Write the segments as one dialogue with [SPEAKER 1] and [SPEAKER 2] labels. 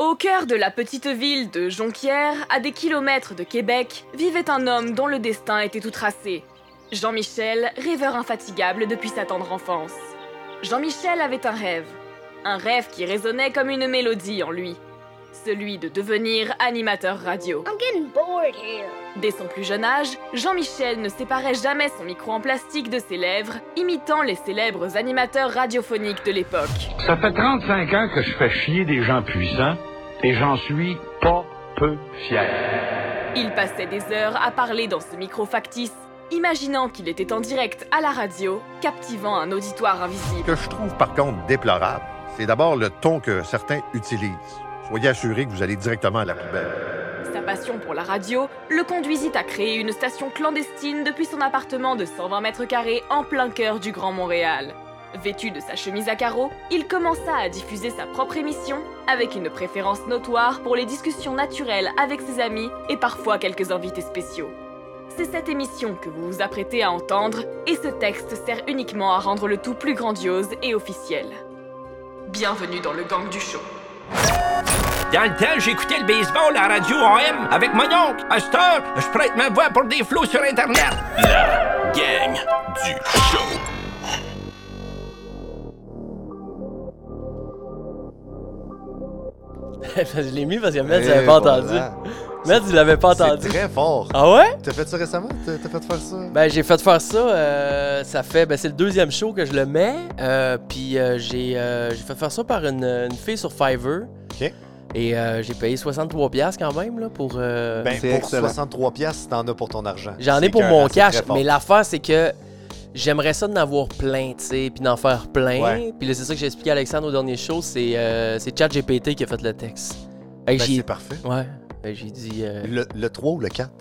[SPEAKER 1] Au cœur de la petite ville de Jonquière, à des kilomètres de Québec, vivait un homme dont le destin était tout tracé. Jean-Michel, rêveur infatigable depuis sa tendre enfance. Jean-Michel avait un rêve. Un rêve qui résonnait comme une mélodie en lui. Celui de devenir animateur radio.
[SPEAKER 2] I'm getting bored here.
[SPEAKER 1] Dès son plus jeune âge, Jean-Michel ne séparait jamais son micro en plastique de ses lèvres, imitant les célèbres animateurs radiophoniques de l'époque.
[SPEAKER 3] Ça fait 35 ans que je fais chier des gens puissants et j'en suis pas peu fier.
[SPEAKER 1] Il passait des heures à parler dans ce micro factice, imaginant qu'il était en direct à la radio, captivant un auditoire
[SPEAKER 4] Ce
[SPEAKER 1] invisible.
[SPEAKER 4] que je trouve par contre déplorable, c'est d'abord le ton que certains utilisent. Soyez assurés que vous allez directement à la poubelle.
[SPEAKER 1] Sa passion pour la radio le conduisit à créer une station clandestine depuis son appartement de 120 mètres carrés en plein cœur du Grand Montréal. Vêtu de sa chemise à carreaux, il commença à diffuser sa propre émission, avec une préférence notoire pour les discussions naturelles avec ses amis et parfois quelques invités spéciaux. C'est cette émission que vous vous apprêtez à entendre, et ce texte sert uniquement à rendre le tout plus grandiose et officiel. Bienvenue dans le gang du show.
[SPEAKER 5] Dans le temps, j'écoutais le baseball à Radio AM avec mon oncle. À cette heure, je prête ma voix pour des flots sur Internet.
[SPEAKER 6] Gang du show.
[SPEAKER 7] je l'ai mis Ben, parce que Matt, il l'avait pas entendu. Matt, il l'avait pas
[SPEAKER 8] Eh, C'est
[SPEAKER 7] entendu.
[SPEAKER 8] très fort.
[SPEAKER 7] Ah ouais?
[SPEAKER 8] T'as fait ça récemment? T'as t'as fait faire ça?
[SPEAKER 7] Ben, j'ai fait faire ça. euh, ça fait. Ben, c'est le deuxième show que je le mets. euh, Puis euh, j'ai euh, j'ai fait faire ça par une, une fille sur Fiverr.
[SPEAKER 8] Ok.
[SPEAKER 7] Et euh, j'ai payé 63$ quand même là, pour. euh,
[SPEAKER 8] Ben,
[SPEAKER 9] c'est
[SPEAKER 8] pour
[SPEAKER 9] excellent.
[SPEAKER 8] 63 piastres, t'en as pour ton argent.
[SPEAKER 7] J'en ai
[SPEAKER 8] C'est
[SPEAKER 7] pour
[SPEAKER 8] que-
[SPEAKER 7] mon
[SPEAKER 8] c'est très
[SPEAKER 7] cash,
[SPEAKER 8] fort.
[SPEAKER 7] mais l'affaire, c'est que j'aimerais ça d'en avoir plein, tu sais, puis d'en faire plein.
[SPEAKER 8] Ouais.
[SPEAKER 7] Puis là, c'est ça que j'ai expliqué à Alexandre au dernier show, c'est euh, c'est ChatGPT qui a fait le texte. Fait que
[SPEAKER 8] Ben,
[SPEAKER 7] j'ai-
[SPEAKER 8] c'est parfait.
[SPEAKER 7] ouais, Ben, j'ai dit euh,
[SPEAKER 8] Le, le 3 ou le 4?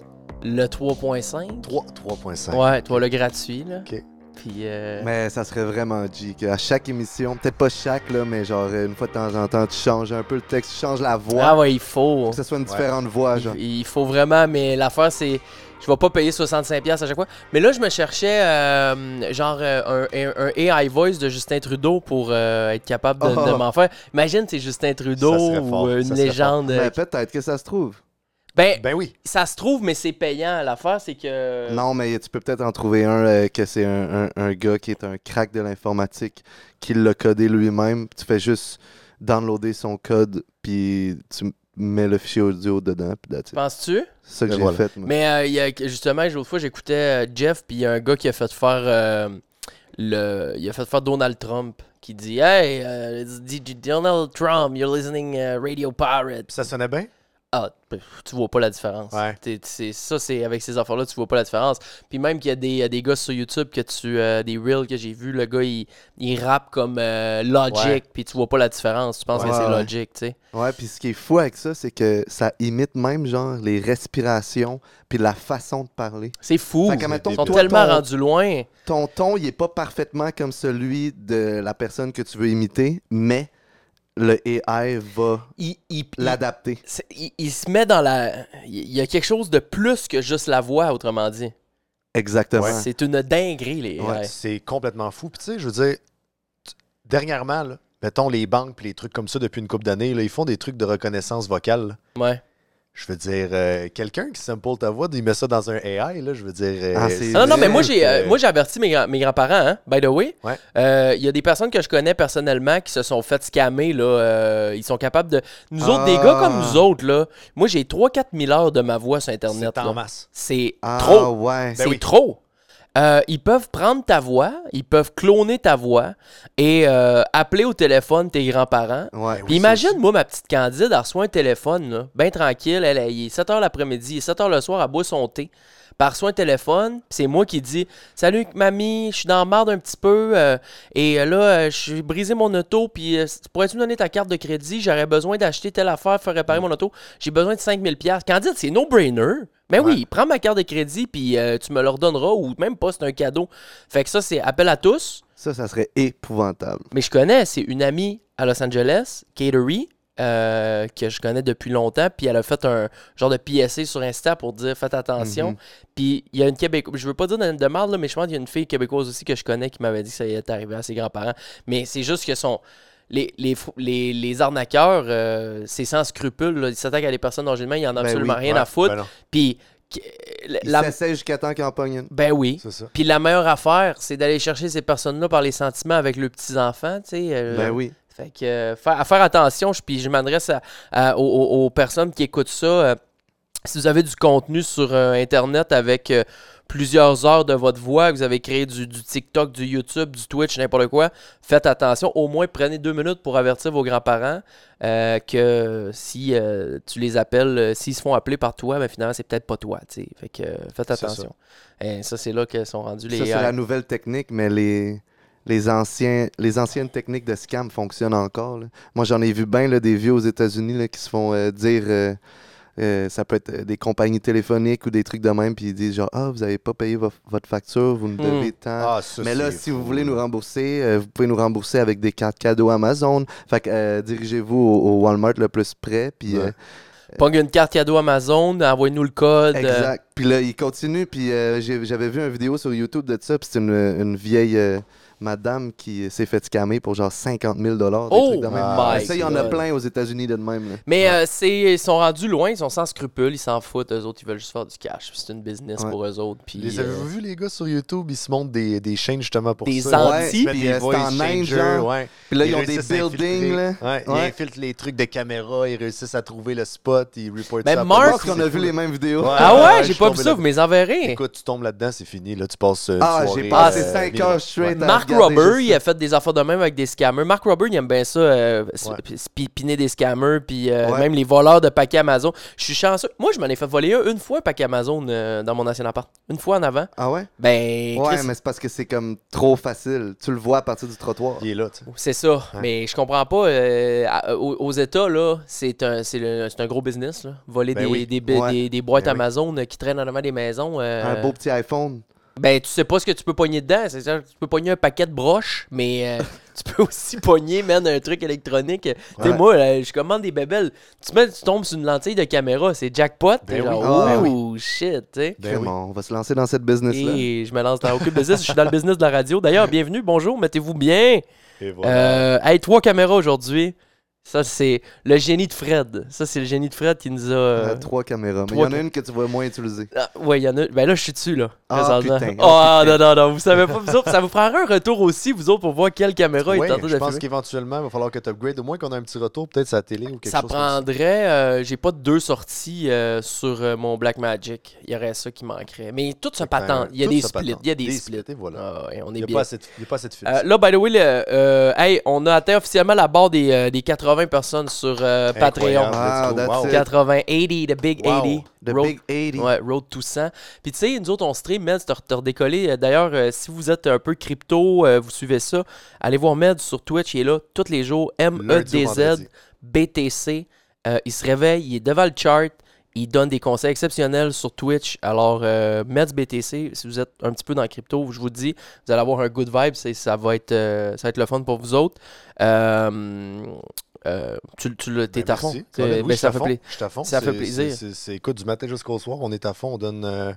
[SPEAKER 7] le 3.5.
[SPEAKER 8] 3, 3.5.
[SPEAKER 7] Ouais, toi, le gratuit, là.
[SPEAKER 8] Ok.
[SPEAKER 7] Puis, euh,
[SPEAKER 9] Mais ça serait vraiment G qu'à chaque émission, peut-être pas chaque là, mais genre euh, une fois de temps en temps, tu changes un peu le texte, tu changes la voix,
[SPEAKER 7] ah ouais, il faut.
[SPEAKER 9] que ce soit une
[SPEAKER 8] Ouais.
[SPEAKER 9] différente voix, genre.
[SPEAKER 7] Il il faut vraiment, mais l'affaire, c'est. Je vais pas payer 65$ à chaque fois. Mais là, je me cherchais, euh, genre, euh, un, un- un AI voice de Justin Trudeau pour euh, être capable de,
[SPEAKER 9] Oh.
[SPEAKER 7] de m'en faire. Imagine, c'est Justin Trudeau
[SPEAKER 8] Ça serait fort,
[SPEAKER 7] ou euh,
[SPEAKER 8] ça
[SPEAKER 7] une
[SPEAKER 8] serait
[SPEAKER 7] légende. euh,
[SPEAKER 9] Mais Ben, peut-être que ça se trouve.
[SPEAKER 7] Ben,
[SPEAKER 8] Ben oui.
[SPEAKER 7] ça se trouve, mais c'est payant. L'affaire, c'est que.
[SPEAKER 9] Non, mais tu peux peut-être en trouver un euh, que c'est un, un- un gars qui est un crack de l'informatique, qui l'a codé lui-même. Tu fais juste downloader son code, puis tu m- mets le fichier audio dedans, puis that's it.
[SPEAKER 7] Penses-tu?
[SPEAKER 9] C'est ça que
[SPEAKER 8] Ben
[SPEAKER 9] j'ai
[SPEAKER 8] voilà.
[SPEAKER 9] fait, moi.
[SPEAKER 7] Mais euh, il y a- justement, l'autre fois, j'écoutais euh, Jeff, puis il y a un gars qui a fait faire euh, le, il a fait faire Donald Trump, qui dit Hey, euh, it's D- D- Donald Trump, you're listening uh, Radio Pirate.
[SPEAKER 8] Puis ça sonnait bien?
[SPEAKER 7] Ah, pff, tu vois pas la différence.
[SPEAKER 8] Ouais.
[SPEAKER 7] T'es- c'est- ça, c'est avec ces affaires-là, tu vois pas la différence. Puis même qu'il y a des, euh, des gars sur YouTube que tu, euh, des reels que j'ai vu, le gars il, il rappe comme euh, Logic,
[SPEAKER 8] Ouais.
[SPEAKER 7] puis tu vois pas la différence. Tu penses
[SPEAKER 9] Ouais,
[SPEAKER 7] que c'est
[SPEAKER 9] ouais.
[SPEAKER 7] Logic, tu sais.
[SPEAKER 9] Ouais, puis ce qui est fou avec ça, c'est que ça imite même, genre, les respirations, puis la façon de parler.
[SPEAKER 7] C'est fou.
[SPEAKER 9] Fait que, mettons,
[SPEAKER 7] Ils sont
[SPEAKER 9] toi,
[SPEAKER 7] tellement
[SPEAKER 9] ton-
[SPEAKER 7] rendus loin.
[SPEAKER 9] ton ton, il est pas parfaitement comme celui de la personne que tu veux imiter, mais le AI va
[SPEAKER 7] Ils- ils- ils-
[SPEAKER 9] l'adapter.
[SPEAKER 7] C'est- il, il se met dans la. Il y a quelque chose de plus que juste la voix, autrement dit.
[SPEAKER 9] Exactement.
[SPEAKER 7] C'est une dinguerie, les.
[SPEAKER 9] Ouais,
[SPEAKER 7] ouais.
[SPEAKER 8] C'est complètement fou. Puis tu sais, je veux dire, tu- dernièrement, là, mettons les banques puis les trucs comme ça depuis une couple d'années, là, ils font des trucs de reconnaissance vocale. là.
[SPEAKER 7] Ouais.
[SPEAKER 8] Je veux dire, euh, quelqu'un qui sample ta voix, il met ça dans un AI, là, je veux dire... euh,
[SPEAKER 9] Ah, c'est-
[SPEAKER 7] Ah non, non, mais moi,
[SPEAKER 8] sûr
[SPEAKER 7] j'ai, euh,
[SPEAKER 8] que-
[SPEAKER 7] moi, j'ai averti mes, grands- mes grands-parents, hein, by the way.
[SPEAKER 8] Ouais.
[SPEAKER 7] Euh, Il y a des personnes que je connais personnellement qui se sont fait scammer, là. euh, ils sont capables de. Nous autres, des
[SPEAKER 9] Ah.
[SPEAKER 7] gars comme nous autres, là. Moi, j'ai 3-4 000 heures de ma voix sur Internet.
[SPEAKER 8] C'est en
[SPEAKER 7] là.
[SPEAKER 8] masse.
[SPEAKER 7] C'est
[SPEAKER 9] Ah,
[SPEAKER 7] trop. Ben,
[SPEAKER 9] ouais.
[SPEAKER 7] c'est
[SPEAKER 8] oui.
[SPEAKER 7] trop. Euh, ils peuvent prendre ta voix, ils peuvent cloner ta voix et euh, appeler au téléphone tes grands-parents.
[SPEAKER 9] Ouais.
[SPEAKER 7] Puis ben imagine, moi, ma petite Candide, elle reçoit un téléphone, là, bien tranquille. Elle, elle, il est 7h l'après-midi, il est 7h le soir, elle boit son thé. Puis elle reçoit un téléphone, puis c'est moi qui dis Salut, mamie, je suis dans la marde un petit peu, euh, et euh, là, euh, j'ai brisé mon auto, puis euh, pourrais-tu me donner ta carte de crédit J'aurais besoin d'acheter telle affaire, faire réparer mon auto. J'ai besoin de 5000$. Candide, c'est no-brainer. Mais oui, prends ma carte de crédit, puis euh, tu me leur donneras, ou même pas, c'est un cadeau. Fait que ça, c'est appel à tous.
[SPEAKER 9] Ça, ça serait épouvantable.
[SPEAKER 7] Mais je connais, c'est une amie à Los Angeles, Katery, euh, que je connais depuis longtemps, puis elle a fait un genre de PSA sur Insta pour dire faites attention. Puis il y a une Québécoise, je veux pas dire de, de marde, là, mais je pense qu'il y a une fille québécoise aussi que je connais qui m'avait dit que ça y est arrivé à ses grands-parents. Mais c'est juste que son. les, les, fou- les, les arnaqueurs, euh, c'est sans scrupule. là. Ils s'attaquent à des personnes dont généralement, ils en ont
[SPEAKER 9] Ben
[SPEAKER 7] absolument
[SPEAKER 9] oui,
[SPEAKER 7] rien
[SPEAKER 8] Ouais,
[SPEAKER 7] à foutre.
[SPEAKER 8] ben non,
[SPEAKER 7] Puis, qu- la-
[SPEAKER 9] Il
[SPEAKER 7] la-
[SPEAKER 9] s'essaie jusqu'à temps qu'il en pogne une.
[SPEAKER 7] ben oui.
[SPEAKER 8] c'est ça.
[SPEAKER 7] Puis la meilleure affaire, c'est d'aller chercher ces personnes-là par les sentiments avec leurs petits-enfants, tu sais. euh,
[SPEAKER 9] Ben oui.
[SPEAKER 7] Fait que, euh, faire, à faire attention, je, puis je m'adresse à- à- aux, aux- aux personnes qui écoutent ça. euh, si vous avez du contenu sur euh, Internet avec euh, plusieurs heures de votre voix, que vous avez créé du, du TikTok, du YouTube, du Twitch, n'importe quoi, faites attention. Au moins, prenez deux minutes pour avertir vos grands-parents euh, que si euh, tu les appelles, euh, s'ils se font appeler par toi, ben, finalement, c'est peut-être pas toi. tu sais. Fait que, euh, faites
[SPEAKER 8] C'est ça.
[SPEAKER 7] attention. Et ça, c'est là que sont rendus les.
[SPEAKER 9] Ça, c'est
[SPEAKER 7] euh,
[SPEAKER 9] la nouvelle technique, mais les, les, anciens, les anciennes techniques de scam fonctionnent encore. là. Moi, j'en ai vu bien là, des vieux aux États-Unis là, qui se font euh, dire. euh, euh, ça peut être euh, des compagnies téléphoniques ou des trucs de même, puis ils disent genre Ah, vous n'avez pas payé vo- votre facture, vous nous devez tant.
[SPEAKER 8] Ah, ça,
[SPEAKER 9] Mais là,
[SPEAKER 8] c'est
[SPEAKER 9] si
[SPEAKER 8] fou.
[SPEAKER 9] vous voulez nous rembourser, euh, vous pouvez nous rembourser avec des cartes cadeaux Amazon. Fait que euh, dirigez-vous au, au Walmart le plus près. Puis,
[SPEAKER 8] Ouais.
[SPEAKER 9] euh,
[SPEAKER 7] Pogne une carte cadeau Amazon, envoyez-nous le code. euh,
[SPEAKER 9] exact. Puis là, il continue. Puis euh, j'ai- j'avais vu une vidéo sur YouTube de ça. Puis c'est une, une vieille euh, madame qui s'est fait scammer pour genre 50 000 des
[SPEAKER 7] Oh
[SPEAKER 9] trucs de même.
[SPEAKER 7] my
[SPEAKER 9] Mais ça, il y en a
[SPEAKER 7] God.
[SPEAKER 9] plein aux États-Unis de même. là.
[SPEAKER 7] Mais euh, c'est, ils sont rendus loin, ils sont sans scrupules, ils s'en foutent. Eux autres, ils veulent juste faire du cash. puis C'est une business
[SPEAKER 9] Ouais.
[SPEAKER 7] pour eux autres. Puis,
[SPEAKER 8] Les
[SPEAKER 7] euh,
[SPEAKER 8] avez-vous vu les gars sur YouTube, ils se montrent des, des chaînes justement pour
[SPEAKER 7] Des
[SPEAKER 8] ça.
[SPEAKER 7] Ouais,
[SPEAKER 8] Ils se mettent
[SPEAKER 9] puis,
[SPEAKER 8] des
[SPEAKER 9] euh, c'est
[SPEAKER 8] voice
[SPEAKER 9] en Inde,
[SPEAKER 8] changers,
[SPEAKER 9] genre.
[SPEAKER 8] ouais.
[SPEAKER 9] Puis là, ils, ont des
[SPEAKER 8] réussissent à
[SPEAKER 9] buildings.
[SPEAKER 8] infiltrer.
[SPEAKER 9] Là.
[SPEAKER 8] Ouais, Ils
[SPEAKER 9] Ouais.
[SPEAKER 8] infiltrent les trucs de caméra, ils réussissent à trouver le spot, ils reportent
[SPEAKER 7] Mais
[SPEAKER 8] ça. à la
[SPEAKER 9] Je
[SPEAKER 7] Mark-
[SPEAKER 9] pense
[SPEAKER 8] police,
[SPEAKER 9] qu'on
[SPEAKER 8] c'est
[SPEAKER 9] a vu
[SPEAKER 8] fou,
[SPEAKER 9] les
[SPEAKER 8] là.
[SPEAKER 9] mêmes vidéos.
[SPEAKER 8] Ouais.
[SPEAKER 7] Ah ouais,
[SPEAKER 8] je
[SPEAKER 7] j'ai
[SPEAKER 8] suis
[SPEAKER 7] pas vu
[SPEAKER 8] tombé
[SPEAKER 7] ça,
[SPEAKER 8] là-
[SPEAKER 7] vous me les enverrez.
[SPEAKER 8] Écoute, tu tombes là-dedans, c'est fini. Là, tu passes euh, une
[SPEAKER 9] Ah,
[SPEAKER 8] soirée,
[SPEAKER 9] j'ai passé
[SPEAKER 8] euh,
[SPEAKER 9] 5
[SPEAKER 8] mille-
[SPEAKER 9] heures straight à
[SPEAKER 7] Mark
[SPEAKER 9] regarder
[SPEAKER 7] Robert,
[SPEAKER 9] juste
[SPEAKER 7] il a fait des affaires de même avec des scammers. Mark Robert, il aime bien ça, euh, s-
[SPEAKER 8] Ouais.
[SPEAKER 7] puis spi- piner des scammers, puis euh,
[SPEAKER 9] Ouais.
[SPEAKER 7] même les voleurs de paquets Amazon. Je suis chanceux. Moi, je m'en ai fait voler un une fois un paquet Amazon euh, dans mon ancien appart. Une fois en avant.
[SPEAKER 9] Ah ouais?
[SPEAKER 7] Ben,
[SPEAKER 9] Ouais,
[SPEAKER 7] Chris,
[SPEAKER 9] mais c'est parce que c'est comme trop facile. Tu le vois à partir du trottoir.
[SPEAKER 8] Il est là, tu sais.
[SPEAKER 7] C'est ça, mais je comprends pas. euh, à- aux, aux États, là, c'est un, c'est le- c'est un gros business. Là. Voler
[SPEAKER 8] Ben
[SPEAKER 7] des,
[SPEAKER 8] oui.
[SPEAKER 7] des, bi-
[SPEAKER 9] Ouais.
[SPEAKER 7] des- des boîtes
[SPEAKER 8] Ben oui.
[SPEAKER 7] Amazon euh, qui traînent en avant des maisons. euh,
[SPEAKER 9] Un beau petit iPhone.
[SPEAKER 7] Ben, tu sais pas ce que tu peux pogner dedans. C'est ça, tu peux pogner un paquet de broches, mais euh, tu peux aussi pogner, man, un truc électronique. Tu sais,
[SPEAKER 9] Ouais.
[SPEAKER 7] moi, là, je commande des bébelles. Tu, mets- tu tombes sur une lentille de caméra, c'est jackpot. T'es
[SPEAKER 8] Ben oui.
[SPEAKER 7] genre,
[SPEAKER 9] Ah, ben
[SPEAKER 7] oh shit, tu sais.
[SPEAKER 8] Ben oui.
[SPEAKER 9] Vraiment, On va se lancer dans cette business-là.
[SPEAKER 7] Et je me lance dans aucune business, je suis dans le business de la radio. D'ailleurs, bienvenue, bonjour, mettez-vous bien.
[SPEAKER 8] Et voilà.
[SPEAKER 7] Euh, hey, trois caméras aujourd'hui. Ça, c'est le génie de Fred. Ça, c'est le génie de Fred qui nous a.
[SPEAKER 9] On
[SPEAKER 7] euh,
[SPEAKER 9] a trois caméras. Mais il y
[SPEAKER 7] trois
[SPEAKER 9] en a une que tu vas moins utiliser.
[SPEAKER 7] ah, ouais, il y en a. Ben là, je suis dessus, là.
[SPEAKER 9] Ah,
[SPEAKER 7] présentement.
[SPEAKER 9] putain,
[SPEAKER 7] Oh,
[SPEAKER 9] ah, putain.
[SPEAKER 7] non, non, non. Vous savez pas, vous autres. Ça vous prendra un retour aussi, vous autres, pour voir quelle caméra
[SPEAKER 8] Ouais,
[SPEAKER 7] est en train
[SPEAKER 8] je
[SPEAKER 7] de
[SPEAKER 8] pense
[SPEAKER 7] filmer.
[SPEAKER 8] qu'éventuellement, il va falloir que tu upgrades. Au moins qu'on a un petit retour, peut-être sur la télé ou quelque
[SPEAKER 7] Ça
[SPEAKER 8] chose comme ça.
[SPEAKER 7] prendrait. euh, J'ai pas deux sorties euh, sur euh, mon Black Magic. Il y aurait ça qui manquerait. Mais tout se patente. Il y a
[SPEAKER 8] euh, Ben tout
[SPEAKER 7] des
[SPEAKER 8] se
[SPEAKER 7] splits.
[SPEAKER 8] patente.
[SPEAKER 7] Il y a des,
[SPEAKER 8] Des
[SPEAKER 7] splits.
[SPEAKER 8] splits, et voilà.
[SPEAKER 7] Ah, ouais, on est
[SPEAKER 8] Il n'y a
[SPEAKER 7] bien.
[SPEAKER 8] pas assez de- il y a pas assez de films.
[SPEAKER 7] Euh, là, by the way, le- euh, hey, on a atteint officiellement la barre des, euh, des 80 personnes sur euh, Patreon.
[SPEAKER 8] Incroyable,
[SPEAKER 9] Ah,
[SPEAKER 8] let's go.
[SPEAKER 9] that's
[SPEAKER 8] Wow.
[SPEAKER 9] it.
[SPEAKER 7] 80, 80, the big
[SPEAKER 8] Wow.
[SPEAKER 7] 80.
[SPEAKER 9] The
[SPEAKER 7] Road-
[SPEAKER 9] Big 80.
[SPEAKER 7] Ouais, Road to 100. Puis tu sais, nous autres, on stream, Med, t'as t'as redécollé. Euh, D'ailleurs, euh, si vous êtes un peu crypto, euh, vous suivez ça, allez voir Med sur Twitch, il est là tous les jours, E
[SPEAKER 8] Lundi au
[SPEAKER 7] M-E-D-Z,
[SPEAKER 8] vendredi.
[SPEAKER 7] BTC. Euh, il se réveille, il est devant le chart, il donne des conseils exceptionnels sur Twitch. Alors, euh, Meds BTC, si vous êtes un petit peu dans la crypto, je vous le dis, vous allez avoir un good vibe, c'est- ça va, être, euh, ça va être le fun pour vous autres. Euh, euh, tu, tu le- t'es
[SPEAKER 8] Ben,
[SPEAKER 7] à fond.
[SPEAKER 8] merci.
[SPEAKER 7] T'es-
[SPEAKER 8] Colin, oui,
[SPEAKER 7] ben,
[SPEAKER 8] je suis
[SPEAKER 7] ça
[SPEAKER 8] à
[SPEAKER 7] fait
[SPEAKER 8] fond,
[SPEAKER 7] plaisir.
[SPEAKER 8] Je suis à fond.
[SPEAKER 7] Ça fait
[SPEAKER 8] C'est-
[SPEAKER 7] plaisir.
[SPEAKER 8] c'est- C'est c'est- écoute, du matin jusqu'au soir, on est à fond. On donne, euh,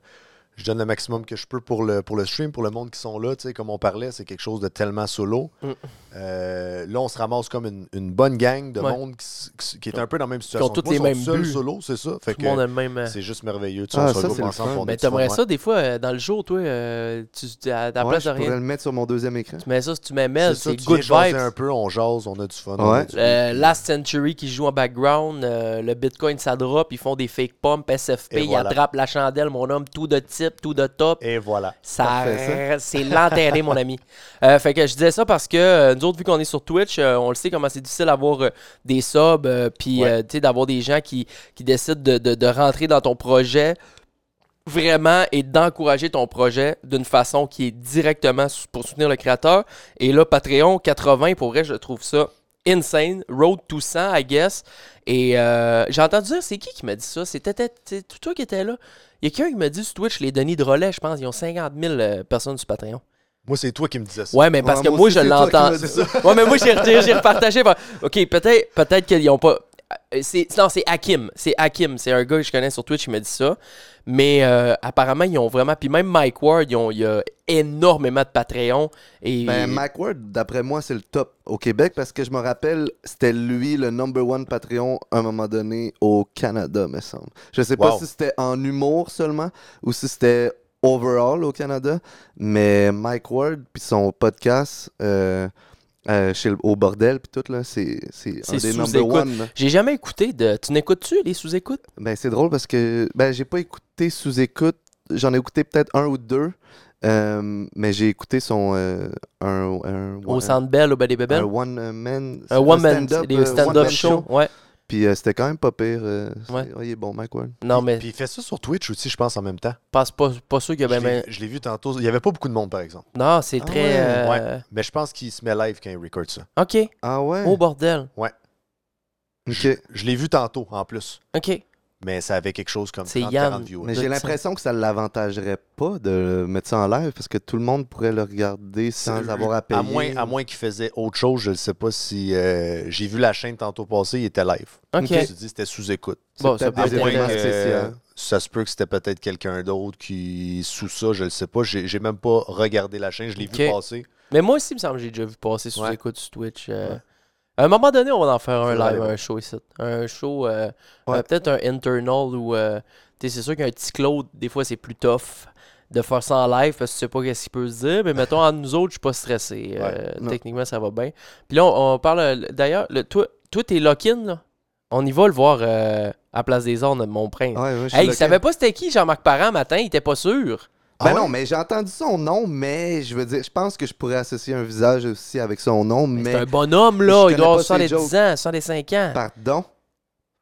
[SPEAKER 8] je donne le maximum que je peux pour le, pour le stream, pour le monde qui sont là. Tu sais, comme on parlait, c'est quelque chose de tellement solo.
[SPEAKER 7] Mm.
[SPEAKER 8] Euh, là, on se ramasse comme une, une bonne gang de
[SPEAKER 7] Ouais.
[SPEAKER 8] monde qui, s- qui s- qui est un peu dans la même situation.
[SPEAKER 7] ont tous
[SPEAKER 8] que moi,
[SPEAKER 7] les
[SPEAKER 8] ils sont
[SPEAKER 7] mêmes
[SPEAKER 8] seuls
[SPEAKER 7] buts.
[SPEAKER 8] solo, c'est ça. Fait
[SPEAKER 7] Tout
[SPEAKER 8] que
[SPEAKER 7] le monde a le même. euh,
[SPEAKER 8] c'est juste merveilleux. Tu sais,
[SPEAKER 9] Ah,
[SPEAKER 8] on se
[SPEAKER 9] ça,
[SPEAKER 8] regroupe
[SPEAKER 9] c'est le
[SPEAKER 8] ensemble.
[SPEAKER 9] fun.
[SPEAKER 8] on a
[SPEAKER 7] Mais
[SPEAKER 8] du fun,
[SPEAKER 7] t'aimerais
[SPEAKER 8] ouais.
[SPEAKER 7] ça des fois euh, dans le jour, toi, euh, tu, tu- à ta
[SPEAKER 9] Ouais,
[SPEAKER 7] place de
[SPEAKER 9] je pourrais
[SPEAKER 7] rien.
[SPEAKER 9] le mettre sur mon deuxième écran.
[SPEAKER 7] Tu mets ça, si tu mets
[SPEAKER 8] C'est
[SPEAKER 7] Mel,
[SPEAKER 8] ça,
[SPEAKER 7] c'est
[SPEAKER 8] tu
[SPEAKER 7] good
[SPEAKER 8] viens jaser un
[SPEAKER 7] vibes.
[SPEAKER 8] peu, on jase, on a du fun. on a
[SPEAKER 9] Ouais.
[SPEAKER 8] du-
[SPEAKER 7] Euh, Last Century qui joue en background, euh, le Bitcoin ça drop, ils font des fake pumps, SFP,
[SPEAKER 8] Et
[SPEAKER 7] ils
[SPEAKER 8] voilà.
[SPEAKER 7] attrapent la chandelle, mon homme, tout de type, tout de top.
[SPEAKER 8] Et voilà.
[SPEAKER 7] Ça,
[SPEAKER 9] Parfait,
[SPEAKER 7] c'est l'enterré, mon ami. Euh, fait que je disais ça parce que euh, nous autres, vu qu'on est sur Twitch, euh, on le sait comment c'est difficile d'avoir euh, des subs, euh, puis
[SPEAKER 8] Ouais.
[SPEAKER 7] euh, tu sais, d'avoir des gens qui, qui décident de, de- de rentrer dans ton projet vraiment et d'encourager ton projet d'une façon qui est directement sou- pour soutenir le créateur. Et là, Patreon 80, pour vrai, je trouve ça insane. Road to 100, I guess. Et euh, j'ai entendu dire, c'est qui qui m'a dit ça? C'était t'étais- t'es- tout toi qui étais là. Il y a quelqu'un qui m'a dit sur Twitch, les Denis Drolet, je pense, ils ont 50 000 euh, personnes sur Patreon.
[SPEAKER 8] Moi, c'est toi qui me disais ça.
[SPEAKER 7] Ouais, mais parce
[SPEAKER 9] Ouais,
[SPEAKER 7] que
[SPEAKER 9] moi
[SPEAKER 7] moi,
[SPEAKER 9] aussi,
[SPEAKER 7] je
[SPEAKER 9] c'est toi qui
[SPEAKER 7] l'entends.
[SPEAKER 9] m'as dit ça.
[SPEAKER 7] ouais, mais moi, j'ai re- j'ai repartagé. par- Ok, peut-être peut qu'ils ont pas. euh, c'est- Non, c'est Hakim. C'est Hakim. C'est un gars que je connais sur Twitch qui m'a dit ça. Mais euh, apparemment, ils ont vraiment. Puis même Mike Ward, ils ont, il a énormément de Patreon. Et...
[SPEAKER 9] Ben, Mike Ward, d'après moi, c'est le top au Québec parce que je me rappelle, c'était lui le number one Patreon à un moment donné au Canada, me semble. Je sais pas
[SPEAKER 8] Wow.
[SPEAKER 9] si c'était en humour seulement ou si c'était overall au Canada, mais Mike Ward puis son podcast euh, euh, chez le- au bordel puis tout là, c'est c'est un
[SPEAKER 7] C'est
[SPEAKER 9] des
[SPEAKER 7] sous
[SPEAKER 9] number
[SPEAKER 7] écoute.
[SPEAKER 9] one. là.
[SPEAKER 7] J'ai jamais écouté de. Tu n'écoutes-tu les sous-écoutes?
[SPEAKER 9] Ben, c'est drôle parce que ben, j'ai pas écouté sous écoute. J'en ai écouté peut-être un ou deux, euh, mais j'ai écouté son euh, un, un-
[SPEAKER 7] Au
[SPEAKER 9] un-
[SPEAKER 7] Centre Bell, au Body
[SPEAKER 9] un
[SPEAKER 7] Bebel?
[SPEAKER 9] one euh, man
[SPEAKER 7] Eh ben, Un one-man,
[SPEAKER 9] stand-up,
[SPEAKER 7] des
[SPEAKER 9] euh,
[SPEAKER 7] stand-up
[SPEAKER 9] one-man
[SPEAKER 7] shows. Ouais.
[SPEAKER 9] Puis euh, c'était quand même pas pire. euh, c'est-
[SPEAKER 7] Ouais.
[SPEAKER 9] oh, il est bon, Mike Ward.
[SPEAKER 7] Non, mais
[SPEAKER 8] Puis il fait ça sur Twitch aussi, je pense, en même temps.
[SPEAKER 7] passe pas, pas sûr que.
[SPEAKER 8] Je
[SPEAKER 7] Ben,
[SPEAKER 8] l'ai-
[SPEAKER 7] ben-
[SPEAKER 8] je l'ai vu tantôt. Il n'y avait pas beaucoup de monde, par exemple.
[SPEAKER 7] Non, c'est
[SPEAKER 9] Ah
[SPEAKER 7] très.
[SPEAKER 9] ouais.
[SPEAKER 7] euh,
[SPEAKER 8] Mais je pense qu'il se met live quand il record ça.
[SPEAKER 7] Ok.
[SPEAKER 9] Ah ouais?
[SPEAKER 7] Oh bordel.
[SPEAKER 9] Ok.
[SPEAKER 8] Je l'ai vu tantôt, en plus.
[SPEAKER 7] Ok.
[SPEAKER 8] Mais ça avait quelque chose comme
[SPEAKER 7] C'est
[SPEAKER 8] 30,
[SPEAKER 7] Yann.
[SPEAKER 8] 40 viewers.
[SPEAKER 9] Mais j'ai
[SPEAKER 7] Doute ça.
[SPEAKER 9] l'impression que ça l'avantagerait pas de mettre ça en live parce que tout le monde pourrait le regarder sans
[SPEAKER 8] C'est-
[SPEAKER 9] avoir à payer.
[SPEAKER 8] À moins, à moins qu'il faisait autre chose, je ne sais pas si. euh, J'ai vu la chaîne tantôt passer, il était live.
[SPEAKER 7] Ok.
[SPEAKER 8] Je me suis dit, c'était sous écoute.
[SPEAKER 7] Bon, euh,
[SPEAKER 9] C'est
[SPEAKER 7] ça peut
[SPEAKER 9] peut-être
[SPEAKER 8] À
[SPEAKER 9] des
[SPEAKER 8] moins
[SPEAKER 7] être.
[SPEAKER 9] événements
[SPEAKER 8] que,
[SPEAKER 9] spéciaux.
[SPEAKER 8] ça se peut que c'était peut-être quelqu'un d'autre qui, sous ça, je ne sais pas. J'ai j'ai même pas regardé la chaîne, je l'ai vu
[SPEAKER 7] Ok.
[SPEAKER 8] passer.
[SPEAKER 7] Mais moi aussi, il me semble que j'ai déjà vu passer sous
[SPEAKER 8] Ouais.
[SPEAKER 7] écoute sur Twitch. euh, À un moment donné, on va en faire un
[SPEAKER 8] Faudrait
[SPEAKER 7] live,
[SPEAKER 8] aller
[SPEAKER 7] un show ici. Un show, euh,
[SPEAKER 9] Ouais.
[SPEAKER 7] euh, peut-être un internal ou. euh, tu sais, c'est sûr qu'un petit Claude, des fois, c'est plus tough de faire ça en live parce que tu sais pas qu'est-ce qu'il peut se dire. Mais mettons, entre nous autres, je suis pas stressé. euh,
[SPEAKER 9] non.
[SPEAKER 7] techniquement, ça va bien. Puis là, on, on parle. euh, D'ailleurs, le- toi, toi, t'es lock-in, là. On y va le voir euh, à Place des Ornes, mon prince.
[SPEAKER 9] Ouais, ouais, je suis
[SPEAKER 7] hey, il
[SPEAKER 9] local.
[SPEAKER 7] savait pas c'était qui, Jean-Marc Parent, matin, il était pas sûr.
[SPEAKER 9] Ben
[SPEAKER 8] Ah ouais?
[SPEAKER 9] non, mais j'ai entendu son nom, mais je veux dire, je pense que je pourrais associer un visage aussi avec son nom, mais.
[SPEAKER 7] C'est un bonhomme,
[SPEAKER 9] je
[SPEAKER 7] là. Il
[SPEAKER 9] connais
[SPEAKER 7] doit
[SPEAKER 9] pas
[SPEAKER 7] avoir
[SPEAKER 9] ses
[SPEAKER 7] 110
[SPEAKER 9] jokes.
[SPEAKER 7] ans, 105 ans.
[SPEAKER 9] Pardon?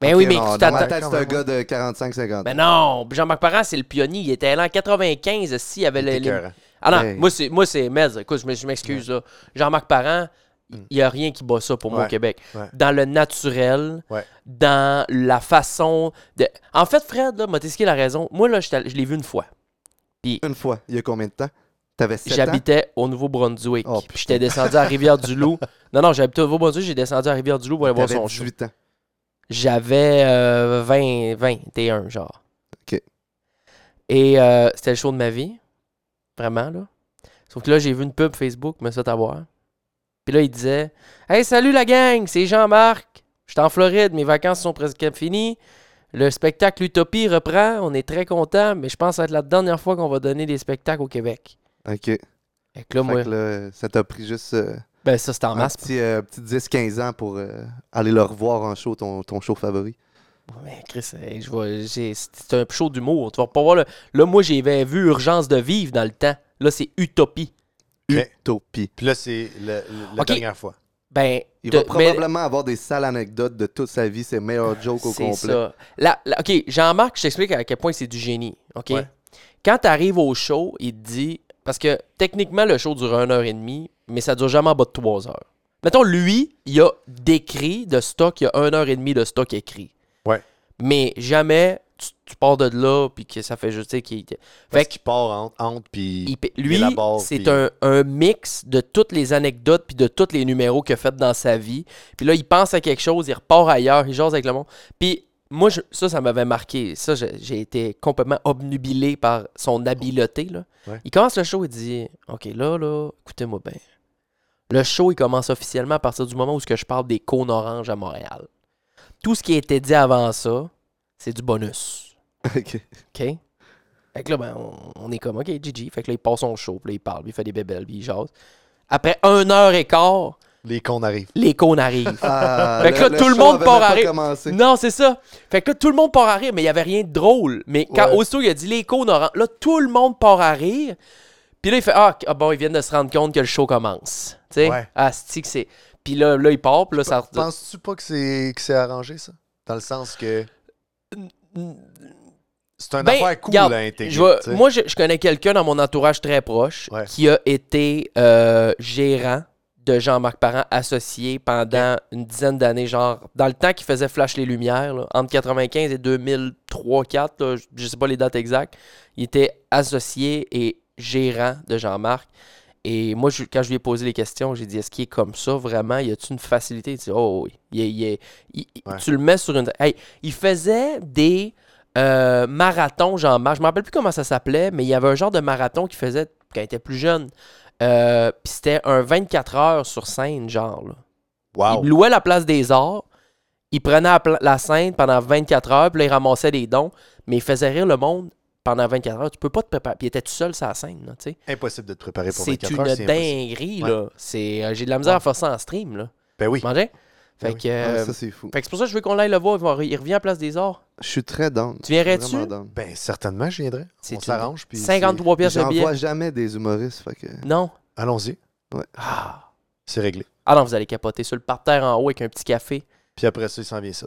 [SPEAKER 7] Ben
[SPEAKER 9] Ok,
[SPEAKER 7] oui, mais
[SPEAKER 9] non,
[SPEAKER 7] tu
[SPEAKER 9] dans ma
[SPEAKER 7] t'attends-
[SPEAKER 9] tête, c'est un gars de 45-50.
[SPEAKER 7] Ben non, Jean-Marc Parent, c'est le pionnier. Il était là en 95 si, il avait le.
[SPEAKER 8] C'était
[SPEAKER 7] les-
[SPEAKER 8] écœurant.
[SPEAKER 7] Ah non,
[SPEAKER 9] Hey.
[SPEAKER 7] moi, c'est, moi, c'est Mez. Écoute, je, me- je m'excuse, là. Jean-Marc Parent, il
[SPEAKER 9] Mm.
[SPEAKER 7] n'y a rien qui bat ça pour moi au
[SPEAKER 8] Ouais,
[SPEAKER 7] Québec.
[SPEAKER 8] ouais.
[SPEAKER 7] Dans le naturel,
[SPEAKER 8] Ouais.
[SPEAKER 7] dans la façon. De... En fait, Fred, là, Montesquieu a raison. Moi, là, je, t'allais- je l'ai vu une fois.
[SPEAKER 9] Une fois, il y a combien de temps? T'avais 7 ans?
[SPEAKER 7] J'habitais au Nouveau-Brunswick.
[SPEAKER 9] Oh,
[SPEAKER 7] Puis j'étais descendu à Rivière-du-Loup. non, non, j'habitais au Nouveau-Brunswick, j'ai descendu à Rivière-du-Loup pour aller voir
[SPEAKER 9] T'avais
[SPEAKER 7] son show.
[SPEAKER 9] 18 ans.
[SPEAKER 7] J'avais euh, 20, 21, genre.
[SPEAKER 9] OK.
[SPEAKER 7] Et euh, c'était le show de ma vie. Vraiment, là. Sauf que là, j'ai vu une pub Facebook, me suis fait avoir. Puis là, il disait Hey, salut la gang, c'est Jean-Marc. Je suis en Floride, mes vacances sont presque finies. Le spectacle Utopie reprend. On est très contents, mais je pense que ça va être la dernière fois qu'on va donner des spectacles au Québec.
[SPEAKER 9] Ok. Fait
[SPEAKER 7] Fait que là, moi,
[SPEAKER 9] que là, ça t'a pris juste euh,
[SPEAKER 7] ben ça, c'était en
[SPEAKER 9] un
[SPEAKER 7] masse.
[SPEAKER 9] petit, euh, petit 10-15 ans pour euh, aller le revoir en show, ton, ton show favori.
[SPEAKER 7] Mais Eh, Chris, hey, je vois, j'ai- c'est un show d'humour. Tu vas pas voir. le- Là, moi, j'avais vu Urgence de vivre dans le temps. Là, c'est Utopie.
[SPEAKER 8] Ok.
[SPEAKER 9] Utopie.
[SPEAKER 8] Puis là, c'est le- le- la
[SPEAKER 7] Ok.
[SPEAKER 8] dernière fois.
[SPEAKER 7] Ben,
[SPEAKER 9] Il
[SPEAKER 7] de-
[SPEAKER 9] va
[SPEAKER 7] mais Ah,
[SPEAKER 9] probablement avoir des sales anecdotes de toute sa vie, ses meilleurs jokes au
[SPEAKER 7] c'est
[SPEAKER 9] complet.
[SPEAKER 7] ça. Là, là, OK, Jean-Marc, je t'explique à quel point c'est du génie. OK?
[SPEAKER 8] Ouais.
[SPEAKER 7] Quand tu arrives au show, il te dit. Parce que techniquement, le show dure une heure et demie, mais ça dure jamais en bas de trois heures. Mettons, lui, il a décrit de stock, il y a une heure et demie de stock écrit.
[SPEAKER 8] Ouais.
[SPEAKER 7] Mais jamais tu, tu pars de là, puis que ça fait juste. tu sais, qu'il-
[SPEAKER 8] Parce
[SPEAKER 7] Fait
[SPEAKER 8] qu'il part entre, entre puis
[SPEAKER 7] Il
[SPEAKER 8] il,
[SPEAKER 7] pa- lui,
[SPEAKER 8] élabore,
[SPEAKER 7] c'est
[SPEAKER 8] puis-
[SPEAKER 7] un, un mix de toutes les anecdotes puis de tous les numéros qu'il a fait dans sa vie. Puis là, il pense à quelque chose, il repart ailleurs, il jase avec le monde. Puis moi, je- ça, ça m'avait marqué. Ça, je- j'ai été complètement obnubilé par son habileté. là.
[SPEAKER 8] Ouais.
[SPEAKER 7] Il commence le show, il dit OK, là, là, écoutez-moi bien. Le show, il commence officiellement à partir du moment où ce que je parle des cônes oranges à Montréal. Tout ce qui a été dit avant ça, c'est du bonus.
[SPEAKER 9] Ok.
[SPEAKER 7] OK? Fait que là, ben, on, on est comme, OK, GG. Fait que là, il passe son show, puis là, il parle, puis il fait des bébelles, puis il jase. Après un heure et quart,
[SPEAKER 8] les cons arrivent.
[SPEAKER 7] les cons arrivent.
[SPEAKER 9] Ah,
[SPEAKER 7] Fait que là, tout le
[SPEAKER 9] show
[SPEAKER 7] monde
[SPEAKER 9] avait
[SPEAKER 7] part
[SPEAKER 9] même pas
[SPEAKER 7] à rire.
[SPEAKER 9] commencé.
[SPEAKER 7] non, c'est ça. Fait que là, tout le monde part à rire, mais il n'y avait rien de drôle. Mais quand
[SPEAKER 9] Ouais.
[SPEAKER 7] aussitôt, il a dit les cons oranges, là, tout le monde part à rire. Puis là, il fait, ah, ah, bon, ils viennent de se rendre compte que le show commence. Tu sais?
[SPEAKER 8] Ouais.
[SPEAKER 7] Ah, c'est que c'est. Puis là, là, il part, puis là, ça.
[SPEAKER 8] Penses-tu pas que c'est que c'est arrangé, ça? Dans le sens que c'est un
[SPEAKER 7] Ben,
[SPEAKER 8] affaire cool
[SPEAKER 7] regarde,
[SPEAKER 8] à intégrer.
[SPEAKER 7] Je vais-
[SPEAKER 8] tu sais.
[SPEAKER 7] moi, je, je connais quelqu'un dans mon entourage très proche
[SPEAKER 8] Ouais.
[SPEAKER 7] qui a été euh, gérant de Jean-Marc Parent associé pendant une dizaine d'années, genre dans le temps qu'il faisait Flash les Lumières, là, entre 95 et 2003 4 là, je- je sais pas les dates exactes, il était associé et gérant de Jean-Marc. Et moi, je- quand je lui ai posé les questions, j'ai dit est-ce qu'il est comme ça vraiment Y a-tu une facilité Il dit oh oui. Il est- il est- il- il-
[SPEAKER 8] Ouais.
[SPEAKER 7] Tu le mets sur une. Hey, il faisait des euh, marathons, Jean-Marc. Je me rappelle plus comment ça s'appelait, mais il y avait un genre de marathon qu'il faisait quand elle était plus jeune. Euh, Puis c'était un 24 heures sur scène, genre. là.
[SPEAKER 8] Wow.
[SPEAKER 7] Il louait la place des arts. Il prenait la, pla- la scène pendant 24 heures, puis là, il ramassait des dons, mais il faisait rire le monde pendant 24 heures. Tu peux pas te préparer. Puis il était tout seul sur la scène, là, tu sais.
[SPEAKER 8] Impossible de te préparer pour
[SPEAKER 7] C'est
[SPEAKER 8] 24
[SPEAKER 7] une
[SPEAKER 8] heures. impossible.
[SPEAKER 7] dinguerie,
[SPEAKER 8] Ouais.
[SPEAKER 7] là. C'est, euh, j'ai de la misère à
[SPEAKER 8] Ouais.
[SPEAKER 7] faire ça en stream, là.
[SPEAKER 8] Ben oui.
[SPEAKER 7] Manger? Fait
[SPEAKER 8] oui.
[SPEAKER 7] que.
[SPEAKER 9] Ah,
[SPEAKER 7] euh,
[SPEAKER 9] ça, c'est fou.
[SPEAKER 7] fait que c'est pour ça que je veux qu'on l'aille le voir. Il va- Il revient à Place des Arts.
[SPEAKER 9] Je suis très down.
[SPEAKER 7] Tu viendrais-tu?
[SPEAKER 9] Vraiment down.
[SPEAKER 8] Ben certainement, je viendrai.
[SPEAKER 7] C'est
[SPEAKER 8] On
[SPEAKER 7] une-
[SPEAKER 8] s'arrange. puis
[SPEAKER 7] 53 pièces de
[SPEAKER 9] J'en
[SPEAKER 7] billet.
[SPEAKER 9] vois jamais des humoristes. Fait que...
[SPEAKER 7] Non.
[SPEAKER 8] Allons-y.
[SPEAKER 7] Ah.
[SPEAKER 8] C'est réglé.
[SPEAKER 7] Ah non, vous allez capoter sur le parterre en haut avec un petit café.
[SPEAKER 8] Puis après ça, il s'en vient ça.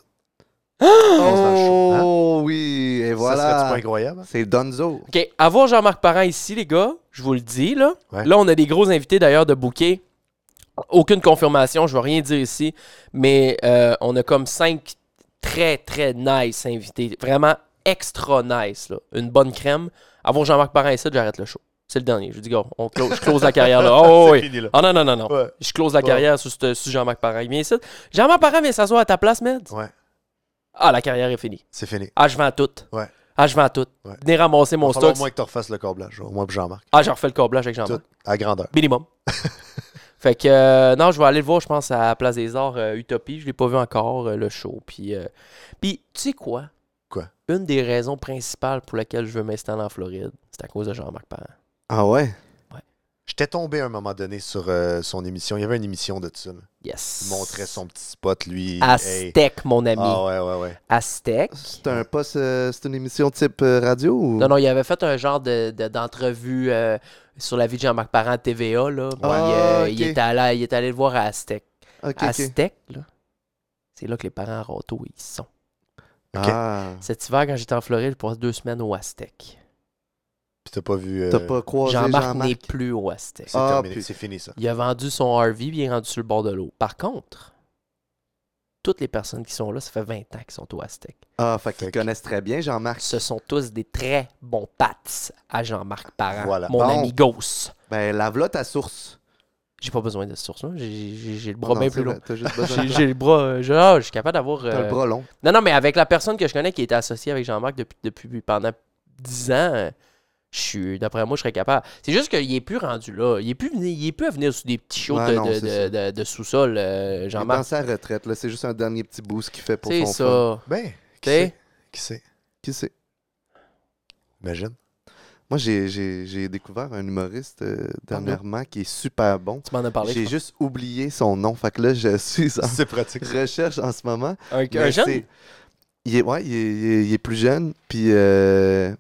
[SPEAKER 9] Oh oui, et
[SPEAKER 8] Ça serait-tu
[SPEAKER 9] voilà.
[SPEAKER 8] hein? pas incroyable?
[SPEAKER 9] C'est Donzo.
[SPEAKER 7] OK, avoir Jean-Marc Parent ici, les gars, je vous le dis, là.
[SPEAKER 8] Ouais.
[SPEAKER 7] Là, on a des gros invités, d'ailleurs, de bouquet. Aucune confirmation, je vais rien dire ici. Mais euh, on a comme cinq très, très nice invités. Vraiment extra nice, là. Une bonne crème. Avoir Jean-Marc Parent ici, j'arrête le show. C'est le dernier. Je vous dis, gars, on close, je close la carrière, là. Oh, oui.
[SPEAKER 8] C'est fini, là.
[SPEAKER 7] Ah non, non, non, non.
[SPEAKER 8] Ouais.
[SPEAKER 7] Je close la carrière sur, ce- sur Jean-Marc Parent. Il vient ici. Jean-Marc Parent vient s'asseoir à ta place, mec.
[SPEAKER 8] Ouais.
[SPEAKER 7] Ah, la carrière est finie.
[SPEAKER 8] C'est fini.
[SPEAKER 7] Ah, je vends tout.
[SPEAKER 8] Ouais.
[SPEAKER 7] Ah, je vends tout.
[SPEAKER 8] Ouais.
[SPEAKER 7] Venez ramasser mon
[SPEAKER 8] Faut falloir
[SPEAKER 7] stock.
[SPEAKER 8] au moins que tu refasses le câblage. Au moins pour Jean-Marc.
[SPEAKER 7] Ah, je refais le câblage avec Jean-Marc.
[SPEAKER 8] Tout. À grandeur.
[SPEAKER 7] Minimum. fait que, euh, non, je vais aller le voir, je pense, à Place des Arts euh, Utopie. Je l'ai pas vu encore, euh, le show. Puis, euh, puis, tu sais quoi?
[SPEAKER 8] Quoi?
[SPEAKER 7] Une des raisons principales pour laquelle je veux m'installer en Floride, c'est à cause de Jean-Marc Parent.
[SPEAKER 9] Ah ouais?
[SPEAKER 8] J'étais tombé à un moment donné sur euh, son émission. Il y avait une émission de ça. là.
[SPEAKER 7] Yes.
[SPEAKER 8] Il montrait son petit spot, lui. Hey.
[SPEAKER 7] Aztec, mon Ah, ami.
[SPEAKER 8] Ah ouais, ouais, ouais.
[SPEAKER 7] Aztec.
[SPEAKER 9] C'est un poste, euh, c'est une émission type euh, radio ou?
[SPEAKER 7] Non, non, il avait fait un genre de- de- d'entrevue de, sur la vie de Jean-Marc Parent à TVA, là. Puis,
[SPEAKER 9] Ah,
[SPEAKER 7] euh, il,
[SPEAKER 9] ok.
[SPEAKER 7] était allé, il est allé le voir à Aztec.
[SPEAKER 9] Ok, ok.
[SPEAKER 7] Aztec, là, c'est là que les parents râteaux, ils sont.
[SPEAKER 9] Ah.
[SPEAKER 7] Cet hiver, quand j'étais en Floride, je passé deux semaines au Aztec.
[SPEAKER 8] Puis t'as pas vu. euh,
[SPEAKER 9] T'as pas croisé
[SPEAKER 7] Jean-Marc
[SPEAKER 9] Jean-Marc?
[SPEAKER 7] n'est plus au Aztec.
[SPEAKER 8] C'est
[SPEAKER 9] Ah,
[SPEAKER 8] terminé.
[SPEAKER 9] puis-
[SPEAKER 8] C'est fini, ça.
[SPEAKER 7] Il a vendu son RV puis il est rendu sur le bord de l'eau. Par contre, toutes les personnes qui sont là, ça fait 20 ans qu'ils sont au Aztec.
[SPEAKER 9] Ah, fait qu'ils
[SPEAKER 8] Fait que-
[SPEAKER 9] connaissent très bien Jean-Marc.
[SPEAKER 7] Ce sont tous des très bons pats à Jean-Marc Parent,
[SPEAKER 8] Voilà. Ah,
[SPEAKER 7] mon
[SPEAKER 9] Bon.
[SPEAKER 7] ami Gauss.
[SPEAKER 9] Ben, lave-la ta source.
[SPEAKER 7] J'ai pas besoin de cette source-là. J'ai- J'ai j'ai le bras
[SPEAKER 9] Ah Non,
[SPEAKER 7] bien
[SPEAKER 9] c'est
[SPEAKER 7] plus
[SPEAKER 9] vrai,
[SPEAKER 7] long.
[SPEAKER 9] T'as juste besoin
[SPEAKER 7] J'ai
[SPEAKER 9] de...
[SPEAKER 7] j'ai le bras. euh, je, ah, je suis capable d'avoir.
[SPEAKER 9] T'as le
[SPEAKER 7] euh,
[SPEAKER 9] bras long.
[SPEAKER 7] Non, non, mais avec la personne que je connais qui était associée avec Jean-Marc depuis, depuis pendant 10 ans, euh, je suis, d'après moi, je serais capable. C'est juste qu'il n'est plus rendu là. Il n'est plus, venu- il est plus à venir sur des petits shows
[SPEAKER 9] Ouais,
[SPEAKER 7] de,
[SPEAKER 9] non,
[SPEAKER 7] de-
[SPEAKER 9] c'est
[SPEAKER 7] de- de-
[SPEAKER 9] ça.
[SPEAKER 7] de sous-sol, euh,
[SPEAKER 9] Il est dans
[SPEAKER 7] Jean-Marc.
[SPEAKER 9] sa retraite, là. C'est juste un dernier petit boost qu'il fait pour
[SPEAKER 7] C'est
[SPEAKER 9] son fun.
[SPEAKER 7] ça.
[SPEAKER 8] Ben, qui
[SPEAKER 7] T'es-
[SPEAKER 8] sait? Qui sait?
[SPEAKER 9] Qui c'est?
[SPEAKER 8] Imagine.
[SPEAKER 9] Moi, j'ai- j'ai j'ai découvert un humoriste euh, dernièrement qui est super bon.
[SPEAKER 7] Tu m'en as parlé. je
[SPEAKER 9] J'ai
[SPEAKER 7] pense.
[SPEAKER 9] juste oublié son nom. Fait que là, je suis
[SPEAKER 7] Ah.
[SPEAKER 9] en
[SPEAKER 8] C'est pratique.
[SPEAKER 9] recherche en ce moment.
[SPEAKER 7] Un, un
[SPEAKER 9] Mais
[SPEAKER 7] jeune?
[SPEAKER 9] c'est- Il est, ouais, il est, il est- il est plus jeune, puis euh,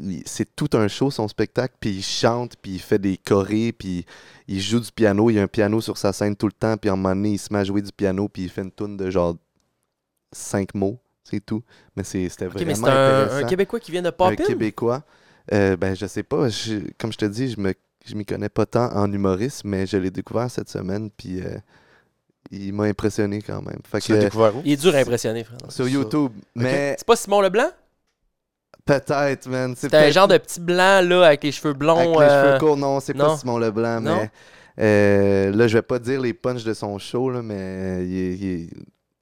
[SPEAKER 9] il- c'est tout un show, son spectacle, puis il chante, puis il fait des chorés, puis il joue du piano, il y a un piano sur sa scène tout le temps, puis à un moment donné, il se met à jouer du piano, puis il fait une toune de genre cinq mots, c'est tout. Mais c'est- c'était
[SPEAKER 7] Ok, mais
[SPEAKER 9] vraiment
[SPEAKER 7] c'est un, un
[SPEAKER 9] intéressant.
[SPEAKER 7] Québécois qui vient de
[SPEAKER 9] Un
[SPEAKER 7] Papin.
[SPEAKER 9] Québécois. Euh, ben, je sais pas, je- comme je te dis, je me je m'y connais pas tant en humoriste, mais je l'ai découvert cette semaine, puis euh, il m'a impressionné quand même. Fait
[SPEAKER 8] Tu l'as
[SPEAKER 9] que,
[SPEAKER 8] découvert où?
[SPEAKER 7] Il est dur à impressionner, frère.
[SPEAKER 9] sur YouTube, mais
[SPEAKER 7] C'est pas Simon Leblanc?
[SPEAKER 9] Peut-être, man.
[SPEAKER 7] C'est un
[SPEAKER 9] peut-être
[SPEAKER 7] genre de petit blanc, là, avec les cheveux blonds.
[SPEAKER 9] avec les
[SPEAKER 7] euh,
[SPEAKER 9] cheveux courts. Non, c'est
[SPEAKER 7] non.
[SPEAKER 9] pas Simon Leblanc,
[SPEAKER 7] Non.
[SPEAKER 9] mais euh, là, je vais pas dire les punchs de son show, là, mais il est, il est-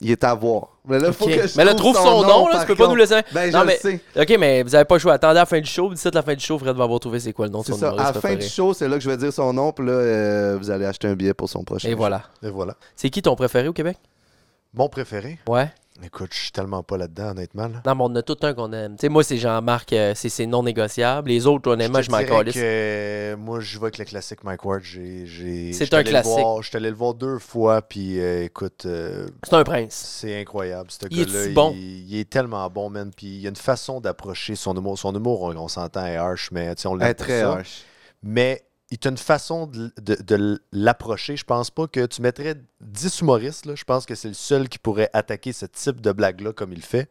[SPEAKER 9] il est à voir. Mais là,
[SPEAKER 7] ok.
[SPEAKER 9] faut que je
[SPEAKER 7] Mais là, trouve son nom, là, tu peux pas nous
[SPEAKER 9] le
[SPEAKER 7] laisser.
[SPEAKER 9] Ben, je
[SPEAKER 7] Non,
[SPEAKER 9] le
[SPEAKER 7] mais-
[SPEAKER 9] sais.
[SPEAKER 7] Ok, mais vous avez pas le choix. Attendez à la fin du show. D'ici à la fin du show, Fred va avoir trouvé c'est quoi le nom de
[SPEAKER 9] C'est
[SPEAKER 7] son
[SPEAKER 9] ça. À la
[SPEAKER 7] humoriste
[SPEAKER 9] fin du
[SPEAKER 7] préféré.
[SPEAKER 9] show, c'est là que je vais dire son nom, puis là, euh, vous allez acheter un billet pour son prochain
[SPEAKER 7] Et
[SPEAKER 9] show.
[SPEAKER 7] voilà.
[SPEAKER 8] Et voilà.
[SPEAKER 7] C'est qui ton préféré au Québec?
[SPEAKER 8] Mon préféré?
[SPEAKER 7] Ouais.
[SPEAKER 8] Écoute, je suis tellement pas là-dedans, honnêtement. là.
[SPEAKER 7] Non, mais on en a tout un qu'on aime. Tu sais, moi, c'est Jean-Marc, euh, c'est c'est non négociable. Les autres, honnêtement,
[SPEAKER 8] te
[SPEAKER 7] je m'en
[SPEAKER 8] dirais
[SPEAKER 7] calisse.
[SPEAKER 8] que euh, Moi, je vais avec le classique Mike Ward. J'ai- j'ai-
[SPEAKER 7] C'est
[SPEAKER 8] j'étais
[SPEAKER 7] un
[SPEAKER 8] allé le
[SPEAKER 7] classique.
[SPEAKER 8] voir- J'étais allé le voir deux fois, puis euh, écoute, euh,
[SPEAKER 7] C'est un prince.
[SPEAKER 8] C'est incroyable, ce
[SPEAKER 7] Il est-tu
[SPEAKER 8] gars-là.
[SPEAKER 7] bon?
[SPEAKER 8] Il, il est tellement bon, man. Puis il y a une façon d'approcher son humour. Son humour, on, on s'entend, est harsh, mais tu sais, on l'aime
[SPEAKER 9] Hey,
[SPEAKER 8] pour
[SPEAKER 9] très
[SPEAKER 8] ça.
[SPEAKER 9] harsh.
[SPEAKER 8] Mais il a une façon de, de- de l'approcher. Je pense pas que tu mettrais 10 humoristes. là. Je pense que c'est le seul qui pourrait attaquer ce type de blague-là comme il le fait.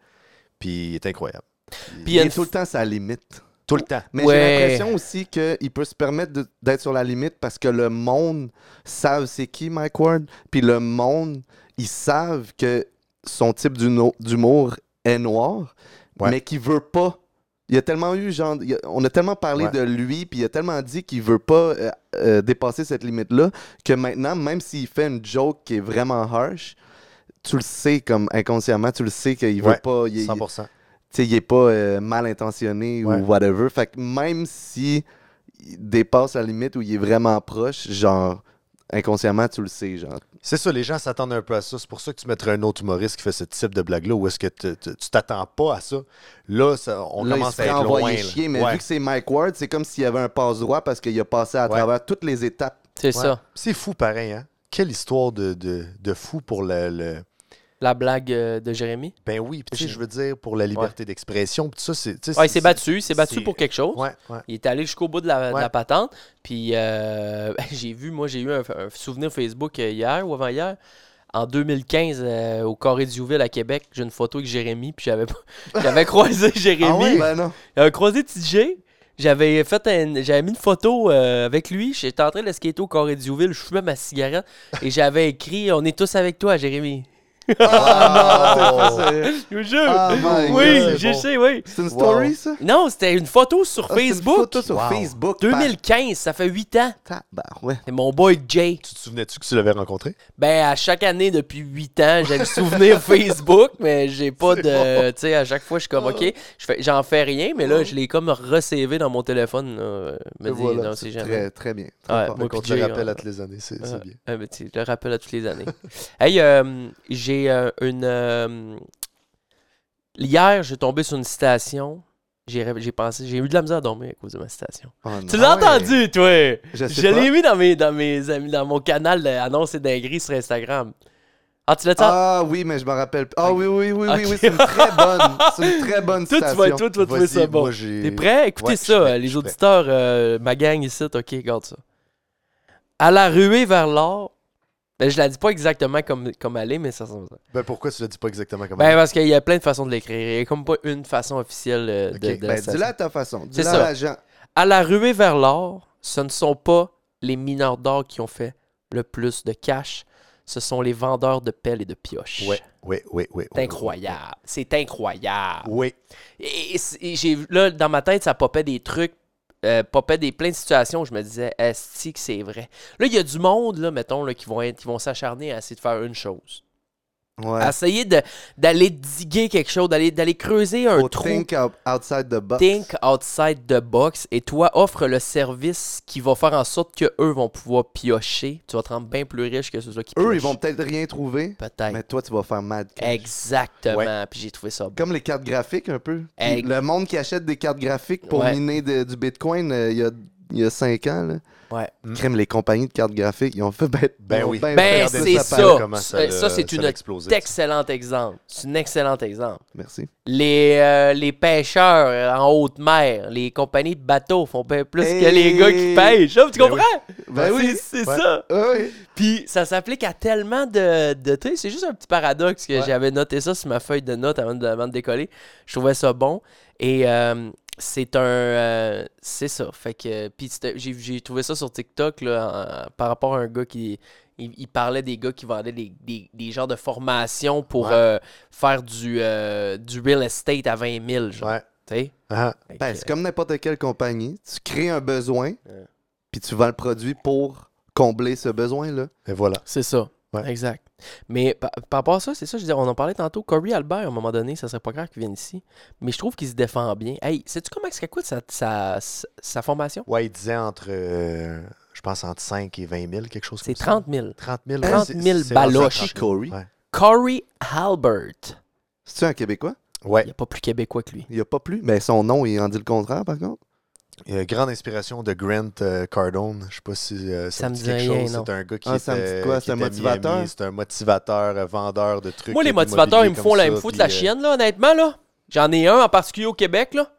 [SPEAKER 8] Puis il est incroyable.
[SPEAKER 7] Puis il y
[SPEAKER 9] Il
[SPEAKER 7] a une
[SPEAKER 9] est tout le temps à sa limite.
[SPEAKER 8] Tout le temps.
[SPEAKER 9] Mais
[SPEAKER 7] Ouais.
[SPEAKER 9] j'ai l'impression aussi qu'il peut se permettre de- d'être sur la limite parce que le monde savent c'est qui Mike Ward, puis le monde, ils savent que son type d'huno- d'humour est noir,
[SPEAKER 8] Ouais.
[SPEAKER 9] mais qu'il veut pas. Il a tellement eu, genre, il a- on a tellement parlé
[SPEAKER 8] Ouais.
[SPEAKER 9] de lui, puis il a tellement dit qu'il veut pas euh, euh, dépasser cette limite-là, que maintenant, même s'il fait une joke qui est vraiment harsh, tu le sais, comme inconsciemment, tu le sais qu'il veut
[SPEAKER 8] Ouais,
[SPEAKER 9] pas. il- il-
[SPEAKER 8] 100%.
[SPEAKER 9] tu sais, il est pas euh, mal intentionné
[SPEAKER 8] Ouais.
[SPEAKER 9] ou whatever. Fait que même si il dépasse la limite où il est vraiment proche, genre, inconsciemment, tu le sais, genre.
[SPEAKER 8] C'est ça, les gens s'attendent un peu à ça. C'est pour ça que tu mettrais un autre humoriste qui fait ce type de blague-là, où est-ce que te- te- tu t'attends pas à ça. Là, ça- on
[SPEAKER 9] là, il
[SPEAKER 8] commence
[SPEAKER 9] se
[SPEAKER 8] à
[SPEAKER 9] fait
[SPEAKER 8] être
[SPEAKER 9] envoyer
[SPEAKER 8] loin. là.
[SPEAKER 9] chier, mais
[SPEAKER 8] Ouais.
[SPEAKER 9] vu que c'est Mike Ward, c'est comme s'il y avait un passe-droit parce qu'il a passé à
[SPEAKER 8] Ouais.
[SPEAKER 9] travers toutes les étapes.
[SPEAKER 7] C'est
[SPEAKER 8] Ouais.
[SPEAKER 7] ça.
[SPEAKER 8] C'est fou pareil, hein? Quelle histoire de, de, de fou pour le, le-
[SPEAKER 7] La blague euh, de Jérémy.
[SPEAKER 8] Ben oui, puis tu sais, je veux dire, pour la liberté d'expression, puis tout ça, c'est... tu sais,
[SPEAKER 7] Ouais, il
[SPEAKER 8] c'est-
[SPEAKER 7] s'est battu. Il s'est battu
[SPEAKER 8] c'est-
[SPEAKER 7] pour quelque chose.
[SPEAKER 8] Ouais, ouais.
[SPEAKER 7] Il est allé jusqu'au bout de la, de
[SPEAKER 8] Ouais.
[SPEAKER 7] la patente. Puis euh, j'ai vu, moi, j'ai eu un, un souvenir Facebook euh, hier ou avant-hier. En 2015, euh, au Corée du Youville à Québec, j'ai une photo avec Jérémy. Puis j'avais, j'avais croisé Jérémy.
[SPEAKER 9] Ben non.
[SPEAKER 7] Un croisé TJ. J'avais fait un- j'avais mis une photo euh, avec lui. J'étais en train de skater au Corée du Youville. Je fumais ma cigarette. Et j'avais écrit On est tous avec toi, Jérémy.
[SPEAKER 9] Ah non, c'est- c'est-
[SPEAKER 7] Je vous jure.
[SPEAKER 9] Ah, my
[SPEAKER 7] oui,
[SPEAKER 9] God.
[SPEAKER 7] je sais, oui.
[SPEAKER 9] C'est une story, ça?
[SPEAKER 7] Non, c'était une photo sur
[SPEAKER 9] Ah, c'est une
[SPEAKER 7] Facebook.
[SPEAKER 9] photo sur
[SPEAKER 8] Wow.
[SPEAKER 9] Facebook.
[SPEAKER 7] 2015, ça fait 8 ans.
[SPEAKER 9] Par- tabarouette.
[SPEAKER 7] C'est mon boy Jay.
[SPEAKER 8] Tu te souvenais-tu que tu l'avais rencontré?
[SPEAKER 7] Ben, à chaque année depuis 8 ans, j'ai le souvenir Facebook, mais j'ai pas de. Tu sais, à chaque fois, je suis comme, OK, je fais- j'en fais rien, mais là, je l'ai comme recevé dans mon téléphone. là, euh, me
[SPEAKER 9] Et
[SPEAKER 7] dire,
[SPEAKER 9] voilà,
[SPEAKER 7] non,
[SPEAKER 9] c'est
[SPEAKER 7] c'est jamais.
[SPEAKER 9] très, très bien.
[SPEAKER 7] Ouais,
[SPEAKER 9] fort.
[SPEAKER 7] moi
[SPEAKER 8] Qu'on
[SPEAKER 7] puis
[SPEAKER 8] te le
[SPEAKER 7] Jay,
[SPEAKER 8] rappelle
[SPEAKER 7] on-
[SPEAKER 8] à toutes les années, c'est c'est bien.
[SPEAKER 7] Ah, ah, ben, tu le rappelle à toutes les années. hey, euh, j'ai euh, une. euh, hier, j'ai tombé sur une citation. J'ai rêvé- j'ai pensé, j'ai eu de la misère à dormir à cause de ma citation.
[SPEAKER 9] Oh non.
[SPEAKER 7] Tu l'as
[SPEAKER 9] Ah ouais.
[SPEAKER 7] entendu, toi?
[SPEAKER 9] Je sais
[SPEAKER 7] Je
[SPEAKER 9] pas.
[SPEAKER 7] l'ai mis dans mes, dans mes amis, dans mon canal d'annonces et dingueries sur Instagram. Ah, tu l'as entendu?
[SPEAKER 9] Ah oui, mais je me rappelle. Ah oui, oui, oui, oui,
[SPEAKER 7] Ok.
[SPEAKER 9] oui, c'est une très bonne. C'est une très bonne
[SPEAKER 7] Toi, tu vas-
[SPEAKER 9] citation.
[SPEAKER 7] toi, tu vas trouver
[SPEAKER 8] Vas-y,
[SPEAKER 7] ça bon.
[SPEAKER 8] moi, j'ai-
[SPEAKER 7] T'es prêt? Écoutez
[SPEAKER 8] Ouais, je suis
[SPEAKER 7] ça,
[SPEAKER 8] prêt, je
[SPEAKER 7] les
[SPEAKER 8] suis prêt.
[SPEAKER 7] auditeurs, euh, ma gang ici, ok, regarde ça. À la ruée vers l'or. Ben, je la dis pas exactement comme, comme elle est, mais ça ressemble à ça.
[SPEAKER 8] Ben pourquoi tu le dis pas exactement comme
[SPEAKER 7] Ben, parce qu'il y a plein de façons de l'écrire. Il n'y a comme pas une façon officielle euh, de,
[SPEAKER 8] Ok,
[SPEAKER 7] de
[SPEAKER 9] Ben,
[SPEAKER 7] ça.
[SPEAKER 9] dis-le à ta façon.
[SPEAKER 7] C'est
[SPEAKER 9] Dis-le à
[SPEAKER 7] ça.
[SPEAKER 9] l'agent.
[SPEAKER 7] À la ruée vers l'or, ce ne sont pas les mineurs d'or qui ont fait le plus de cash, ce sont les vendeurs de pelles et de pioches.
[SPEAKER 8] Ouais, ouais, ouais, ouais.
[SPEAKER 7] C'est incroyable. C'est incroyable.
[SPEAKER 8] Oui.
[SPEAKER 7] Et, et c- et j'ai là, dans ma tête, ça popait des trucs, euh, popait des plein de situations où je me disais, est-ce que c'est vrai? Là, il y a du monde, là, mettons, là, qui vont être- qui vont s'acharner à essayer de faire une chose.
[SPEAKER 9] Ouais.
[SPEAKER 7] À essayer de- d'aller diguer quelque chose, d'aller d'aller creuser un
[SPEAKER 9] Faut
[SPEAKER 7] trou.
[SPEAKER 9] think out- outside the box.
[SPEAKER 7] Think outside the box et toi offre le service qui va faire en sorte que eux vont pouvoir piocher. Tu vas te rendre bien plus riche que ceux-là qui piochent.
[SPEAKER 9] Eux, ils vont peut-être rien trouver, mais
[SPEAKER 7] peut-être.
[SPEAKER 9] toi, tu vas faire mad. cash.
[SPEAKER 7] Exactement.
[SPEAKER 8] Ouais.
[SPEAKER 7] Puis j'ai trouvé ça
[SPEAKER 9] Comme les cartes graphiques, un peu. Puis
[SPEAKER 7] Ex-
[SPEAKER 9] Le monde qui achète des cartes graphiques pour
[SPEAKER 7] Ouais.
[SPEAKER 9] miner de- du bitcoin euh, il y a- il y a 5 ans, là.
[SPEAKER 7] Ouais. Mm.
[SPEAKER 9] Crème, les compagnies de cartes graphiques, ils ont fait ben,
[SPEAKER 8] Ben
[SPEAKER 9] ils ont
[SPEAKER 8] oui.
[SPEAKER 7] Ben,
[SPEAKER 9] fait
[SPEAKER 8] Regardez
[SPEAKER 7] c'est
[SPEAKER 8] ça,
[SPEAKER 7] ça.
[SPEAKER 8] par là, comment ça
[SPEAKER 7] Euh,
[SPEAKER 8] l'a-
[SPEAKER 7] Ça, c'est
[SPEAKER 8] ça
[SPEAKER 7] une
[SPEAKER 8] l'a explosé.
[SPEAKER 7] excellent exemple. C'est un excellent exemple.
[SPEAKER 9] Merci.
[SPEAKER 7] Les, euh, les pêcheurs euh, en haute mer, les compagnies de bateaux font bien plus que les
[SPEAKER 9] Hey!
[SPEAKER 7] gars qui pêchent. Ah, tu
[SPEAKER 8] Ben
[SPEAKER 7] comprends?
[SPEAKER 9] Ben
[SPEAKER 7] C'est-
[SPEAKER 9] oui.
[SPEAKER 7] C'est
[SPEAKER 8] Ouais.
[SPEAKER 7] ça.
[SPEAKER 9] Ah Oui.
[SPEAKER 7] Puis ça s'applique à tellement de, de trucs. C'est juste un petit paradoxe que
[SPEAKER 8] Ouais.
[SPEAKER 7] j'avais noté ça sur ma feuille de notes avant de, avant de décoller. Je trouvais ça bon. Et euh, c'est un. euh, c'est ça. Fait que. Puis c'était- j'ai- j'ai trouvé ça sur TikTok là, en- par rapport à un gars qui. Il, il parlait des gars qui vendaient des, des, des genres de formations pour
[SPEAKER 8] Ouais.
[SPEAKER 7] euh, faire du, euh, du real estate à 20 000. Genre,
[SPEAKER 8] Ouais.
[SPEAKER 7] tu sais.
[SPEAKER 8] Ah,
[SPEAKER 7] Fait que,
[SPEAKER 9] Ben, c'est comme n'importe quelle compagnie. Tu crées un besoin, puis tu vends le produit pour combler ce besoin-là.
[SPEAKER 8] et voilà.
[SPEAKER 7] C'est ça.
[SPEAKER 8] Ouais.
[SPEAKER 7] Exact. Mais pa- par rapport à ça, c'est ça, je disais, on en parlait tantôt. Corey Albert, à un moment donné, ça serait pas grave qu'il vienne ici. Mais je trouve qu'il se défend bien. Hey, sais-tu comment ça coûte sa, sa, sa- sa formation?
[SPEAKER 8] Ouais, il disait entre, euh, je pense, entre 5 et 20 000, quelque chose comme
[SPEAKER 7] C'est
[SPEAKER 8] ça.
[SPEAKER 7] 30 000.
[SPEAKER 8] 30 000.
[SPEAKER 7] 30
[SPEAKER 8] ouais, c'est-
[SPEAKER 7] 000
[SPEAKER 8] c'est rendu à
[SPEAKER 7] baloches.
[SPEAKER 8] 30 000.
[SPEAKER 9] Corey.
[SPEAKER 8] Ouais.
[SPEAKER 7] Corey Albert.
[SPEAKER 9] C'est-tu un Québécois?
[SPEAKER 7] Il
[SPEAKER 8] Ouais.
[SPEAKER 7] n'y a pas plus québécois que lui.
[SPEAKER 9] Il n'y a pas plus. Mais son nom, il en dit le contraire, par contre.
[SPEAKER 8] Euh, grande inspiration de Grant euh, Cardone. Je sais pas si euh, ça,
[SPEAKER 7] Ça me
[SPEAKER 8] me dit
[SPEAKER 7] dit
[SPEAKER 8] quelque
[SPEAKER 7] rien,
[SPEAKER 8] chose.
[SPEAKER 7] non.
[SPEAKER 8] C'est un gars qui
[SPEAKER 9] Ah, ça me dit
[SPEAKER 8] était-
[SPEAKER 9] quoi?
[SPEAKER 8] qui
[SPEAKER 9] C'est un
[SPEAKER 8] était à
[SPEAKER 9] motivateur?
[SPEAKER 8] Miami. C'est un motivateur, euh, vendeur de trucs.
[SPEAKER 7] Moi, les
[SPEAKER 8] euh, d'immobilier
[SPEAKER 7] motivateurs, ils me
[SPEAKER 8] comme
[SPEAKER 7] font la,
[SPEAKER 8] ça,
[SPEAKER 7] ils me foutent
[SPEAKER 8] puis,
[SPEAKER 7] la
[SPEAKER 8] euh,
[SPEAKER 7] chienne, là, honnêtement, là. J'en ai un en particulier au Québec, là.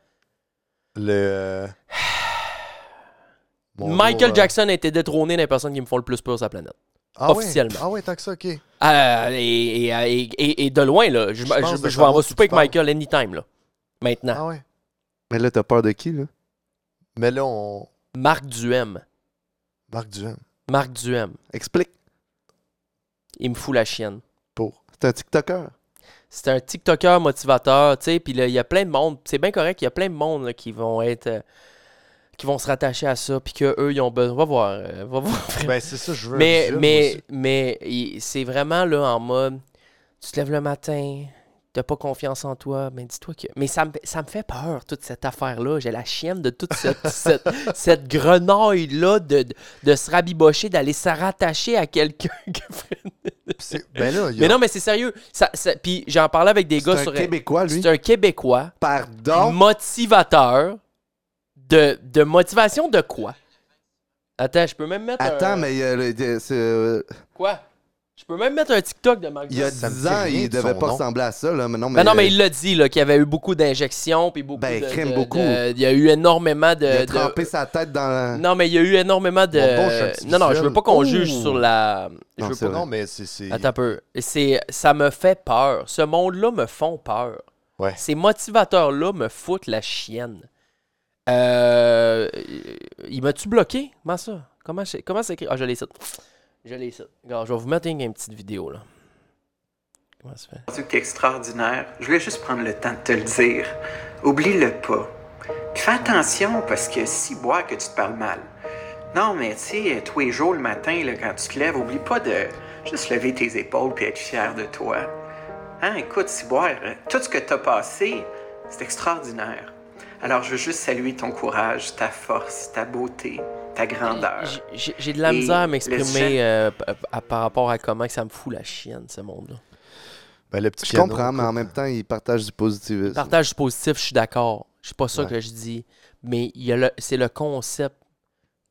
[SPEAKER 8] le, euh, mon
[SPEAKER 7] Michael
[SPEAKER 8] nom, euh,
[SPEAKER 7] Jackson a été détrôné des personnes qui me font le plus peur sur la planète.
[SPEAKER 8] ah ouais.
[SPEAKER 7] officiellement.
[SPEAKER 8] Ah ouais, tant que ça, ok.
[SPEAKER 7] Ah, et, et- et- et de loin, là. Je,
[SPEAKER 8] Je
[SPEAKER 7] je-
[SPEAKER 8] pense de
[SPEAKER 7] je vais
[SPEAKER 8] savoir
[SPEAKER 7] en va
[SPEAKER 8] qui tu
[SPEAKER 7] souper avec
[SPEAKER 8] parles.
[SPEAKER 7] Michael anytime, là. Maintenant.
[SPEAKER 8] Ah ouais.
[SPEAKER 9] Mais là, t'as peur de qui, là?
[SPEAKER 8] Mais là, on.
[SPEAKER 7] Marc Duhem.
[SPEAKER 8] Marc Duhem.
[SPEAKER 7] Marc Duhem.
[SPEAKER 9] Explique.
[SPEAKER 7] Il me fout la chienne.
[SPEAKER 8] Pour.
[SPEAKER 9] C'est un TikToker.
[SPEAKER 7] C'est un TikToker motivateur, tu sais, puis là, il y a plein de monde, c'est bien correct, il y a plein de monde là, qui vont être euh, qui vont se rattacher à ça puis que eux ils ont besoin, va voir, euh, va voir.
[SPEAKER 8] Ben, c'est ça, je veux. un
[SPEAKER 7] mais
[SPEAKER 8] visuel, moi aussi.
[SPEAKER 7] mais mais il- c'est vraiment là en mode tu te lèves le matin, t'as- t'as pas confiance en toi, mais dis-toi que. Mais ça me, ça me fait peur, toute cette affaire-là. J'ai la chienne de toute cette, cette, cette grenouille-là de, de, de se rabibocher, d'aller se rattacher à quelqu'un. que-
[SPEAKER 8] Puis c'est- Ben là, il y
[SPEAKER 7] mais
[SPEAKER 8] a-
[SPEAKER 7] non, mais c'est sérieux. Ça, ça- Puis j'en parlais avec des
[SPEAKER 9] hein. C'est
[SPEAKER 7] gars
[SPEAKER 9] un
[SPEAKER 7] sur.
[SPEAKER 9] Québécois, lui.
[SPEAKER 7] C'est un Québécois
[SPEAKER 9] Pardon.
[SPEAKER 7] motivateur de, de motivation de quoi? Attends, je peux même mettre un-
[SPEAKER 9] Attends, mais il y a, le- de- c'est, euh,
[SPEAKER 7] Quoi? Je peux même mettre un TikTok de Marc
[SPEAKER 9] il y a
[SPEAKER 8] Ça me
[SPEAKER 9] 10
[SPEAKER 8] dit
[SPEAKER 9] ans,
[SPEAKER 8] rien
[SPEAKER 9] il
[SPEAKER 8] de
[SPEAKER 9] devait
[SPEAKER 8] son
[SPEAKER 9] pas
[SPEAKER 8] nom.
[SPEAKER 9] ressembler à ça, là. Mais non, mais,
[SPEAKER 7] Ben non, mais il l'a dit, là, qu'il y avait eu beaucoup d'injections, puis beaucoup
[SPEAKER 9] Ben,
[SPEAKER 7] de-
[SPEAKER 9] crème
[SPEAKER 7] de-
[SPEAKER 9] beaucoup.
[SPEAKER 7] de- Il y a eu énormément de...
[SPEAKER 9] il a
[SPEAKER 7] euh, de-
[SPEAKER 9] trempé sa tête dans la...
[SPEAKER 7] Non, mais il y a eu énormément de...
[SPEAKER 8] Mon bon chef
[SPEAKER 7] non, non, je veux pas qu'on
[SPEAKER 8] Ouh.
[SPEAKER 7] juge sur la... Je
[SPEAKER 9] Non,
[SPEAKER 7] veux
[SPEAKER 9] c'est
[SPEAKER 7] pas...
[SPEAKER 9] vrai.
[SPEAKER 8] non, mais c'est- c'est.
[SPEAKER 7] Attends un peu. C'est... Ça me fait peur. Ce monde-là me font peur.
[SPEAKER 8] Ouais.
[SPEAKER 7] Ces motivateurs-là me foutent la chienne. Euh... Il m'a-tu bloqué? Comment ça? Comment c'est Comment c'est écrit? Ah, je l'ai ici. Je l'ai ici. Regarde, je vais vous mettre une, une petite vidéo, là. Comment ça fait?
[SPEAKER 2] rendu extraordinaire. Je voulais juste prendre le temps de te le dire. Oublie-le pas. Puis fais attention parce que si bois que tu te parles mal. Non, mais tu sais, tous les jours le matin, là, quand tu te lèves, oublie pas de juste lever tes épaules puis être fier de toi. Hein, écoute, Ciboire, tout ce que t'as passé, c'est extraordinaire. Alors, je veux juste saluer ton courage, ta force, ta beauté, ta grandeur.
[SPEAKER 7] J- J'ai j'ai de la
[SPEAKER 2] Et
[SPEAKER 7] misère à
[SPEAKER 2] le
[SPEAKER 7] m'exprimer
[SPEAKER 2] chef-
[SPEAKER 7] euh, p- à- par rapport à comment que ça me fout la chienne, ce monde-là.
[SPEAKER 8] Ben, le petit
[SPEAKER 9] Je
[SPEAKER 8] piano,
[SPEAKER 9] comprends, mais en même temps, il partage du positivisme.
[SPEAKER 7] Partage du positif, je suis d'accord. Je suis pas ça
[SPEAKER 8] Ouais.
[SPEAKER 7] que je dis. Mais il y a le- c'est le concept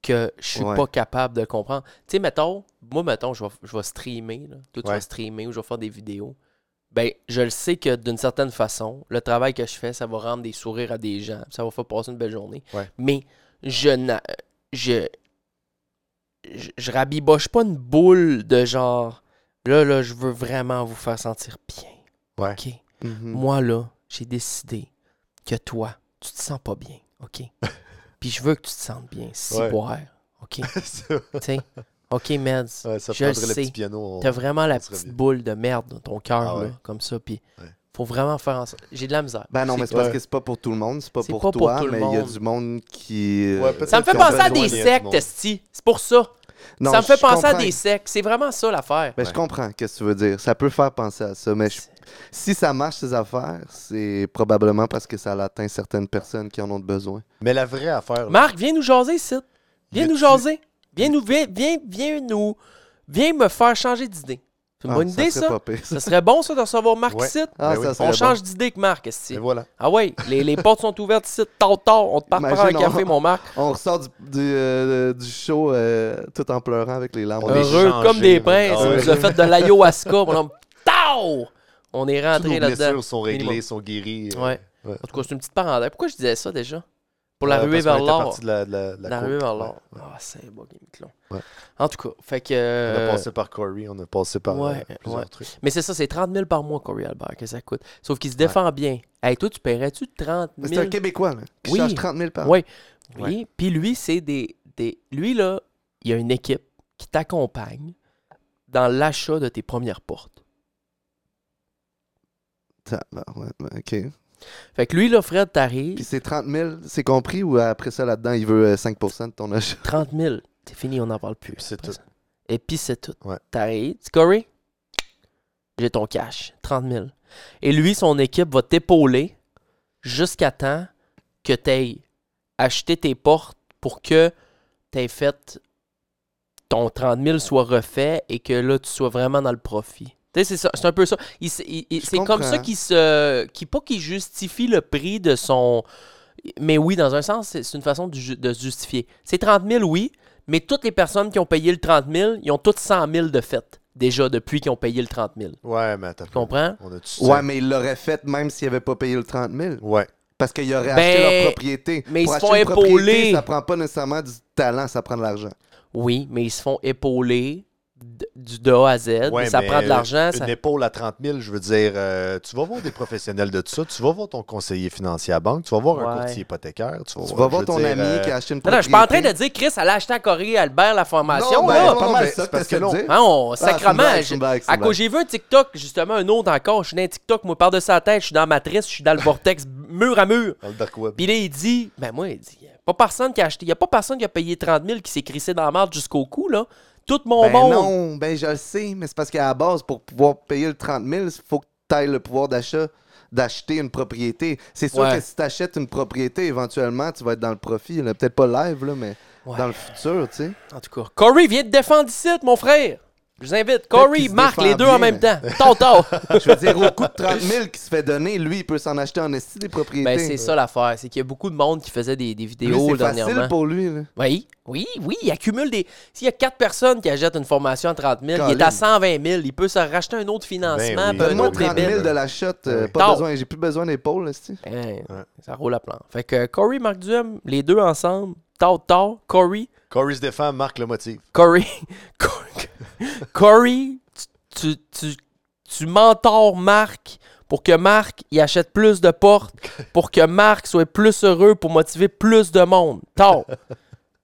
[SPEAKER 7] que je suis
[SPEAKER 9] Ouais.
[SPEAKER 7] pas capable de comprendre. Tu sais, mettons, moi, mettons, je vais, je vais streamer. Là. Toi, tu
[SPEAKER 8] Ouais.
[SPEAKER 7] vas streamer ou je vais faire des vidéos. Ben, je le sais que d'une certaine façon, le travail que je fais, ça va rendre des sourires à des gens. Ça va faire passer une belle journée.
[SPEAKER 8] Ouais.
[SPEAKER 7] Mais je, n'a- je je je rabiboche pas une boule de genre là là je veux vraiment vous faire sentir bien.
[SPEAKER 8] Ouais.
[SPEAKER 7] OK.
[SPEAKER 8] Mm.
[SPEAKER 9] Mhm.
[SPEAKER 7] Moi, là, j'ai décidé que toi, tu te sens pas bien, OK? Puis je veux que tu te sentes bien, si
[SPEAKER 8] Ouais.
[SPEAKER 7] boire, OK?
[SPEAKER 8] C'est- ouais,
[SPEAKER 7] tu sais? OK, Meds,
[SPEAKER 8] ça
[SPEAKER 7] je le
[SPEAKER 8] prendrait le
[SPEAKER 7] sais.
[SPEAKER 8] petit piano. on-
[SPEAKER 7] T'as vraiment la
[SPEAKER 8] on serait
[SPEAKER 7] petite
[SPEAKER 8] bien.
[SPEAKER 7] boule de merde dans ton cœur,
[SPEAKER 8] Ah
[SPEAKER 7] là,
[SPEAKER 8] ouais.
[SPEAKER 7] comme ça, puis
[SPEAKER 8] Ouais.
[SPEAKER 7] faut vraiment faire en sorte... J'ai de la misère.
[SPEAKER 9] Ben non, mais c'est parce
[SPEAKER 8] Ouais.
[SPEAKER 9] que c'est pas pour tout le monde, c'est pas
[SPEAKER 7] C'est
[SPEAKER 9] pour
[SPEAKER 7] pas pour
[SPEAKER 9] toi,
[SPEAKER 7] tout le
[SPEAKER 9] mais il y a
[SPEAKER 7] monde.
[SPEAKER 9] du monde qui. euh,
[SPEAKER 8] Ouais, peut-être
[SPEAKER 7] Ça me fait
[SPEAKER 8] qu'on a
[SPEAKER 7] penser à
[SPEAKER 8] besoin
[SPEAKER 7] des
[SPEAKER 8] de-
[SPEAKER 7] sectes, esti. C'est pour ça.
[SPEAKER 9] Non,
[SPEAKER 7] ça me fait
[SPEAKER 9] je
[SPEAKER 7] penser à
[SPEAKER 9] comprends.
[SPEAKER 7] des sectes. C'est vraiment ça, l'affaire.
[SPEAKER 9] Ben, je comprends quest ce que tu veux dire. Ça peut faire penser à ça, mais je- si ça marche, ces affaires, c'est probablement parce que ça atteint certaines personnes qui en ont besoin.
[SPEAKER 8] Mais la vraie affaire. là,
[SPEAKER 7] Marc, viens nous jaser ici. Viens
[SPEAKER 8] Y
[SPEAKER 7] nous
[SPEAKER 8] a-tu-
[SPEAKER 7] jaser. Viens nous... Viens, viens, viens nous... Viens me faire changer d'idée. C'est une
[SPEAKER 9] Ah,
[SPEAKER 7] bonne idée,
[SPEAKER 9] serait
[SPEAKER 7] ça.
[SPEAKER 9] pas pire,
[SPEAKER 7] Ça
[SPEAKER 9] ça.
[SPEAKER 7] serait bon, ça, de recevoir Marc
[SPEAKER 8] Ouais.
[SPEAKER 7] ici.
[SPEAKER 9] Ah,
[SPEAKER 8] Ben
[SPEAKER 9] ça
[SPEAKER 8] oui.
[SPEAKER 9] serait
[SPEAKER 7] On
[SPEAKER 9] bon.
[SPEAKER 7] change d'idée avec Marc ici.
[SPEAKER 8] Mais voilà.
[SPEAKER 7] Ah ouais, les, les portes sont ouvertes ici, tard, tard. On te part prendre un
[SPEAKER 9] Imagine, on-
[SPEAKER 7] café, mon Marc.
[SPEAKER 9] On ressort du, du, euh, du show euh, tout en pleurant avec les larmes.
[SPEAKER 8] On est
[SPEAKER 7] Heureux
[SPEAKER 8] changé,
[SPEAKER 7] comme des
[SPEAKER 8] là.
[SPEAKER 7] princes.
[SPEAKER 8] Ah
[SPEAKER 7] On
[SPEAKER 8] ouais.
[SPEAKER 7] nous a fait de l'ayahuasca, mon homme. Tao! On est
[SPEAKER 8] Toutes
[SPEAKER 7] rentré
[SPEAKER 8] nos
[SPEAKER 7] là-dedans.
[SPEAKER 8] blessures sont réglées,
[SPEAKER 7] Minimum.
[SPEAKER 8] sont guéries. euh,
[SPEAKER 7] Ouais.
[SPEAKER 8] Ouais.
[SPEAKER 7] En tout cas, c'est une petite parenthèse. Pourquoi je disais ça déjà? Pour la
[SPEAKER 8] euh,
[SPEAKER 7] ruée
[SPEAKER 8] parce qu'on
[SPEAKER 7] vers
[SPEAKER 8] était
[SPEAKER 7] l'or.
[SPEAKER 8] parti de la, de la, de la
[SPEAKER 7] La
[SPEAKER 8] côte.
[SPEAKER 7] ruée vers
[SPEAKER 8] Ouais.
[SPEAKER 7] l'or. Ah, c'est beau, Game Clon.
[SPEAKER 8] Ouais.
[SPEAKER 7] En tout cas, fait que.
[SPEAKER 8] On
[SPEAKER 7] euh,
[SPEAKER 8] a passé par Corey, on a passé par euh,
[SPEAKER 7] ouais,
[SPEAKER 8] plusieurs
[SPEAKER 7] ouais.
[SPEAKER 8] trucs.
[SPEAKER 7] Mais c'est ça, c'est 30 000 par mois, Corey Albert, que ça coûte. Sauf qu'il se défend bien. Hey, toi, tu paierais-tu 30
[SPEAKER 9] Mais
[SPEAKER 7] 000
[SPEAKER 9] C'est un Québécois, là, qui
[SPEAKER 7] Oui.
[SPEAKER 9] charge 30 000 par
[SPEAKER 7] Oui. Oui. Puis lui, c'est des, des. Lui, là, il y a une équipe qui t'accompagne dans l'achat de tes premières portes.
[SPEAKER 9] Ça, ben, ouais, ben, OK.
[SPEAKER 7] Fait que lui, là, Fred,
[SPEAKER 9] Puis
[SPEAKER 7] t'arrives,
[SPEAKER 9] c'est 30 000, c'est compris, ou après ça, là-dedans, il veut euh, 5 de ton achat?
[SPEAKER 7] 30 000. C'est fini, on n'en parle plus.
[SPEAKER 8] Puis c'est
[SPEAKER 7] après
[SPEAKER 8] tout.
[SPEAKER 7] ça. Et puis c'est tout.
[SPEAKER 8] Ouais.
[SPEAKER 7] T'arrives. Tu dis, Corey, j'ai ton cash. 30 000. Et lui, son équipe va t'épauler jusqu'à temps que t'aies acheté tes portes pour que t'aies fait ton 30 000 soit refait et que là, tu sois vraiment dans le profit. Tu sais, c'est ça- c'est un peu ça. Il s- il- il-
[SPEAKER 9] Je
[SPEAKER 7] C'est comme ça
[SPEAKER 9] comprends.
[SPEAKER 7] qu'il se. Qui, pas qu'il justifie le prix de son. Mais oui, dans un sens, c'est c'est une façon de, ju- de se justifier. C'est 30 000, oui, mais toutes les personnes qui ont payé le 30 000, ils ont toutes 100 000 de fait, déjà, depuis qu'ils ont payé le 30 000.
[SPEAKER 8] Ouais, mais attends.
[SPEAKER 7] Tu comprends?
[SPEAKER 8] On a tout
[SPEAKER 9] Ouais, mais il l'aurait fait même s'il avait pas payé le 30 000.
[SPEAKER 8] Ouais.
[SPEAKER 9] Parce qu'ils auraient
[SPEAKER 7] Ben,
[SPEAKER 9] acheté leur propriété.
[SPEAKER 7] mais ils
[SPEAKER 9] Pour
[SPEAKER 7] se
[SPEAKER 9] acheter
[SPEAKER 7] font
[SPEAKER 9] une propriété,
[SPEAKER 7] épauler.
[SPEAKER 9] Ça prend pas nécessairement du talent, ça prend de l'argent.
[SPEAKER 7] Oui, mais ils se font épauler d- du de A à Z.
[SPEAKER 8] Ouais,
[SPEAKER 7] ça
[SPEAKER 8] mais euh,
[SPEAKER 7] prend de l'argent.
[SPEAKER 8] Une
[SPEAKER 7] ça-
[SPEAKER 8] épaule à 30 000, je veux dire, euh, tu vas voir des professionnels de tout ça, tu vas voir ton conseiller financier à banque, tu vas voir un
[SPEAKER 7] Ouais.
[SPEAKER 8] courtier hypothécaire, tu vas
[SPEAKER 9] Tu
[SPEAKER 8] voir,
[SPEAKER 9] vas
[SPEAKER 8] je
[SPEAKER 9] voir
[SPEAKER 8] veux
[SPEAKER 9] ton
[SPEAKER 8] dire,
[SPEAKER 9] ami
[SPEAKER 8] euh,
[SPEAKER 9] qui a acheté une
[SPEAKER 7] Non, non, je
[SPEAKER 9] propriété.
[SPEAKER 7] suis pas en train de dire, Chris, allait acheter à Corée Albert la formation.
[SPEAKER 9] Non, ben,
[SPEAKER 7] là.
[SPEAKER 9] non,
[SPEAKER 8] pas
[SPEAKER 9] non,
[SPEAKER 8] mal
[SPEAKER 9] mais
[SPEAKER 8] ça,
[SPEAKER 9] c'est
[SPEAKER 8] parce
[SPEAKER 9] parce que
[SPEAKER 8] que non.
[SPEAKER 9] dire.
[SPEAKER 7] Hein, on,
[SPEAKER 9] c'est une
[SPEAKER 7] sacrement,
[SPEAKER 9] blague,
[SPEAKER 7] je-
[SPEAKER 9] c'est une blague, c'est
[SPEAKER 7] à
[SPEAKER 9] une
[SPEAKER 7] cause
[SPEAKER 9] blague.
[SPEAKER 7] j'ai vu un TikTok, justement, un autre encore, je suis dans un TikTok, moi, par-dessus la tête, je suis dans la matrice, je suis dans le vortex, mur à mur.
[SPEAKER 8] euh, Dans le dark web.
[SPEAKER 7] Puis là, il dit, ben moi, il dit, y a pas personne qui a acheté, y a pas personne qui a payé 30 000 qui s'est crissé dans la marde jusqu'au cou, là. Tout mon
[SPEAKER 9] Ben
[SPEAKER 7] monde.
[SPEAKER 9] non, ben je le sais, mais c'est parce qu'à la base, pour pouvoir payer le 30 000, il faut que taille le pouvoir d'achat d'acheter une propriété. C'est sûr
[SPEAKER 7] Ouais.
[SPEAKER 9] que si tu achètes une propriété, éventuellement, tu vas être dans le profit. là. Peut-être pas live, là, mais
[SPEAKER 7] Ouais.
[SPEAKER 9] dans le futur, tu sais.
[SPEAKER 7] En tout cas, Corey, viens te défendre ici, mon frère. Je vous invite.
[SPEAKER 9] qu'il
[SPEAKER 7] Corey,
[SPEAKER 9] se
[SPEAKER 7] Marc, les
[SPEAKER 9] défend
[SPEAKER 7] deux
[SPEAKER 9] bien,
[SPEAKER 7] en même
[SPEAKER 9] mais-
[SPEAKER 7] temps. Tonton.
[SPEAKER 9] Je veux dire, au coût de 30 000 qui se fait donner, lui, il peut s'en acheter en esti des propriétés.
[SPEAKER 7] ben, c'est ça l'affaire. C'est qu'il y a beaucoup de monde qui faisait des, des
[SPEAKER 9] Lui,
[SPEAKER 7] vidéos
[SPEAKER 9] C'est facile
[SPEAKER 7] dernièrement.
[SPEAKER 9] pour lui. là.
[SPEAKER 7] Oui, oui, oui. Il accumule des. S'il y a quatre personnes qui achètent une formation à 30 000, il est
[SPEAKER 9] Colin.
[SPEAKER 7] à 120 000. Il peut se racheter un autre financement.
[SPEAKER 8] Ben oui.
[SPEAKER 7] puis un
[SPEAKER 9] Donne-moi
[SPEAKER 7] autre
[SPEAKER 9] 30 000
[SPEAKER 7] débile.
[SPEAKER 9] de la shot. euh,
[SPEAKER 8] Ouais.
[SPEAKER 9] pas
[SPEAKER 7] Non.
[SPEAKER 9] besoin, j'ai plus besoin d'épaule, esti.
[SPEAKER 7] Hein,
[SPEAKER 8] Ouais.
[SPEAKER 7] Ça roule à plan. Fait que Corey, Marc Duhem, les deux ensemble, tard, tard, Corey,
[SPEAKER 8] Corey se défend, marque le motif.
[SPEAKER 7] Corey, Corey, Corey, tu, tu, tu, tu mentors Marc pour que Marc y achète plus de portes, pour que Marc soit plus heureux, pour motiver plus de monde. Tard.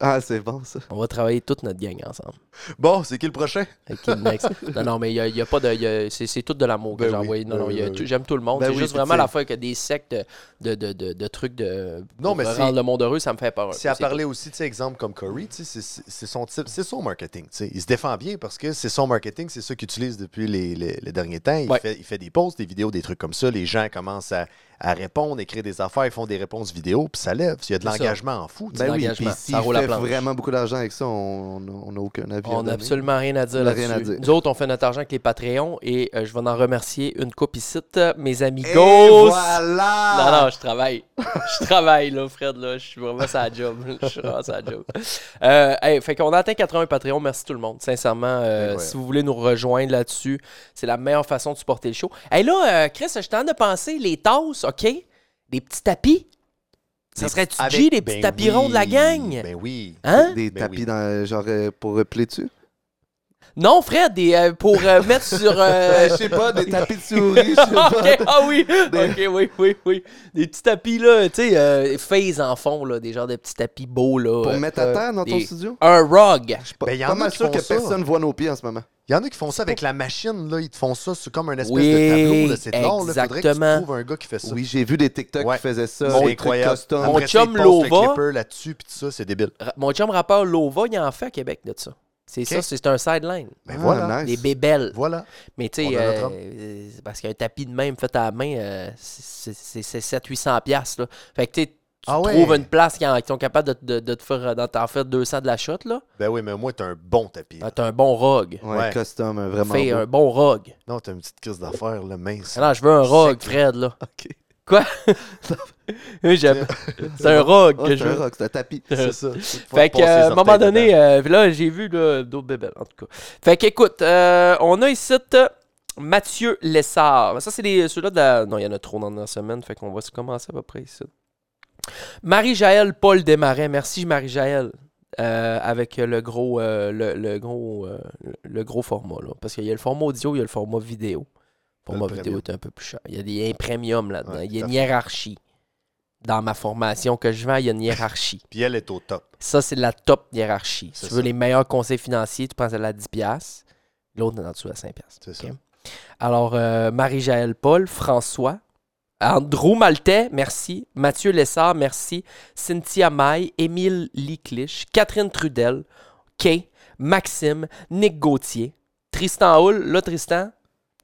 [SPEAKER 9] Ah, c'est bon, ça.
[SPEAKER 7] On va travailler toute notre gang ensemble.
[SPEAKER 8] Bon, c'est qui le prochain?
[SPEAKER 7] Ok, next. Non, non, mais il n'y a, y a pas de. y a- c'est, c'est tout de l'amour que
[SPEAKER 8] Ben
[SPEAKER 7] j'ai
[SPEAKER 8] oui,
[SPEAKER 7] envoyé. Non,
[SPEAKER 8] ben
[SPEAKER 7] non,
[SPEAKER 8] oui,
[SPEAKER 7] y a
[SPEAKER 8] ben
[SPEAKER 7] tout-
[SPEAKER 8] oui.
[SPEAKER 7] j'aime tout le monde.
[SPEAKER 9] Ben
[SPEAKER 7] c'est
[SPEAKER 9] oui,
[SPEAKER 7] juste
[SPEAKER 9] puis
[SPEAKER 7] vraiment
[SPEAKER 9] tu sais-
[SPEAKER 7] la fois que des sectes de, de, de, de trucs de.
[SPEAKER 8] Non,
[SPEAKER 7] pour
[SPEAKER 8] mais c'est-
[SPEAKER 7] rendre le monde heureux, ça me fait peur. un peu,
[SPEAKER 8] C'est à
[SPEAKER 7] c'est tout.
[SPEAKER 8] parler aussi, tu sais, exemple comme Corey, tu sais, c'est- c'est c'est son type, c'est son marketing, tu sais. Il se défend bien parce que c'est son marketing, c'est ça qu'il utilise depuis les, les- les derniers temps. Il,
[SPEAKER 7] Ouais.
[SPEAKER 8] fait, il fait des posts, des vidéos, des trucs comme ça. Les gens commencent à, à répondre, écrire des affaires, ils font des réponses vidéo, puis ça lève. Il y a de
[SPEAKER 7] C'est ça.
[SPEAKER 8] l'engagement en fou, tu sais.
[SPEAKER 7] Ben oui,
[SPEAKER 9] Puis
[SPEAKER 7] l'engagement.
[SPEAKER 9] s'il
[SPEAKER 7] Ça roule à
[SPEAKER 9] fait
[SPEAKER 7] planche.
[SPEAKER 9] vraiment beaucoup d'argent avec ça, on on- on n'a aucun avis. à
[SPEAKER 7] On
[SPEAKER 9] donner.
[SPEAKER 7] n'a absolument rien à dire
[SPEAKER 9] On a rien
[SPEAKER 7] là-dessus.
[SPEAKER 9] à dire.
[SPEAKER 7] Nous autres, on fait notre argent avec les Patreons et euh, je vais en remercier une coupe ici, euh, mes amigos.
[SPEAKER 9] Et
[SPEAKER 7] Non,
[SPEAKER 9] voilà!
[SPEAKER 7] non, je travaille. Je travaille, là, Fred, là. Je suis vraiment sur la job. Je suis vraiment sur la job. Euh, hey, fait qu'on a atteint 80 Patreon. Merci tout le monde. Sincèrement, euh,
[SPEAKER 8] Incroyable.
[SPEAKER 7] si vous voulez nous rejoindre là-dessus, c'est la meilleure façon de supporter le show. Hey, là, euh, Chris, je t'en de penser, les tasses, OK? Des petits tapis. Ça
[SPEAKER 8] Des-
[SPEAKER 7] serait-tu
[SPEAKER 8] avec-
[SPEAKER 7] G, des
[SPEAKER 8] ben
[SPEAKER 7] petits tapis ronds de la
[SPEAKER 8] oui,
[SPEAKER 7] gang?
[SPEAKER 8] Ben oui.
[SPEAKER 7] Hein?
[SPEAKER 9] Des
[SPEAKER 8] Ben
[SPEAKER 9] tapis
[SPEAKER 8] oui.
[SPEAKER 9] dans, genre euh, pour replier dessus.
[SPEAKER 7] Non, Fred, des, euh, pour euh, mettre sur. euh,
[SPEAKER 9] je sais pas, des tapis de souris, je sais
[SPEAKER 7] Ah,
[SPEAKER 9] pas.
[SPEAKER 7] ok, ah oui, ok, oui, oui, oui. Des petits tapis, là, tu sais, euh, phase en fond, là, des genres de petits tapis beaux, là.
[SPEAKER 9] Pour
[SPEAKER 7] euh,
[SPEAKER 9] mettre à terre dans ton
[SPEAKER 7] des-
[SPEAKER 9] studio?
[SPEAKER 7] Un rug.
[SPEAKER 9] Je suis pas,
[SPEAKER 8] Ben, y en
[SPEAKER 9] pas
[SPEAKER 8] a
[SPEAKER 9] mal
[SPEAKER 8] qui
[SPEAKER 9] sûr
[SPEAKER 8] font
[SPEAKER 9] que
[SPEAKER 8] ça.
[SPEAKER 9] personne voit nos pieds en ce moment.
[SPEAKER 8] Il y en a qui font ça avec la machine, là. Ils te font ça, c'est comme un espèce
[SPEAKER 7] Oui,
[SPEAKER 8] de tableau, là. C'est long, là. Faudrait que tu
[SPEAKER 7] exactement.
[SPEAKER 8] trouves un gars qui fait ça.
[SPEAKER 9] Oui, j'ai vu des TikTok
[SPEAKER 8] Ouais.
[SPEAKER 9] qui faisaient ça.
[SPEAKER 8] C'est
[SPEAKER 9] des
[SPEAKER 8] incroyable.
[SPEAKER 9] trucs custom.
[SPEAKER 7] Mon
[SPEAKER 8] Après ça,
[SPEAKER 7] chum
[SPEAKER 8] ils postent
[SPEAKER 7] Lova-
[SPEAKER 8] le clipper là-dessus, puis tout ça, c'est débile.
[SPEAKER 7] Ra- Mon chum rappeur Lova, il en fait à Québec de ça. C'est ça, c'est c'est un sideline.
[SPEAKER 8] Ben
[SPEAKER 9] Ah,
[SPEAKER 8] voilà.
[SPEAKER 9] nice.
[SPEAKER 7] Des bébelles.
[SPEAKER 8] Voilà.
[SPEAKER 7] Mais tu sais,
[SPEAKER 8] On a notre
[SPEAKER 7] euh,
[SPEAKER 8] homme.
[SPEAKER 7] euh, c'est parce qu'un tapis de même fait à la main, euh, c'est- c'est c'est 700-800$. piastres, là. Fait que tu sais, tu
[SPEAKER 8] Ah ouais.
[SPEAKER 7] trouves une place qui en- qui sont capables de, de- de te faire euh, d'en t'en faire 200 de la shot, là.
[SPEAKER 8] Ben oui, mais moi, t'as un bon tapis. là.
[SPEAKER 7] T'as un bon rug.
[SPEAKER 9] Ouais,
[SPEAKER 8] Ouais.
[SPEAKER 9] custom, euh, vraiment.
[SPEAKER 7] Fais
[SPEAKER 9] beau.
[SPEAKER 7] un bon rug.
[SPEAKER 8] Non, t'as une petite crise d'affaires, là, mince.
[SPEAKER 7] Ah Non, je veux un rug, Fred, là. Quoi? Oui, j'aime. C'est un rug
[SPEAKER 9] Ah,
[SPEAKER 7] que
[SPEAKER 9] c'est
[SPEAKER 7] je
[SPEAKER 9] un
[SPEAKER 7] veux.
[SPEAKER 9] rock, c'est un tapis.
[SPEAKER 8] C'est ça.
[SPEAKER 7] Fait que, euh, à un moment donné, euh, là, j'ai vu là, d'autres bébés, en tout cas. Fait que, écoute, euh, on a ici euh, Mathieu Lessard. Ça, c'est les- ceux-là de la... Non, il y en a trop dans la semaine, fait qu'on va se commencer à peu près ici. Marie-Jaël Paul Desmarais. Merci, Marie-Jaël. Euh, avec le gros, euh, le, le gros, euh, le- le gros format, là. Parce qu'il y a le format audio, il y a le format vidéo. Le format
[SPEAKER 8] Le
[SPEAKER 7] vidéo
[SPEAKER 8] premium.
[SPEAKER 7] est un peu plus cher. Il y a des il y a un premium là-dedans.
[SPEAKER 8] Ouais,
[SPEAKER 7] il y a
[SPEAKER 8] tout à
[SPEAKER 7] une hiérarchie. Dans ma formation que je vends, il y a une hiérarchie.
[SPEAKER 8] Puis elle est au top.
[SPEAKER 7] Ça, c'est la top hiérarchie. Si
[SPEAKER 8] C'est
[SPEAKER 7] tu veux
[SPEAKER 8] ça.
[SPEAKER 7] les meilleurs conseils financiers, tu prends celle à 10$. piastres. L'autre est en dessous à 5$. piastres.
[SPEAKER 8] C'est ça.
[SPEAKER 7] Ok. Alors, euh, Marie-Jaël Paul, François, Andrew Maltais, merci. Mathieu Lessard, merci. Cynthia Maille, Émile Liclich, Catherine Trudel, Kay, Maxime, Nick Gauthier, Tristan Hull. Là, Tristan,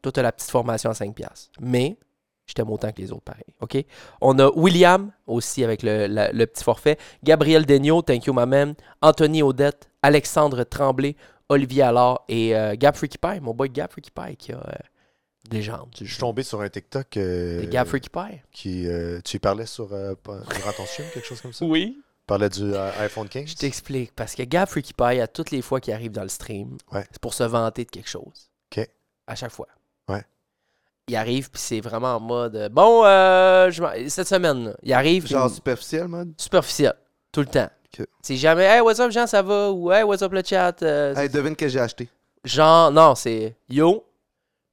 [SPEAKER 7] toi, t'as la petite formation à 5$. piastres. Mais je t'aime autant que les autres, pareil. OK? On a William aussi avec le, la- le petit forfait. Gabriel Degnaud, thank you, my man. Anthony Odette, Alexandre Tremblay, Olivier Allard et euh, Gab Freaky Pie, mon boy Gab Freaky Pie qui a euh, des jambes.
[SPEAKER 8] Je suis tombé sur un TikTok euh,
[SPEAKER 7] Gab Freaky Pie?
[SPEAKER 8] qui. euh, tu y parlais sur. euh, pas- durant ton stream, quelque chose comme ça?
[SPEAKER 7] Oui.
[SPEAKER 8] Tu parlais du euh, iPhone 15?
[SPEAKER 7] Je t'explique. Parce que Gab Freaky Pie, à toutes les fois qu'il arrive dans le stream,
[SPEAKER 8] Ouais.
[SPEAKER 7] c'est pour se vanter de quelque chose.
[SPEAKER 8] OK.
[SPEAKER 7] À chaque fois.
[SPEAKER 8] Ouais.
[SPEAKER 7] Il arrive, puis c'est vraiment en mode euh, Bon, euh, je m'en- cette semaine, là, il arrive. puis
[SPEAKER 9] Genre
[SPEAKER 7] il-
[SPEAKER 9] superficiel, man.
[SPEAKER 7] superficiel. Tout le temps.
[SPEAKER 9] Ok.
[SPEAKER 7] C'est jamais Hey, what's up, Jean, ça va? Ou Hey, what's up, le chat? Euh,
[SPEAKER 9] Hey, devine que j'ai acheté.
[SPEAKER 7] Genre, non, c'est Yo,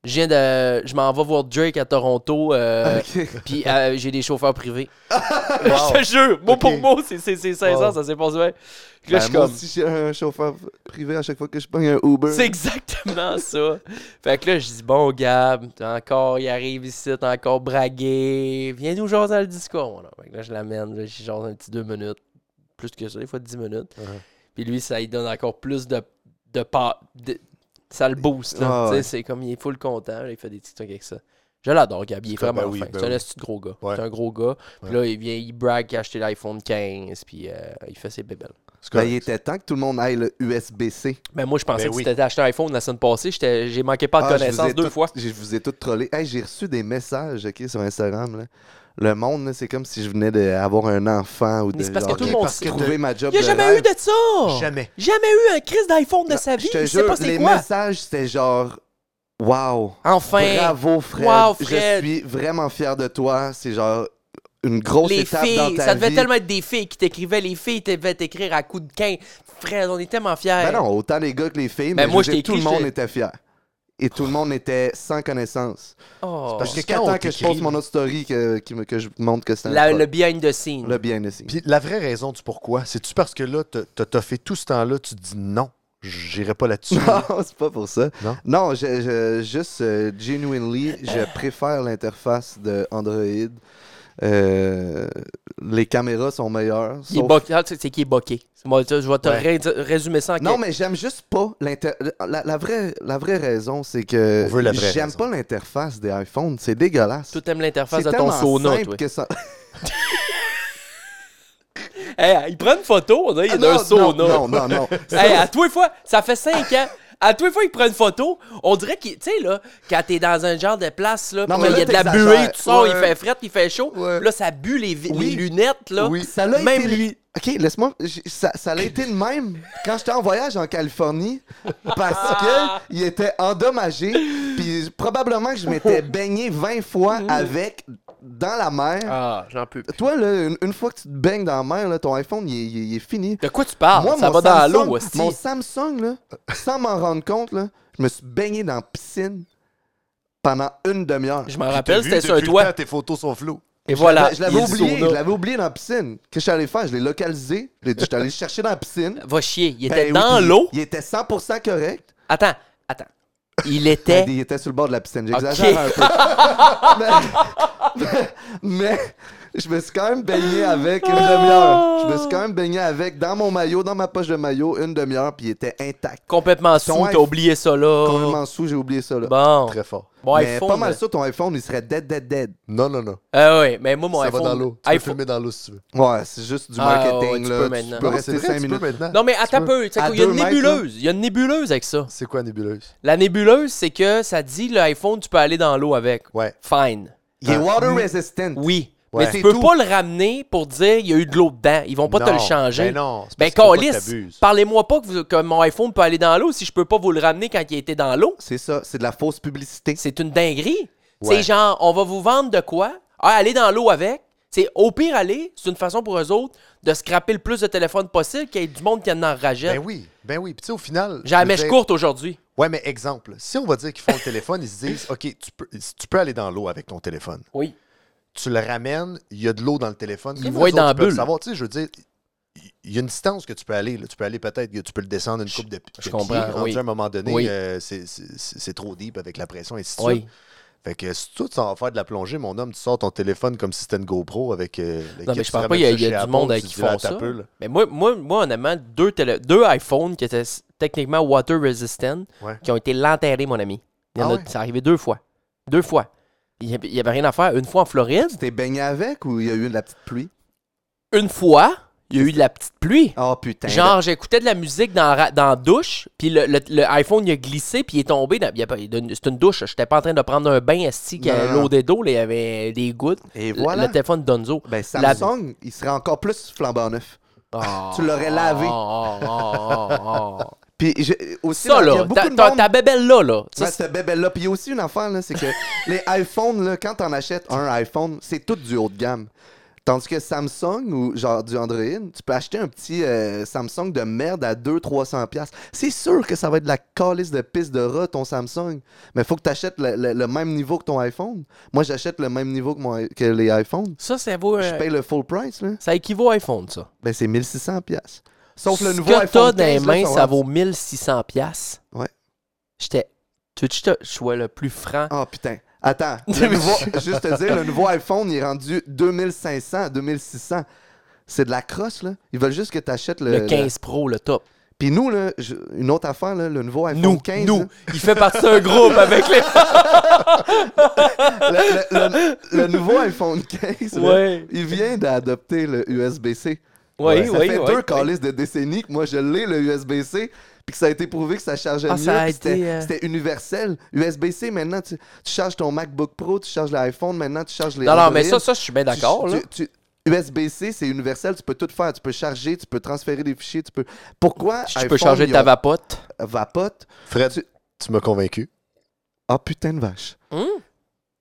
[SPEAKER 7] je viens de. Je m'en vais voir Drake à Toronto, euh,
[SPEAKER 9] Ok.
[SPEAKER 7] puis euh, j'ai des chauffeurs privés.
[SPEAKER 8] Wow.
[SPEAKER 7] je te jure, mot pour
[SPEAKER 8] Ok.
[SPEAKER 7] mot, c'est c'est- c'est sincère,
[SPEAKER 8] Wow.
[SPEAKER 7] ça s'est passé. bien. Puis Là,
[SPEAKER 9] Ben,
[SPEAKER 7] je suis
[SPEAKER 9] moi
[SPEAKER 7] comme.
[SPEAKER 9] aussi, j'ai un chauffeur privé à chaque fois que je prends un Uber.
[SPEAKER 7] C'est exactement ça. Fait que là, je dis, bon, Gab, t'as encore, il arrive ici, t'as encore bragué. Viens nous jaser dans le Discord. mon homme. Fait que là, je l'amène, là, j'y jase un petit deux minutes. Plus que ça, des fois 10 minutes.
[SPEAKER 8] Ouais.
[SPEAKER 7] Puis lui, ça lui donne encore plus de. de, pa- de- ça le booste. là. Tu
[SPEAKER 9] Ah
[SPEAKER 7] sais,
[SPEAKER 9] ouais.
[SPEAKER 8] Ah,
[SPEAKER 7] C'est comme, il est full content. là, il fait des TikTok avec ça. Je l'adore, Gab. Il est
[SPEAKER 8] Ah, ben
[SPEAKER 7] vraiment
[SPEAKER 8] oui,
[SPEAKER 7] fin.
[SPEAKER 8] ben
[SPEAKER 7] c'est un
[SPEAKER 8] oui.
[SPEAKER 7] esti de gros gars.
[SPEAKER 8] Ouais.
[SPEAKER 7] C'est un gros gars. Puis
[SPEAKER 8] Ouais.
[SPEAKER 7] là, il vient, il brague qu'il a acheté l'iPhone 15, puis euh, il fait ses bébelles.
[SPEAKER 8] C'est
[SPEAKER 9] Ben,
[SPEAKER 8] correct.
[SPEAKER 9] il était temps que tout le monde aille le USB-C.
[SPEAKER 7] Mais moi, je pensais
[SPEAKER 8] Ben
[SPEAKER 7] que
[SPEAKER 8] oui.
[SPEAKER 7] tu t'étais acheté un iPhone la semaine passée. J'étais- J'ai manqué pas de
[SPEAKER 9] Ah, je vous ai
[SPEAKER 7] connaissance deux
[SPEAKER 9] tout-
[SPEAKER 7] fois.
[SPEAKER 9] Je vous ai tout trollé. Hey, j'ai reçu des messages ok, sur Instagram. là. Le monde, là, c'est comme si je venais d'avoir un enfant ou de
[SPEAKER 7] Mais c'est parce que
[SPEAKER 9] euh, genre,
[SPEAKER 7] tout le
[SPEAKER 8] Ok,
[SPEAKER 7] monde
[SPEAKER 8] parce que
[SPEAKER 7] sait.
[SPEAKER 9] trouver ma job
[SPEAKER 7] Il a
[SPEAKER 9] de
[SPEAKER 7] jamais
[SPEAKER 9] rêve.
[SPEAKER 7] eu de ça!
[SPEAKER 8] Jamais.
[SPEAKER 7] Jamais eu un crise d'iPhone de sa vie.
[SPEAKER 9] Je te
[SPEAKER 7] Je sais
[SPEAKER 9] jure,
[SPEAKER 7] pas c'est
[SPEAKER 9] les
[SPEAKER 7] quoi.
[SPEAKER 9] messages, c'était genre Wow!
[SPEAKER 7] Enfin,
[SPEAKER 9] Bravo, Fred.
[SPEAKER 7] Wow, Fred.
[SPEAKER 9] Je suis vraiment fier de toi. C'est genre une grosse
[SPEAKER 7] les
[SPEAKER 9] étape dans
[SPEAKER 7] filles,
[SPEAKER 9] ta
[SPEAKER 7] ça devait
[SPEAKER 9] vie.
[SPEAKER 7] tellement être des filles qui t'écrivaient. Les filles devaient t'écrire à coups de 15. Frère, on est tellement fiers.
[SPEAKER 9] Ben non, autant les gars que les filles,
[SPEAKER 7] Ben
[SPEAKER 9] mais
[SPEAKER 7] moi,
[SPEAKER 9] je
[SPEAKER 7] je
[SPEAKER 9] veux dire,
[SPEAKER 7] t'ai
[SPEAKER 9] tout le
[SPEAKER 7] écrit,
[SPEAKER 9] monde
[SPEAKER 7] j'ai-
[SPEAKER 9] était fier. Et tout le monde était sans connaissance.
[SPEAKER 7] Oh.
[SPEAKER 8] parce que
[SPEAKER 9] Jusqu'à
[SPEAKER 8] quand on
[SPEAKER 9] temps que je
[SPEAKER 8] t'écrit-
[SPEAKER 9] poste mon autre story que, qui me- que je montre que c'est un
[SPEAKER 7] La-
[SPEAKER 9] troll.
[SPEAKER 7] le behind the scene.
[SPEAKER 9] Le behind the scenes.
[SPEAKER 8] Puis la vraie raison du pourquoi, c'est-tu parce que là, t'as- t'as t'as fait tout ce temps-là, tu te dis non, j'irai pas là-dessus.
[SPEAKER 7] Ah,
[SPEAKER 9] Non, c'est pas pour ça.
[SPEAKER 8] Non?
[SPEAKER 9] je- je- juste, euh, genuinely, je préfère l'interface de Android. Euh, les caméras sont meilleures.
[SPEAKER 7] Il est
[SPEAKER 9] sauf-
[SPEAKER 7] boqué. Ah, tu sais, C'est qui est boqué. Moi, tu- je vais te
[SPEAKER 8] Ouais.
[SPEAKER 7] ré- résumer ça en
[SPEAKER 9] Non,
[SPEAKER 7] quelques-
[SPEAKER 9] mais j'aime juste pas l'inter... La, la vraie, la vraie raison, c'est
[SPEAKER 8] On
[SPEAKER 9] que
[SPEAKER 8] veut la vraie
[SPEAKER 9] j'aime
[SPEAKER 8] raison.
[SPEAKER 9] pas l'interface des iPhones. C'est dégueulasse.
[SPEAKER 7] Tout aime l'interface
[SPEAKER 9] c'est
[SPEAKER 7] de ton
[SPEAKER 9] tellement
[SPEAKER 7] sauna,
[SPEAKER 9] simple
[SPEAKER 7] toi.
[SPEAKER 9] que ça...
[SPEAKER 7] Hey, Eh, il prend une photo, on dirait qu'il y a un
[SPEAKER 9] Ah, non,
[SPEAKER 7] sauna.
[SPEAKER 9] Non, non, non. non.
[SPEAKER 7] Hey, à tous les fois, ça fait 5 ans. À tous les fois, il prend une photo. On dirait qu'il. Tu sais, là, quand t'es dans un genre de place, là,
[SPEAKER 9] Non,
[SPEAKER 7] pis
[SPEAKER 9] mais
[SPEAKER 7] il y a
[SPEAKER 9] là,
[SPEAKER 7] de la
[SPEAKER 9] t'exagères.
[SPEAKER 7] buée, tu sors, il
[SPEAKER 9] Ouais.
[SPEAKER 7] fait fret, il fait chaud.
[SPEAKER 9] Ouais.
[SPEAKER 7] Puis Là, ça bue les, vi-
[SPEAKER 9] Oui.
[SPEAKER 7] les lunettes, là.
[SPEAKER 9] Oui. Ça l'a
[SPEAKER 7] Même
[SPEAKER 9] été-
[SPEAKER 7] lui.
[SPEAKER 9] OK, laisse-moi. j- Ça, ça l'a été le même quand j'étais en voyage en Californie parce que il était endommagé. Puis probablement que je m'étais baigné 20 fois avec dans la mer.
[SPEAKER 7] Ah, j'en peux plus.
[SPEAKER 9] Toi, là, une, une fois que tu te baignes dans la mer, là, ton iPhone, il, est- il est- il est fini.
[SPEAKER 7] De quoi tu parles?
[SPEAKER 9] Moi,
[SPEAKER 7] Ah, ça
[SPEAKER 9] mon
[SPEAKER 7] va dans
[SPEAKER 9] Samsung-
[SPEAKER 7] l'eau aussi.
[SPEAKER 9] Mon Samsung, là, sans m'en rendre compte, là, je me suis baigné dans la piscine pendant une demi-heure.
[SPEAKER 7] Je m'en
[SPEAKER 8] Puis
[SPEAKER 7] rappelle,
[SPEAKER 8] t'as vu,
[SPEAKER 7] c'était sur un
[SPEAKER 8] depuis le
[SPEAKER 7] toit.
[SPEAKER 8] temps, Ah, Tes photos sont floues.
[SPEAKER 7] Et voilà.
[SPEAKER 9] Je l'avais
[SPEAKER 7] il est du
[SPEAKER 9] oublié,
[SPEAKER 7] sauna.
[SPEAKER 9] je l'avais oublié dans la piscine. Qu'est-ce que je suis allé faire? Je l'ai localisé, je l'ai- je suis allé le chercher dans la piscine.
[SPEAKER 7] Va chier. Il
[SPEAKER 9] Ben
[SPEAKER 7] était
[SPEAKER 9] oui,
[SPEAKER 7] dans
[SPEAKER 9] puis
[SPEAKER 7] l'eau.
[SPEAKER 9] Il était 100% correct.
[SPEAKER 7] Attends, attends. Il
[SPEAKER 9] mais
[SPEAKER 7] était.
[SPEAKER 9] Il était sur le bord de la piscine. J'exagère un peu. mais, mais je me suis quand même baigné avec une demi-heure. Je me suis quand même baigné avec dans mon maillot, dans ma poche de maillot, une demi-heure, puis il était intact.
[SPEAKER 7] Complètement
[SPEAKER 9] Ton
[SPEAKER 7] sous, t'as
[SPEAKER 9] iPhone-
[SPEAKER 7] oublié ça là.
[SPEAKER 9] Complètement sous, j'ai oublié ça. Là.
[SPEAKER 7] Oh. Bon.
[SPEAKER 8] Très fort.
[SPEAKER 7] Bon
[SPEAKER 9] mais
[SPEAKER 7] iPhone. euh,
[SPEAKER 9] pas mal sûr, ton iPhone, il serait dead, dead, dead.
[SPEAKER 8] Non, non, non.
[SPEAKER 7] Ah ouais, mais moi mon
[SPEAKER 8] ça
[SPEAKER 7] iPhone.
[SPEAKER 8] va dans l'eau. Tu peux
[SPEAKER 7] iPhone-
[SPEAKER 8] filmer dans l'eau si tu veux.
[SPEAKER 9] Ouais, c'est juste du
[SPEAKER 7] Ah,
[SPEAKER 9] marketing.
[SPEAKER 7] ouais, tu
[SPEAKER 9] là.
[SPEAKER 7] peux
[SPEAKER 9] tu
[SPEAKER 7] maintenant.
[SPEAKER 9] peux
[SPEAKER 8] Non,
[SPEAKER 9] rester
[SPEAKER 8] c'est vrai,
[SPEAKER 9] 5
[SPEAKER 8] Euh, tu peux
[SPEAKER 9] minutes.
[SPEAKER 8] maintenant.
[SPEAKER 7] Non mais attends un peu, tu sais
[SPEAKER 9] À
[SPEAKER 7] quoi, il y a une
[SPEAKER 9] deux mètres,
[SPEAKER 7] nébuleuse, il y a une nébuleuse avec ça.
[SPEAKER 8] C'est quoi nébuleuse?
[SPEAKER 7] La nébuleuse, c'est que ça dit le iPhone tu peux aller dans l'eau avec.
[SPEAKER 8] Ouais.
[SPEAKER 7] Fine.
[SPEAKER 9] Il est
[SPEAKER 8] Ah,
[SPEAKER 9] water
[SPEAKER 8] oui.
[SPEAKER 9] resistant.
[SPEAKER 7] Oui.
[SPEAKER 8] Ouais.
[SPEAKER 7] Mais tu
[SPEAKER 9] C'est
[SPEAKER 7] peux
[SPEAKER 9] tout.
[SPEAKER 7] pas le ramener pour dire il y a eu de l'eau dedans. Ils vont pas te
[SPEAKER 8] Non.
[SPEAKER 7] le changer.
[SPEAKER 8] Ben non. c'est
[SPEAKER 7] Ben,
[SPEAKER 8] parce qu'il faut pas que
[SPEAKER 7] Calis,
[SPEAKER 8] t'abuses.
[SPEAKER 7] parlez-moi pas que, vous- que mon iPhone peut aller dans l'eau si je peux pas vous le ramener quand il était dans l'eau.
[SPEAKER 9] C'est ça, c'est de la fausse publicité.
[SPEAKER 7] C'est une dinguerie.
[SPEAKER 8] Ouais.
[SPEAKER 7] C'est genre, on va vous vendre de quoi? Ah, allez dans l'eau avec. C'est au pire aller, c'est une façon pour eux autres de scraper le plus de téléphones possible qu'il y ait du monde qui en en rajette.
[SPEAKER 8] Ben oui, ben oui. Puis tu sais, au final.
[SPEAKER 7] J'ai la
[SPEAKER 8] je veux
[SPEAKER 7] mèche
[SPEAKER 8] dire-
[SPEAKER 7] courte aujourd'hui.
[SPEAKER 8] Ouais, mais exemple, si on va dire qu'ils font le téléphone, ils se disent OK, tu peux, tu peux aller dans l'eau avec ton téléphone.
[SPEAKER 7] Oui. tu
[SPEAKER 8] Tu le ramènes, il y a de l'eau dans le téléphone.
[SPEAKER 7] Ils
[SPEAKER 8] Comme
[SPEAKER 7] voient
[SPEAKER 8] eux autres,
[SPEAKER 7] dans la
[SPEAKER 8] ils peuvent
[SPEAKER 7] bulle.
[SPEAKER 8] savoir, tu sais, je veux dire. il- Il y a une distance que tu peux aller. là. Tu peux aller peut-être, que tu peux le descendre une coupe de, de pieds.
[SPEAKER 7] comprends,
[SPEAKER 8] Rendu
[SPEAKER 7] oui.
[SPEAKER 8] à un moment donné,
[SPEAKER 7] Oui.
[SPEAKER 8] euh, c'est- c'est c'est trop deep avec la pression et ainsi de suite.
[SPEAKER 7] Oui.
[SPEAKER 8] Fait que si toi, tu t'en vas faire de la plongée, mon homme, tu sors ton téléphone comme si c'était une GoPro avec. euh, l'équipe,
[SPEAKER 7] Non, mais je
[SPEAKER 8] tu
[SPEAKER 7] parle pas,
[SPEAKER 8] ramènes
[SPEAKER 7] il y a,
[SPEAKER 8] ça
[SPEAKER 7] il y a
[SPEAKER 8] chez
[SPEAKER 7] du
[SPEAKER 8] Apple,
[SPEAKER 7] monde
[SPEAKER 8] tu
[SPEAKER 7] qui
[SPEAKER 8] dis, Ah,
[SPEAKER 7] font
[SPEAKER 8] t'as
[SPEAKER 7] ça.
[SPEAKER 8] peu, là.
[SPEAKER 7] Mais moi, moi, moi, honnêtement, deux, télé- deux iPhones qui étaient s- techniquement water resistant,
[SPEAKER 8] Ouais.
[SPEAKER 7] qui ont été l'enterrés, mon ami. Il y en
[SPEAKER 8] Ah
[SPEAKER 7] a-
[SPEAKER 8] ouais?
[SPEAKER 7] C'est arrivé deux fois. Deux fois. Il y avait- il y avait rien à faire. Une fois en Floride,
[SPEAKER 9] Tu t'es baigné avec ou il y a eu de la petite pluie?
[SPEAKER 7] une fois, il y a eu de la petite pluie.
[SPEAKER 9] Oh putain.
[SPEAKER 7] Genre, j'écoutais de la musique dans, ra- dans la douche, puis le, le- le iPhone, il a glissé, puis il est tombé. dans- il y a pas- il y a une- C'est une douche, j'étais pas en train de prendre un bain esti qui
[SPEAKER 9] Non,
[SPEAKER 7] avait
[SPEAKER 9] non,
[SPEAKER 7] l'eau des dos, là, il y avait des gouttes.
[SPEAKER 9] Et
[SPEAKER 7] Le-
[SPEAKER 9] voilà.
[SPEAKER 7] Le téléphone d'Onzo.
[SPEAKER 9] Ben,
[SPEAKER 7] La-
[SPEAKER 9] Samsung, il serait encore plus flambant neuf.
[SPEAKER 7] Oh,
[SPEAKER 9] Tu l'aurais lavé.
[SPEAKER 7] oh, oh, oh, oh.
[SPEAKER 9] Puis j'ai- aussi,
[SPEAKER 7] Ça,
[SPEAKER 9] là, il y a
[SPEAKER 7] là,
[SPEAKER 9] beaucoup
[SPEAKER 7] ta,
[SPEAKER 9] de
[SPEAKER 7] ta-
[SPEAKER 9] monde...
[SPEAKER 7] ta bébelle là, là. Ça,
[SPEAKER 9] Ouais, ce bébé-là. Puis il y a aussi une affaire, là, c'est que les iPhones, là, quand t'en achètes un iPhone, c'est tout du haut de gamme. Tandis que Samsung ou genre du Android, tu peux acheter un petit euh, Samsung de merde à 200-300$. piastres. C'est sûr que ça va être de la calice de piste de rat, ton Samsung. Mais faut que tu achètes le, le- le même niveau que ton iPhone. Moi, j'achète le même niveau que, mon i- que les iPhones.
[SPEAKER 7] ça, ça vaut. euh,
[SPEAKER 9] Je paye le full price, là.
[SPEAKER 7] Ça équivaut à iPhone, ça.
[SPEAKER 9] Ben, c'est 1600$. piastres. Sauf le
[SPEAKER 7] Ce
[SPEAKER 9] nouveau
[SPEAKER 7] que t'as
[SPEAKER 9] iPhone.
[SPEAKER 7] dans les
[SPEAKER 9] 15, là,
[SPEAKER 7] mains,
[SPEAKER 9] sont
[SPEAKER 7] ça
[SPEAKER 9] rendus-
[SPEAKER 7] vaut 1600$. piastres.
[SPEAKER 9] Ouais.
[SPEAKER 7] J'étais. Tu veux que je te- je sois le plus franc?
[SPEAKER 9] Oh putain. Attends, le nouveau- juste te dire, le nouveau iPhone, il est rendu 2500 à 2600. C'est de la crosse, là. Ils veulent juste que tu achètes le,
[SPEAKER 7] le 15 Pro, le top.
[SPEAKER 9] le- Puis nous, là, je- une autre affaire, là, le nouveau iPhone
[SPEAKER 7] Nous,
[SPEAKER 9] 15.
[SPEAKER 7] nous. Il fait partie d'un groupe avec les.
[SPEAKER 9] là, le, le- le- le nouveau iPhone 15, là,
[SPEAKER 7] Ouais.
[SPEAKER 9] il vient d'adopter le USB-C.
[SPEAKER 7] Oui, oui,
[SPEAKER 9] ça fait
[SPEAKER 7] oui.
[SPEAKER 9] deux calices de décennies que moi je l'ai, le USB-C, puis que ça a été prouvé que ça chargeait
[SPEAKER 7] Ah,
[SPEAKER 9] mieux,
[SPEAKER 7] ça a
[SPEAKER 9] puis c'était
[SPEAKER 7] été, euh,
[SPEAKER 9] c'était universel. USB-C, maintenant, tu, tu charges ton MacBook Pro, tu charges l'iPhone, maintenant tu charges les
[SPEAKER 7] Non, non, mais
[SPEAKER 9] Android.
[SPEAKER 7] ça, ça, je suis bien
[SPEAKER 9] Tu-
[SPEAKER 7] d'accord.
[SPEAKER 9] tu-
[SPEAKER 7] là.
[SPEAKER 9] tu- USB-C, c'est universel, tu peux tout faire. Tu peux charger, tu peux transférer des fichiers, tu peux. Pourquoi
[SPEAKER 7] Tu peux changer ta
[SPEAKER 9] ta
[SPEAKER 7] vapote.
[SPEAKER 9] vapote?
[SPEAKER 8] Fred,
[SPEAKER 9] Tu-
[SPEAKER 8] tu, m'as convaincu.
[SPEAKER 9] Ah putain de vache.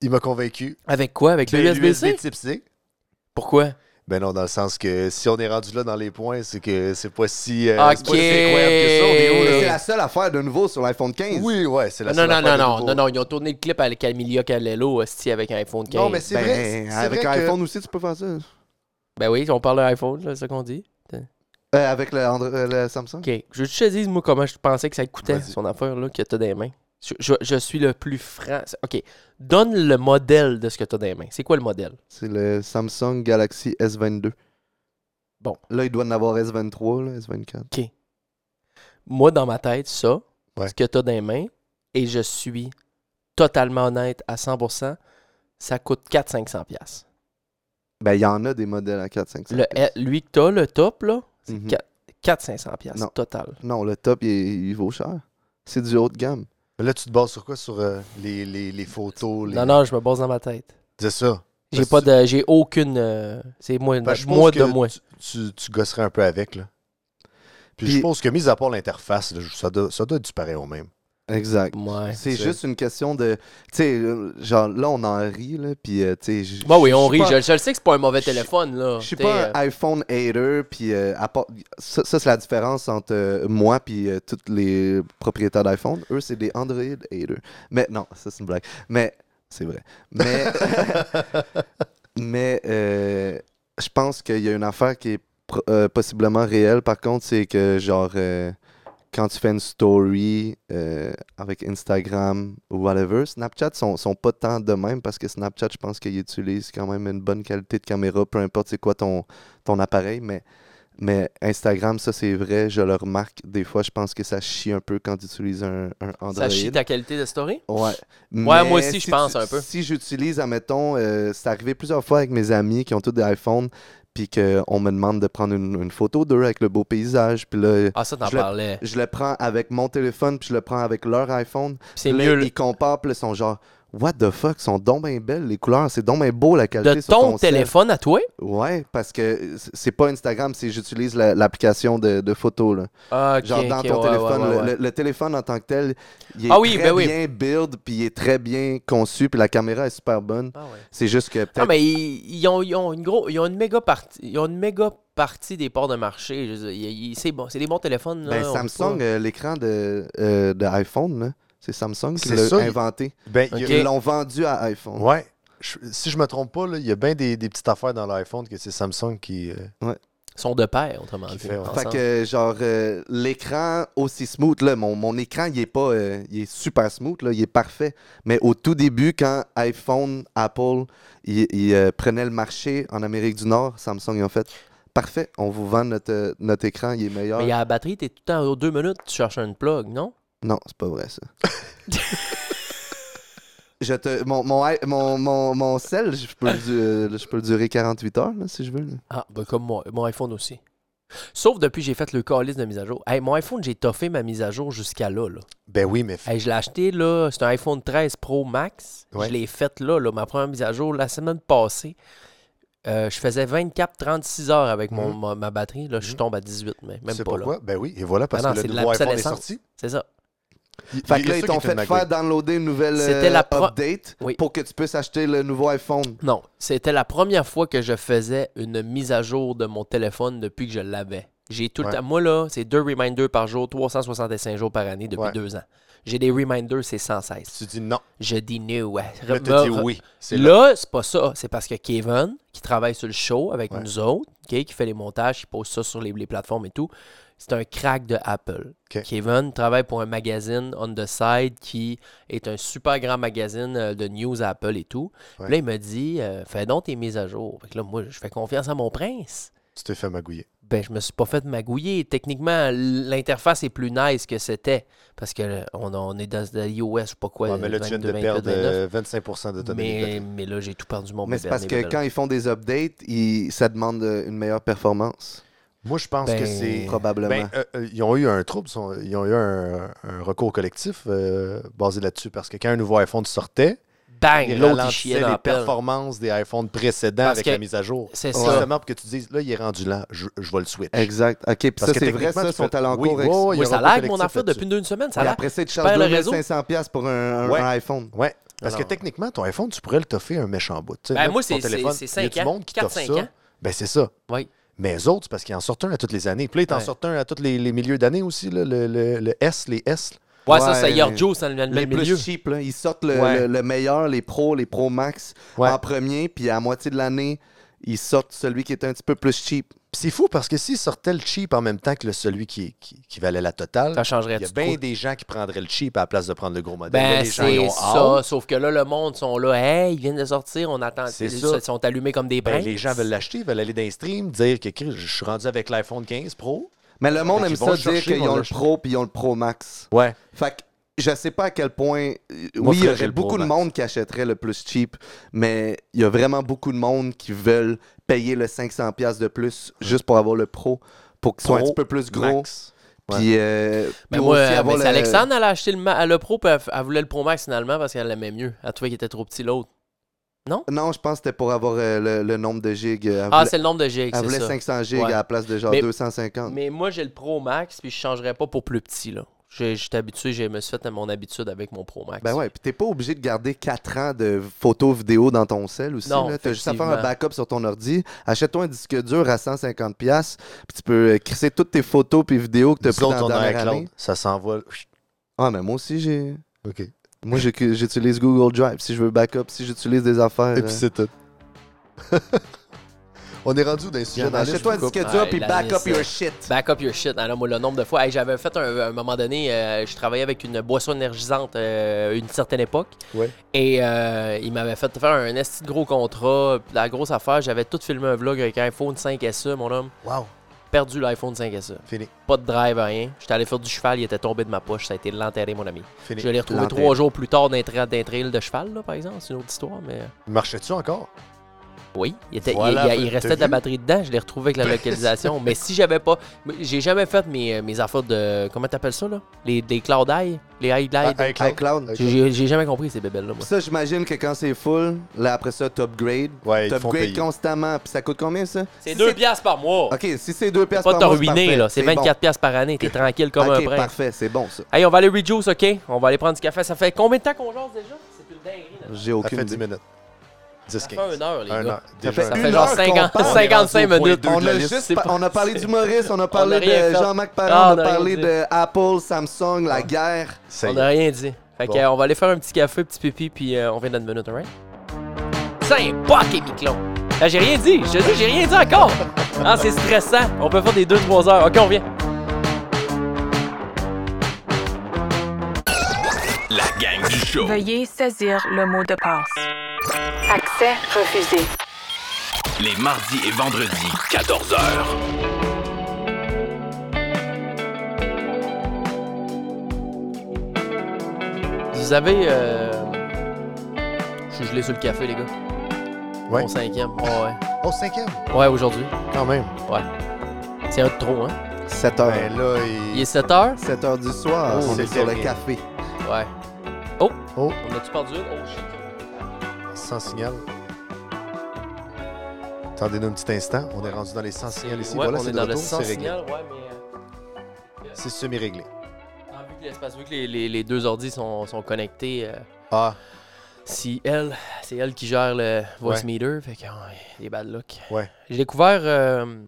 [SPEAKER 8] Il m'a convaincu.
[SPEAKER 7] Avec quoi Avec le
[SPEAKER 8] Ben,
[SPEAKER 7] USB-C
[SPEAKER 8] type C.
[SPEAKER 9] Euh,
[SPEAKER 7] Pourquoi
[SPEAKER 8] Ben non, dans le sens que si on est rendu là dans les points, c'est que c'est pas si. euh,
[SPEAKER 7] Ok.
[SPEAKER 8] c'est pas si incroyable que ça. On est où, là?
[SPEAKER 7] Et-
[SPEAKER 9] C'est la seule affaire de nouveau sur l'iPhone 15.
[SPEAKER 8] Oui, ouais, c'est la
[SPEAKER 7] Non,
[SPEAKER 8] seule
[SPEAKER 7] non, non,
[SPEAKER 8] affaire de
[SPEAKER 7] non,
[SPEAKER 8] nouveau.
[SPEAKER 7] non, non, ils ont tourné le clip avec Camilla Calello aussi avec un iPhone 15.
[SPEAKER 8] Non, mais c'est
[SPEAKER 9] Ben,
[SPEAKER 8] vrai. c'est- c'est
[SPEAKER 9] avec
[SPEAKER 8] vrai que-
[SPEAKER 9] l'iPhone aussi, tu peux faire ça. Euh,
[SPEAKER 7] Ben oui, on parle d'iPhone, là, c'est ça qu'on dit.
[SPEAKER 9] avec le, Andro- euh, le Samsung.
[SPEAKER 7] Ok, je veux que je te dise, moi, comment je pensais que ça coûtait,
[SPEAKER 9] Vas-y.
[SPEAKER 7] son affaire, là, que t'as dans les mains. Je, je- je suis le plus franc. Ok, donne le modèle de ce que t'as dans les mains. C'est quoi le modèle
[SPEAKER 9] C'est le Samsung Galaxy S22.
[SPEAKER 7] Bon.
[SPEAKER 9] Là, il doit en avoir S23, là, S24.
[SPEAKER 7] Moi, dans ma tête, ça,
[SPEAKER 8] Ouais.
[SPEAKER 7] ce que t'as dans les mains, et je suis totalement honnête à 100%, ça coûte 400-500$. piastres.
[SPEAKER 9] Ben, il y en a des modèles à 4, 5, 5.
[SPEAKER 7] Le, lui que t'as, le top, là, c'est
[SPEAKER 9] Mhm.
[SPEAKER 7] 400-500$ piastres
[SPEAKER 9] Non.
[SPEAKER 7] total.
[SPEAKER 9] Non, le top, il, il vaut cher. C'est du haut de gamme.
[SPEAKER 8] Là, tu te bases sur quoi Sur euh, les, les, les photos les...
[SPEAKER 7] Non, non, je me base dans ma tête.
[SPEAKER 8] Dis ça.
[SPEAKER 7] J'ai
[SPEAKER 8] Parce
[SPEAKER 7] pas
[SPEAKER 8] que-
[SPEAKER 7] de. J'ai aucune. euh, c'est moi,
[SPEAKER 8] Ben, je pense
[SPEAKER 7] moi
[SPEAKER 8] que
[SPEAKER 7] de moi.
[SPEAKER 8] Tu, tu, tu gosserais un peu avec, là. Puis,
[SPEAKER 9] Puis-
[SPEAKER 8] je pense que, mis à part l'interface, là, ça, doit, ça doit être du pareil au même.
[SPEAKER 9] Exact.
[SPEAKER 7] Ouais.
[SPEAKER 9] C'est
[SPEAKER 8] C'est-
[SPEAKER 9] juste une question de. Tu sais, euh, genre, là, on en rit, là, puis, euh, tu sais. j-
[SPEAKER 7] Bah oui, on
[SPEAKER 9] je suis
[SPEAKER 7] rit.
[SPEAKER 9] pas-
[SPEAKER 7] Je, je le sais que c'est pas un mauvais
[SPEAKER 9] je-
[SPEAKER 7] téléphone, là.
[SPEAKER 9] Je suis
[SPEAKER 7] T'sais,
[SPEAKER 9] pas
[SPEAKER 7] euh,
[SPEAKER 9] un iPhone hater, puis euh, à part- ça, ça, c'est la différence entre euh, moi puis euh, tous les propriétaires d'iPhone. Eux, c'est des Android haters. Mais non, ça c'est une blague. Mais c'est vrai. Mais mais euh, je pense qu'il y a une affaire qui est pro- euh, possiblement réelle. Par contre, c'est que genre euh, quand tu fais une story euh, avec Instagram ou whatever, Snapchat sont, sont pas tant de même parce que Snapchat, je pense qu'ils utilisent quand même une bonne qualité de caméra, peu importe c'est quoi ton, ton appareil, mais, mais Instagram, ça c'est vrai, je le remarque. Des fois, je pense que ça chie un peu quand tu utilises un, un Android.
[SPEAKER 7] ça chie ta qualité de story?
[SPEAKER 9] Ouais.
[SPEAKER 7] Ouais, moi aussi,
[SPEAKER 9] si
[SPEAKER 7] je pense
[SPEAKER 9] tu-
[SPEAKER 7] un peu.
[SPEAKER 9] Si j'utilise, admettons, euh, c'est arrivé plusieurs fois avec mes amis qui ont tous des iPhones, puis qu'on me demande de prendre une, une photo d'eux avec le beau paysage, puis là,
[SPEAKER 7] Ah, ça, t'en
[SPEAKER 9] Je le-
[SPEAKER 7] parlais.
[SPEAKER 9] je le prends avec mon téléphone, puis je le prends avec leur iPhone.
[SPEAKER 7] Puis C'est
[SPEAKER 9] Là,
[SPEAKER 7] mieux. le-
[SPEAKER 9] Ils comparent, puis ils sont genre, what the fuck, sont donc bien belles les couleurs, c'est donc bien beau la qualité.
[SPEAKER 7] De
[SPEAKER 9] sur
[SPEAKER 7] ton
[SPEAKER 9] cell.
[SPEAKER 7] téléphone à toi?
[SPEAKER 9] Ouais, parce que c- c'est pas Instagram, c'est j'utilise la- l'application de, de photos, là.
[SPEAKER 7] Ah, ok,
[SPEAKER 9] Genre dans
[SPEAKER 7] ok,
[SPEAKER 9] ton
[SPEAKER 7] ouais,
[SPEAKER 9] téléphone,
[SPEAKER 7] ouais, ouais,
[SPEAKER 9] le-
[SPEAKER 7] ouais.
[SPEAKER 9] Le, le téléphone en tant que tel, il est
[SPEAKER 7] Ah oui,
[SPEAKER 9] très
[SPEAKER 7] ben oui.
[SPEAKER 9] bien build, puis il est très bien conçu, puis la caméra est super bonne.
[SPEAKER 7] Ah ouais.
[SPEAKER 9] C'est juste que
[SPEAKER 7] Non,
[SPEAKER 9] peut-être...
[SPEAKER 7] mais ils, ils ont, ils ont une gros, ils ont une méga partie, ils ont une méga partie des ports de marché. Je veux dire, ils- ils- c'est bon, c'est des bons téléphones.
[SPEAKER 9] Ben,
[SPEAKER 7] là, on peut
[SPEAKER 9] Samsung,
[SPEAKER 7] pas-
[SPEAKER 9] euh, l'écran de, euh, de iPhone, là, c'est Samsung qui
[SPEAKER 8] C'est
[SPEAKER 9] l'a
[SPEAKER 8] ça, il-
[SPEAKER 9] inventé.
[SPEAKER 8] Ben, il y a-
[SPEAKER 7] Ok.
[SPEAKER 9] Ils l'ont vendu à iPhone.
[SPEAKER 8] Ouais. Je- si je me trompe pas, là, il y a bien des, des petites affaires dans l'iPhone que c'est Samsung qui. euh,
[SPEAKER 7] Ils sont de pair, autrement
[SPEAKER 8] Qui
[SPEAKER 7] dit.
[SPEAKER 8] fait, ouais.
[SPEAKER 9] Fait
[SPEAKER 7] ensemble.
[SPEAKER 9] que, genre, euh, l'écran aussi smooth, là, mon, mon écran, il est pas. euh, il est super smooth, là, il est parfait. Mais au tout début, quand iPhone, Apple, ils ils, euh, prenaient le marché en Amérique du Nord, Samsung, ils ont fait parfait, on vous vend notre, euh, notre écran, il est meilleur.
[SPEAKER 7] Mais il y a la batterie, t'es tout le temps aux deux minutes, tu cherches une plug, non?
[SPEAKER 9] Non, c'est pas vrai, ça. Je te, mon, mon, i- mon, mon, mon sel, je peux, le, du- euh, je peux le durer 48 heures, là, si je veux. là.
[SPEAKER 7] Ah, ben comme moi, mon iPhone aussi. Sauf depuis que j'ai fait le calice de mise à jour. Hey, mon iPhone, j'ai toffé ma mise à jour jusqu'à là. là.
[SPEAKER 8] Ben oui, mais. f-
[SPEAKER 7] Hey, je l'ai acheté là, c'est un iPhone 13 Pro Max.
[SPEAKER 8] Ouais.
[SPEAKER 7] Je l'ai faite là, là, ma première mise à jour la semaine passée. Euh, je faisais 24-36 heures avec mon,
[SPEAKER 8] Mhm.
[SPEAKER 7] ma, ma batterie. Là, je tombe à 18, mais même
[SPEAKER 8] c'est
[SPEAKER 7] pas là.
[SPEAKER 8] pourquoi? Ben oui, et voilà, parce
[SPEAKER 7] Ben non,
[SPEAKER 8] que
[SPEAKER 7] c'est
[SPEAKER 8] le
[SPEAKER 7] de
[SPEAKER 8] nouveau iPhone est
[SPEAKER 7] l'obsolescence.
[SPEAKER 8] sorti.
[SPEAKER 7] C'est ça.
[SPEAKER 9] Fait que là, ils t'ont fait faire downloader une nouvelle
[SPEAKER 7] C'était
[SPEAKER 9] euh,
[SPEAKER 7] la pro-
[SPEAKER 9] update
[SPEAKER 7] Oui.
[SPEAKER 9] pour que tu puisses acheter le nouveau iPhone.
[SPEAKER 7] Non, c'était la première fois que je faisais une mise à jour de mon téléphone depuis que je l'avais. J'ai tout le
[SPEAKER 8] Ouais.
[SPEAKER 7] temps- Moi, là, c'est deux reminders par jour, 365 jours par année depuis
[SPEAKER 8] Ouais.
[SPEAKER 7] deux ans. J'ai des reminders, c'est 116.
[SPEAKER 8] Tu dis non.
[SPEAKER 7] Je dis no. Là,
[SPEAKER 8] Là, tu dis oui. C'est là.
[SPEAKER 7] Euh, Là, c'est pas ça. C'est parce que Kevin, qui travaille sur le show avec
[SPEAKER 8] Ouais.
[SPEAKER 7] nous autres, ok, qui fait les montages, qui pose ça sur les, les plateformes et tout, c'est un crack de Apple.
[SPEAKER 8] Ok.
[SPEAKER 7] Kevin travaille pour un magazine On The Side qui est un super grand magazine euh, de news à Apple et tout. Puis
[SPEAKER 8] Ouais.
[SPEAKER 7] Là, il me dit euh, Fais donc tes mises à jour. Fait que là, moi, je fais confiance à mon prince.
[SPEAKER 8] Tu t'es fait magouiller.
[SPEAKER 7] Ben, je me suis pas fait magouiller. Techniquement, l'interface est plus nice que c'était. Parce que euh, on, on est dans de l'iOS, je sais pas quoi.
[SPEAKER 8] Ouais, mais là, tu viens
[SPEAKER 7] 22,
[SPEAKER 8] de
[SPEAKER 7] 28,
[SPEAKER 8] perdre
[SPEAKER 7] 29.
[SPEAKER 8] euh, 25 d'autonomie.
[SPEAKER 7] mais, mais là, j'ai tout perdu mon
[SPEAKER 9] Mais
[SPEAKER 7] bébé
[SPEAKER 9] c'est parce que
[SPEAKER 7] Arnébel.
[SPEAKER 9] quand ils font des updates, ils- ça demande euh, une meilleure performance,
[SPEAKER 8] Moi, je pense
[SPEAKER 7] Ben,
[SPEAKER 8] que c'est.
[SPEAKER 9] probablement.
[SPEAKER 8] Ben, euh, euh, ils ont eu un trouble, sont- ils ont eu un, un recours collectif euh, basé là-dessus parce que quand un nouveau iPhone sortait,
[SPEAKER 7] Bang!
[SPEAKER 8] il
[SPEAKER 7] L'autre, il chiait
[SPEAKER 8] ralentissait
[SPEAKER 7] dans
[SPEAKER 8] les
[SPEAKER 7] la pelle.
[SPEAKER 8] performances des iPhones précédents
[SPEAKER 7] Parce
[SPEAKER 8] avec
[SPEAKER 7] que-
[SPEAKER 8] la mise à jour.
[SPEAKER 7] C'est ça.
[SPEAKER 8] Justement pour que tu te dises, là, il est rendu lent, je, je vais le switch.
[SPEAKER 9] Exact. OK, puis
[SPEAKER 8] Parce
[SPEAKER 9] ça,
[SPEAKER 8] que
[SPEAKER 9] c'est vrai,
[SPEAKER 8] techniquement,
[SPEAKER 9] ça,
[SPEAKER 8] tu
[SPEAKER 9] sont
[SPEAKER 8] peux-
[SPEAKER 9] à l'encours.
[SPEAKER 8] Oui, oui, il y
[SPEAKER 7] Moi,
[SPEAKER 8] aura
[SPEAKER 7] ça
[SPEAKER 8] un
[SPEAKER 7] lag
[SPEAKER 8] collectif
[SPEAKER 7] mon affaire
[SPEAKER 8] là-dessus.
[SPEAKER 7] depuis une semaine. Ça
[SPEAKER 9] Et
[SPEAKER 7] lag.
[SPEAKER 9] après ça, tu
[SPEAKER 7] perds
[SPEAKER 9] charges
[SPEAKER 7] le réseau.
[SPEAKER 9] 2500$ piastres pour un, un
[SPEAKER 8] Ouais.
[SPEAKER 9] iPhone.
[SPEAKER 8] Ouais, parce
[SPEAKER 7] Alors-
[SPEAKER 8] que techniquement, ton iPhone, tu pourrais le toffer un méchant bout. Tu sais,
[SPEAKER 7] Ben,
[SPEAKER 8] là,
[SPEAKER 7] moi,
[SPEAKER 8] ton
[SPEAKER 7] c'est- c'est-
[SPEAKER 8] téléphone,
[SPEAKER 7] c'est
[SPEAKER 8] il y a
[SPEAKER 7] cinq
[SPEAKER 8] du
[SPEAKER 7] ans,
[SPEAKER 8] monde qui
[SPEAKER 7] quatre,
[SPEAKER 8] t'offre
[SPEAKER 7] cinq
[SPEAKER 8] ça.
[SPEAKER 7] ans.
[SPEAKER 8] Ben, c'est ça.
[SPEAKER 7] Oui.
[SPEAKER 8] Mais eux autres, c'est parce qu'ils en sortent un à toutes les années. Puis là, ils t'en
[SPEAKER 7] Ouais.
[SPEAKER 8] sortent un à tous les, les milieux d'année aussi, là, le, le- le S, les S. là.
[SPEAKER 7] Ouais, ça, c'est
[SPEAKER 9] Ouais,
[SPEAKER 7] hier
[SPEAKER 9] mais-
[SPEAKER 7] Joe, c'est dans le
[SPEAKER 9] Les
[SPEAKER 7] même
[SPEAKER 9] plus
[SPEAKER 7] milieu.
[SPEAKER 9] cheap, là. ils sortent le,
[SPEAKER 8] Ouais.
[SPEAKER 9] le- le meilleur, les pros, les pros max
[SPEAKER 8] Ouais.
[SPEAKER 9] en premier, puis à moitié de l'année, ils sortent celui qui est un petit peu plus cheap.
[SPEAKER 8] Puis c'est fou parce que s'ils sortaient le cheap en même temps que le- celui qui, qui, qui valait la totale,
[SPEAKER 7] Ça changerait
[SPEAKER 8] il y a
[SPEAKER 7] tout.
[SPEAKER 8] bien des gens qui prendraient le cheap à la place de prendre le gros modèle. Là,
[SPEAKER 7] Ben,
[SPEAKER 8] les gens, ils
[SPEAKER 7] c'est
[SPEAKER 8] ont
[SPEAKER 7] ça.
[SPEAKER 8] hâte.
[SPEAKER 7] Sauf que là, le monde sont là. Hey, ils viennent de sortir. On attend.
[SPEAKER 8] C'est
[SPEAKER 7] Ils
[SPEAKER 8] ça.
[SPEAKER 7] se- sont allumés comme des brins.
[SPEAKER 8] Ben, les gens veulent l'acheter, veulent aller dans les streams, dire que Chris, je suis rendu avec l'iPhone 15 Pro.
[SPEAKER 9] Mais le monde
[SPEAKER 8] Fait
[SPEAKER 9] aime
[SPEAKER 8] qu'ils
[SPEAKER 9] ça
[SPEAKER 8] vont
[SPEAKER 9] dire
[SPEAKER 8] chercher,
[SPEAKER 9] qu'ils
[SPEAKER 8] vont
[SPEAKER 9] ont le
[SPEAKER 8] l'acheter.
[SPEAKER 9] pro puis ils ont le pro max.
[SPEAKER 8] Ouais.
[SPEAKER 9] Fait que je sais pas à quel point. euh,
[SPEAKER 8] Moi,
[SPEAKER 9] oui, il y
[SPEAKER 8] frère, j'ai
[SPEAKER 9] aurait
[SPEAKER 8] le pro
[SPEAKER 9] beaucoup de
[SPEAKER 8] max.
[SPEAKER 9] monde qui achèterait le plus cheap, mais il y a vraiment beaucoup de monde qui veulent payer le 500$ piastres de plus juste pour avoir le pro, pour qu'il soit un
[SPEAKER 8] Pro
[SPEAKER 9] petit peu plus gros.
[SPEAKER 8] Max. Ouais.
[SPEAKER 9] Puis, euh,
[SPEAKER 7] Mais
[SPEAKER 9] puis
[SPEAKER 7] moi,
[SPEAKER 9] aussi
[SPEAKER 7] euh,
[SPEAKER 9] avoir
[SPEAKER 7] mais
[SPEAKER 9] le-
[SPEAKER 7] Alexandre, elle a acheté le, ma- le pro, puis elle, f- elle voulait le pro max finalement parce qu'elle l'aimait mieux. Elle trouvait qu'il était trop petit l'autre.
[SPEAKER 9] Non, je pense que c'était pour avoir euh, le, le nombre de gigs. Elle
[SPEAKER 7] Ah,
[SPEAKER 9] voulait-
[SPEAKER 7] c'est le nombre de gigs,
[SPEAKER 9] elle voulait
[SPEAKER 7] c'est ça.
[SPEAKER 9] 500 gigs
[SPEAKER 7] Ouais.
[SPEAKER 9] à la place de genre
[SPEAKER 7] Mais-
[SPEAKER 9] 250.
[SPEAKER 7] Mais moi, j'ai le pro max, puis je changerais pas pour plus petit là. J'ai- J'étais habitué, je me suis fait à mon habitude avec mon pro max.
[SPEAKER 9] Ben ouais, puis t'es pas obligé de garder 4 ans de photos vidéo dans ton cell aussi.
[SPEAKER 7] Non,
[SPEAKER 9] là. T'as juste à faire un
[SPEAKER 7] effectivement.
[SPEAKER 9] backup sur ton ordi. Achète-toi un disque dur à 150$, puis tu peux euh, crisser toutes tes photos puis vidéos que t'as
[SPEAKER 8] Nous
[SPEAKER 9] prises
[SPEAKER 8] autres,
[SPEAKER 9] dans
[SPEAKER 8] on
[SPEAKER 9] la
[SPEAKER 8] a
[SPEAKER 9] dernière
[SPEAKER 8] iCloud.
[SPEAKER 9] année.
[SPEAKER 8] Ça s'envole.
[SPEAKER 9] Ah, mais moi aussi, j'ai...
[SPEAKER 8] OK. Et
[SPEAKER 9] Moi, j'ai que- j'utilise Google Drive si je veux backup, si j'utilise des affaires.
[SPEAKER 8] puis
[SPEAKER 9] euh.
[SPEAKER 8] c'est tout. on est rendu dans les sujets dans la liste,
[SPEAKER 9] Achète-toi un
[SPEAKER 8] je vous coupe.
[SPEAKER 9] disque dur
[SPEAKER 7] Ouais,
[SPEAKER 9] puis
[SPEAKER 7] la
[SPEAKER 9] backup
[SPEAKER 7] liste, euh.
[SPEAKER 9] your shit.
[SPEAKER 7] Back up your shit. Alors, moi, le nombre de fois. Hey, J'avais fait un, à un moment donné, euh, je travaillais avec une boisson énergisante euh, une certaine époque.
[SPEAKER 8] Ouais.
[SPEAKER 7] Et euh, il m'avait fait faire un esti de gros contrat. puis La grosse affaire, j'avais tout filmé un vlog avec un iPhone 5SE, mon homme.
[SPEAKER 8] Wow,
[SPEAKER 7] Perdu l'iPhone 5SE.
[SPEAKER 8] fini,
[SPEAKER 7] Pas de drive, rien. J'étais allé faire du cheval, il était tombé de ma poche. Ça a été l'enterré, mon ami.
[SPEAKER 8] fini.
[SPEAKER 7] Je l'ai retrouvé
[SPEAKER 9] l'enterré.
[SPEAKER 7] trois jours plus tard d'un tra- d'un trail de cheval, là, par exemple. C'est une autre histoire, mais.
[SPEAKER 8] Marchais-tu encore?
[SPEAKER 7] Oui, il, était, il-
[SPEAKER 8] Voilà,
[SPEAKER 7] il, il
[SPEAKER 8] t'as
[SPEAKER 7] restait de la
[SPEAKER 8] vu?
[SPEAKER 7] batterie dedans, je l'ai retrouvé avec la localisation. mais si j'avais pas. J'ai jamais fait mes, euh, mes affaires de. Comment t'appelles ça, là Les, les Cloud Eye Les Eye Glide
[SPEAKER 8] Ah, iCloud.
[SPEAKER 9] iCloud.
[SPEAKER 8] iCloud.
[SPEAKER 7] J'ai j'ai jamais compris ces bébelles-là, moi.
[SPEAKER 9] Ça, j'imagine que quand c'est full, là, après ça, t'upgrades.
[SPEAKER 8] Ouais, ils te font
[SPEAKER 9] T'upgrades
[SPEAKER 8] payer.
[SPEAKER 9] constamment. Puis ça coûte combien, ça?
[SPEAKER 7] C'est
[SPEAKER 9] Si
[SPEAKER 7] 2 piastres par mois
[SPEAKER 9] OK, si c'est 2 piastres
[SPEAKER 7] Pas de te
[SPEAKER 9] par mois,
[SPEAKER 7] ruiner,
[SPEAKER 9] parfait.
[SPEAKER 7] là. C'est
[SPEAKER 9] bon.
[SPEAKER 7] 24 piastres par année, t'es tranquille comme un
[SPEAKER 9] OK,
[SPEAKER 7] prince.
[SPEAKER 9] parfait, c'est bon, ça.
[SPEAKER 7] Hey, on va aller rejuice, ok On va aller prendre du café. Ça fait combien de temps qu'on jase déjà C'est une dinguerie, là.
[SPEAKER 9] J'ai
[SPEAKER 8] Ça
[SPEAKER 9] aucune
[SPEAKER 8] fait 10
[SPEAKER 9] idée.
[SPEAKER 8] minutes. 10,
[SPEAKER 7] Ça
[SPEAKER 8] 15.
[SPEAKER 7] fait une heure, les
[SPEAKER 8] Un
[SPEAKER 7] gars.
[SPEAKER 8] heure. Déjà
[SPEAKER 9] fait
[SPEAKER 7] Ça
[SPEAKER 8] un
[SPEAKER 7] fait
[SPEAKER 9] une
[SPEAKER 7] genre
[SPEAKER 9] heure qu'on
[SPEAKER 7] 50
[SPEAKER 9] parle. On est
[SPEAKER 7] 55
[SPEAKER 8] rendu au point
[SPEAKER 7] minutes.
[SPEAKER 8] deux de
[SPEAKER 9] On
[SPEAKER 8] la
[SPEAKER 9] a
[SPEAKER 8] liste,
[SPEAKER 9] juste,
[SPEAKER 7] c'est
[SPEAKER 9] pa-
[SPEAKER 7] pas-
[SPEAKER 9] on a parlé du Maurice, on a parlé
[SPEAKER 7] rien
[SPEAKER 9] de
[SPEAKER 7] fait.
[SPEAKER 9] Jean-Marc
[SPEAKER 7] Ah,
[SPEAKER 9] Parent,
[SPEAKER 7] on
[SPEAKER 9] on
[SPEAKER 7] a
[SPEAKER 9] a
[SPEAKER 7] rien
[SPEAKER 9] parlé
[SPEAKER 7] dit. Ah.
[SPEAKER 9] de Apple, Samsung, la guerre.
[SPEAKER 8] Ça
[SPEAKER 7] On
[SPEAKER 8] y est.
[SPEAKER 7] a rien dit. Fait que,
[SPEAKER 8] Bon.
[SPEAKER 7] euh, on va aller faire un petit café, petit pipi, puis euh, on vient dans une minute, alright? C'est pas et Miquelon. Ah, j'ai rien dit. Je te dis, j'ai rien dit encore. Ah, c'est stressant. On peut faire des 2-3 heures. Ok, on vient.
[SPEAKER 6] La gang du show.
[SPEAKER 10] Veuillez saisir le mot de passe. Accès refusé.
[SPEAKER 6] Les mardis et vendredis, 14h.
[SPEAKER 7] Vous avez. Euh... Je suis gelé sur le café, les gars.
[SPEAKER 8] Ouais.
[SPEAKER 7] Mon cinquième. ouais.
[SPEAKER 8] Au cinquième,
[SPEAKER 7] Ouais, aujourd'hui.
[SPEAKER 8] quand même.
[SPEAKER 7] C'est un de trop, hein?
[SPEAKER 9] 7 heures.
[SPEAKER 8] Ben là,
[SPEAKER 7] Il est 7 heures?
[SPEAKER 9] 7 heures du soir,
[SPEAKER 8] Oh,
[SPEAKER 9] on est
[SPEAKER 8] c'est
[SPEAKER 9] sur le
[SPEAKER 8] terrible.
[SPEAKER 9] café.
[SPEAKER 7] Ouais. Oh!
[SPEAKER 8] Oh.
[SPEAKER 7] On a-tu perdu une? Oh shit.
[SPEAKER 8] sans signal. Attendez-nous un petit instant. On est rendu dans les sans signal ici.
[SPEAKER 7] Ouais,
[SPEAKER 8] voilà,
[SPEAKER 7] on
[SPEAKER 8] c'est
[SPEAKER 7] est
[SPEAKER 8] de
[SPEAKER 7] dans le
[SPEAKER 8] retour. C'est
[SPEAKER 7] sans
[SPEAKER 8] réglé.
[SPEAKER 7] signal, ouais, mais. euh,
[SPEAKER 8] C'est semi-réglé.
[SPEAKER 7] Ah, vu que l'espace, vu que les, les- les deux ordis sont, sont connectés, euh,
[SPEAKER 8] Ah,
[SPEAKER 7] c'est elle, c'est elle qui gère le voice
[SPEAKER 8] Ouais.
[SPEAKER 7] meter, fait que ouais, des bad luck.
[SPEAKER 8] Ouais.
[SPEAKER 7] J'ai découvert euh,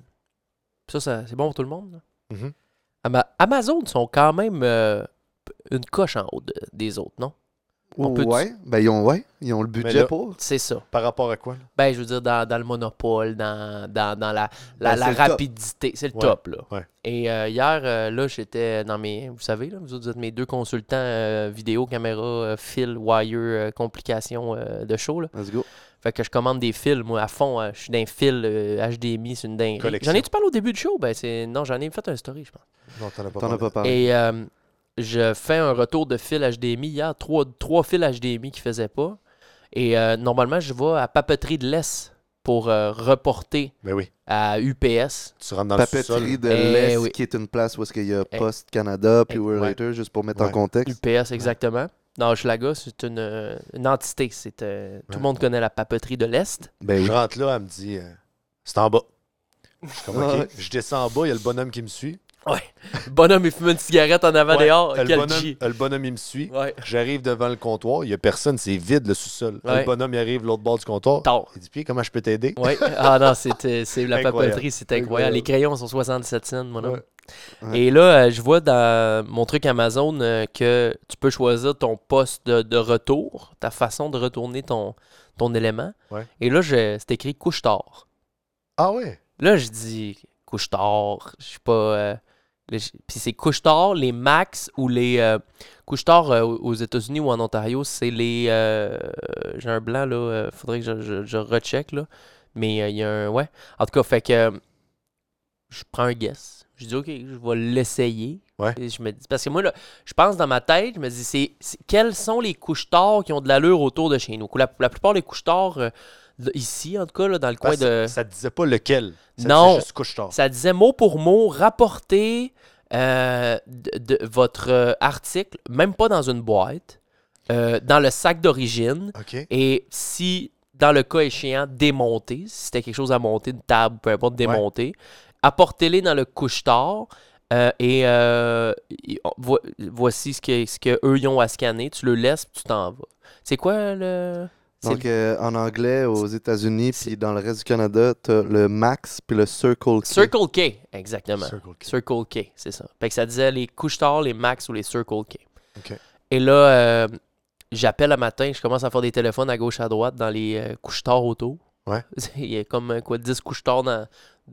[SPEAKER 7] ça, ça c'est bon pour tout le monde. là.
[SPEAKER 8] Mhm.
[SPEAKER 7] Ama- Amazon sont quand même euh, une coche en haut de- des autres, non On peut-
[SPEAKER 9] ouais, ben ils ont, ouais, ils ont le budget
[SPEAKER 8] là-
[SPEAKER 9] pour.
[SPEAKER 7] C'est ça.
[SPEAKER 8] par rapport à quoi? là?
[SPEAKER 7] Ben, je veux dire, dans, dans le monopole, dans, dans, dans la, la,
[SPEAKER 9] Ben,
[SPEAKER 7] la
[SPEAKER 9] c'est le top.
[SPEAKER 7] rapidité. C'est le
[SPEAKER 8] Ouais,
[SPEAKER 7] top, là.
[SPEAKER 8] ouais.
[SPEAKER 7] Et euh, hier, euh, là, j'étais dans mes. Vous savez, là, vous autres, vous êtes mes deux consultants euh, vidéo, caméra, euh, fil, wire, euh, complications euh, de show, là.
[SPEAKER 9] Let's go.
[SPEAKER 7] Fait que je commande des fils, moi, à fond. hein. Je suis d'un fil euh, HDMI, c'est une dinguerie.
[SPEAKER 8] Collection.
[SPEAKER 7] J'en ai-tu parlé au début du show? Ben, c'est... Non, j'en ai fait un story, je pense.
[SPEAKER 8] Non, t'en as pas
[SPEAKER 9] T'en as
[SPEAKER 8] parlé.
[SPEAKER 9] pas parlé.
[SPEAKER 7] Et euh, je fais un retour de fil HDMI hier, trois, trois fils HDMI qui ne faisaient pas. Et euh, normalement, je vais à Papeterie de l'Est pour euh, reporter
[SPEAKER 8] Ben oui,
[SPEAKER 7] à UPS.
[SPEAKER 8] tu rentres dans le sous-sol.
[SPEAKER 9] Papeterie de
[SPEAKER 7] Eh
[SPEAKER 9] l'Est,
[SPEAKER 7] oui.
[SPEAKER 9] qui est une place où est-ce qu'il y a
[SPEAKER 7] Eh.
[SPEAKER 9] Post Canada, puis
[SPEAKER 7] Eh,
[SPEAKER 9] World
[SPEAKER 7] ouais.
[SPEAKER 9] Later, juste pour mettre en
[SPEAKER 8] Ouais.
[SPEAKER 9] contexte.
[SPEAKER 7] UPS, exactement. Dans Hochelaga, c'est une, euh, une entité. C'est, euh, Tout
[SPEAKER 8] Ouais.
[SPEAKER 7] le monde connaît la Papeterie de l'Est.
[SPEAKER 9] Ben oui.
[SPEAKER 8] Je rentre là, elle me dit euh, c'est en bas. Je suis comme,
[SPEAKER 9] Ah Ouais.
[SPEAKER 8] OK. Je descends en bas, il y a le bonhomme qui me suit.
[SPEAKER 7] Bonhomme, il fume une cigarette en avant
[SPEAKER 8] Ouais,
[SPEAKER 7] dehors.
[SPEAKER 8] le,
[SPEAKER 7] Quel
[SPEAKER 8] bonhomme,
[SPEAKER 7] G.
[SPEAKER 8] le bonhomme, il me suit.
[SPEAKER 7] Ouais.
[SPEAKER 8] J'arrive devant le comptoir, il n'y a personne, c'est vide le sous-sol.
[SPEAKER 7] Ouais.
[SPEAKER 8] Le bonhomme, il arrive l'autre bord du comptoir.
[SPEAKER 7] Tard.
[SPEAKER 8] Il dit Puis, comment je peux t'aider
[SPEAKER 7] Ouais. Ah non, c'était, c'est la
[SPEAKER 8] Incroyable.
[SPEAKER 7] papeterie, c'est incroyable.
[SPEAKER 8] Incroyable.
[SPEAKER 7] Les crayons sont 67 cents, mon homme.
[SPEAKER 9] Ouais.
[SPEAKER 7] Et là, euh, je vois dans mon truc Amazon euh, que tu peux choisir ton poste de, de retour, ta façon de retourner ton, ton élément.
[SPEAKER 8] Ouais.
[SPEAKER 7] Et là, je- c'est écrit couche-tard.
[SPEAKER 8] Ah ouais
[SPEAKER 7] Là, je dis couche-tard. Je suis pas. euh, le- je- Puis c'est couche-tard, les max ou les. euh, couche-tard euh, aux États-Unis ou en Ontario, c'est les. euh, J'ai un blanc, là. euh, faudrait que je, je, je recheck, là. Mais euh, il y a un. Ouais. En tout cas, fait que. euh, je prends un guess. Je dis, OK, je vais l'essayer.
[SPEAKER 8] Ouais.
[SPEAKER 7] Et je me dis, parce que moi, là, je pense dans ma tête, je me dis, c'est, c'est- quelles sont les couches tard qui ont de l'allure autour de chez nous? La, la plupart des couches tard, euh, ici, en tout cas, là, dans le coin
[SPEAKER 8] Ah,
[SPEAKER 7] de.
[SPEAKER 8] Ça ne disait pas lequel. Ça
[SPEAKER 7] Non.
[SPEAKER 8] disait juste couche-tard.
[SPEAKER 7] Ça disait mot pour mot, rapporter euh, de, de votre euh, article, même pas dans une boîte, euh, dans le sac d'origine.
[SPEAKER 8] OK.
[SPEAKER 7] Et si, dans le cas échéant, démonter, si c'était quelque chose à monter, une table, peu importe, démonter, apportez-les dans le couche-tard. euh, et euh, y- on- vo- voici ce que, ce que eux ils ont à scanner. Tu le laisses, puis tu t'en vas. C'est quoi le. c'est
[SPEAKER 9] Donc,
[SPEAKER 7] le
[SPEAKER 9] euh, en anglais, aux États-Unis,
[SPEAKER 7] c'est-
[SPEAKER 9] puis dans le reste du Canada, t'as le Max, puis le Circle K.
[SPEAKER 7] Circle K, exactement.
[SPEAKER 8] Circle K.
[SPEAKER 7] Circle K, c'est ça. Fait que ça disait les couches tard, les max ou les Circle K.
[SPEAKER 8] OK.
[SPEAKER 7] Et là, euh, j'appelle le matin, je commence à faire des téléphones à gauche à droite dans les euh, couches tard auto.
[SPEAKER 8] Ouais.
[SPEAKER 7] Il y a comme euh, quoi 10 couches tard dans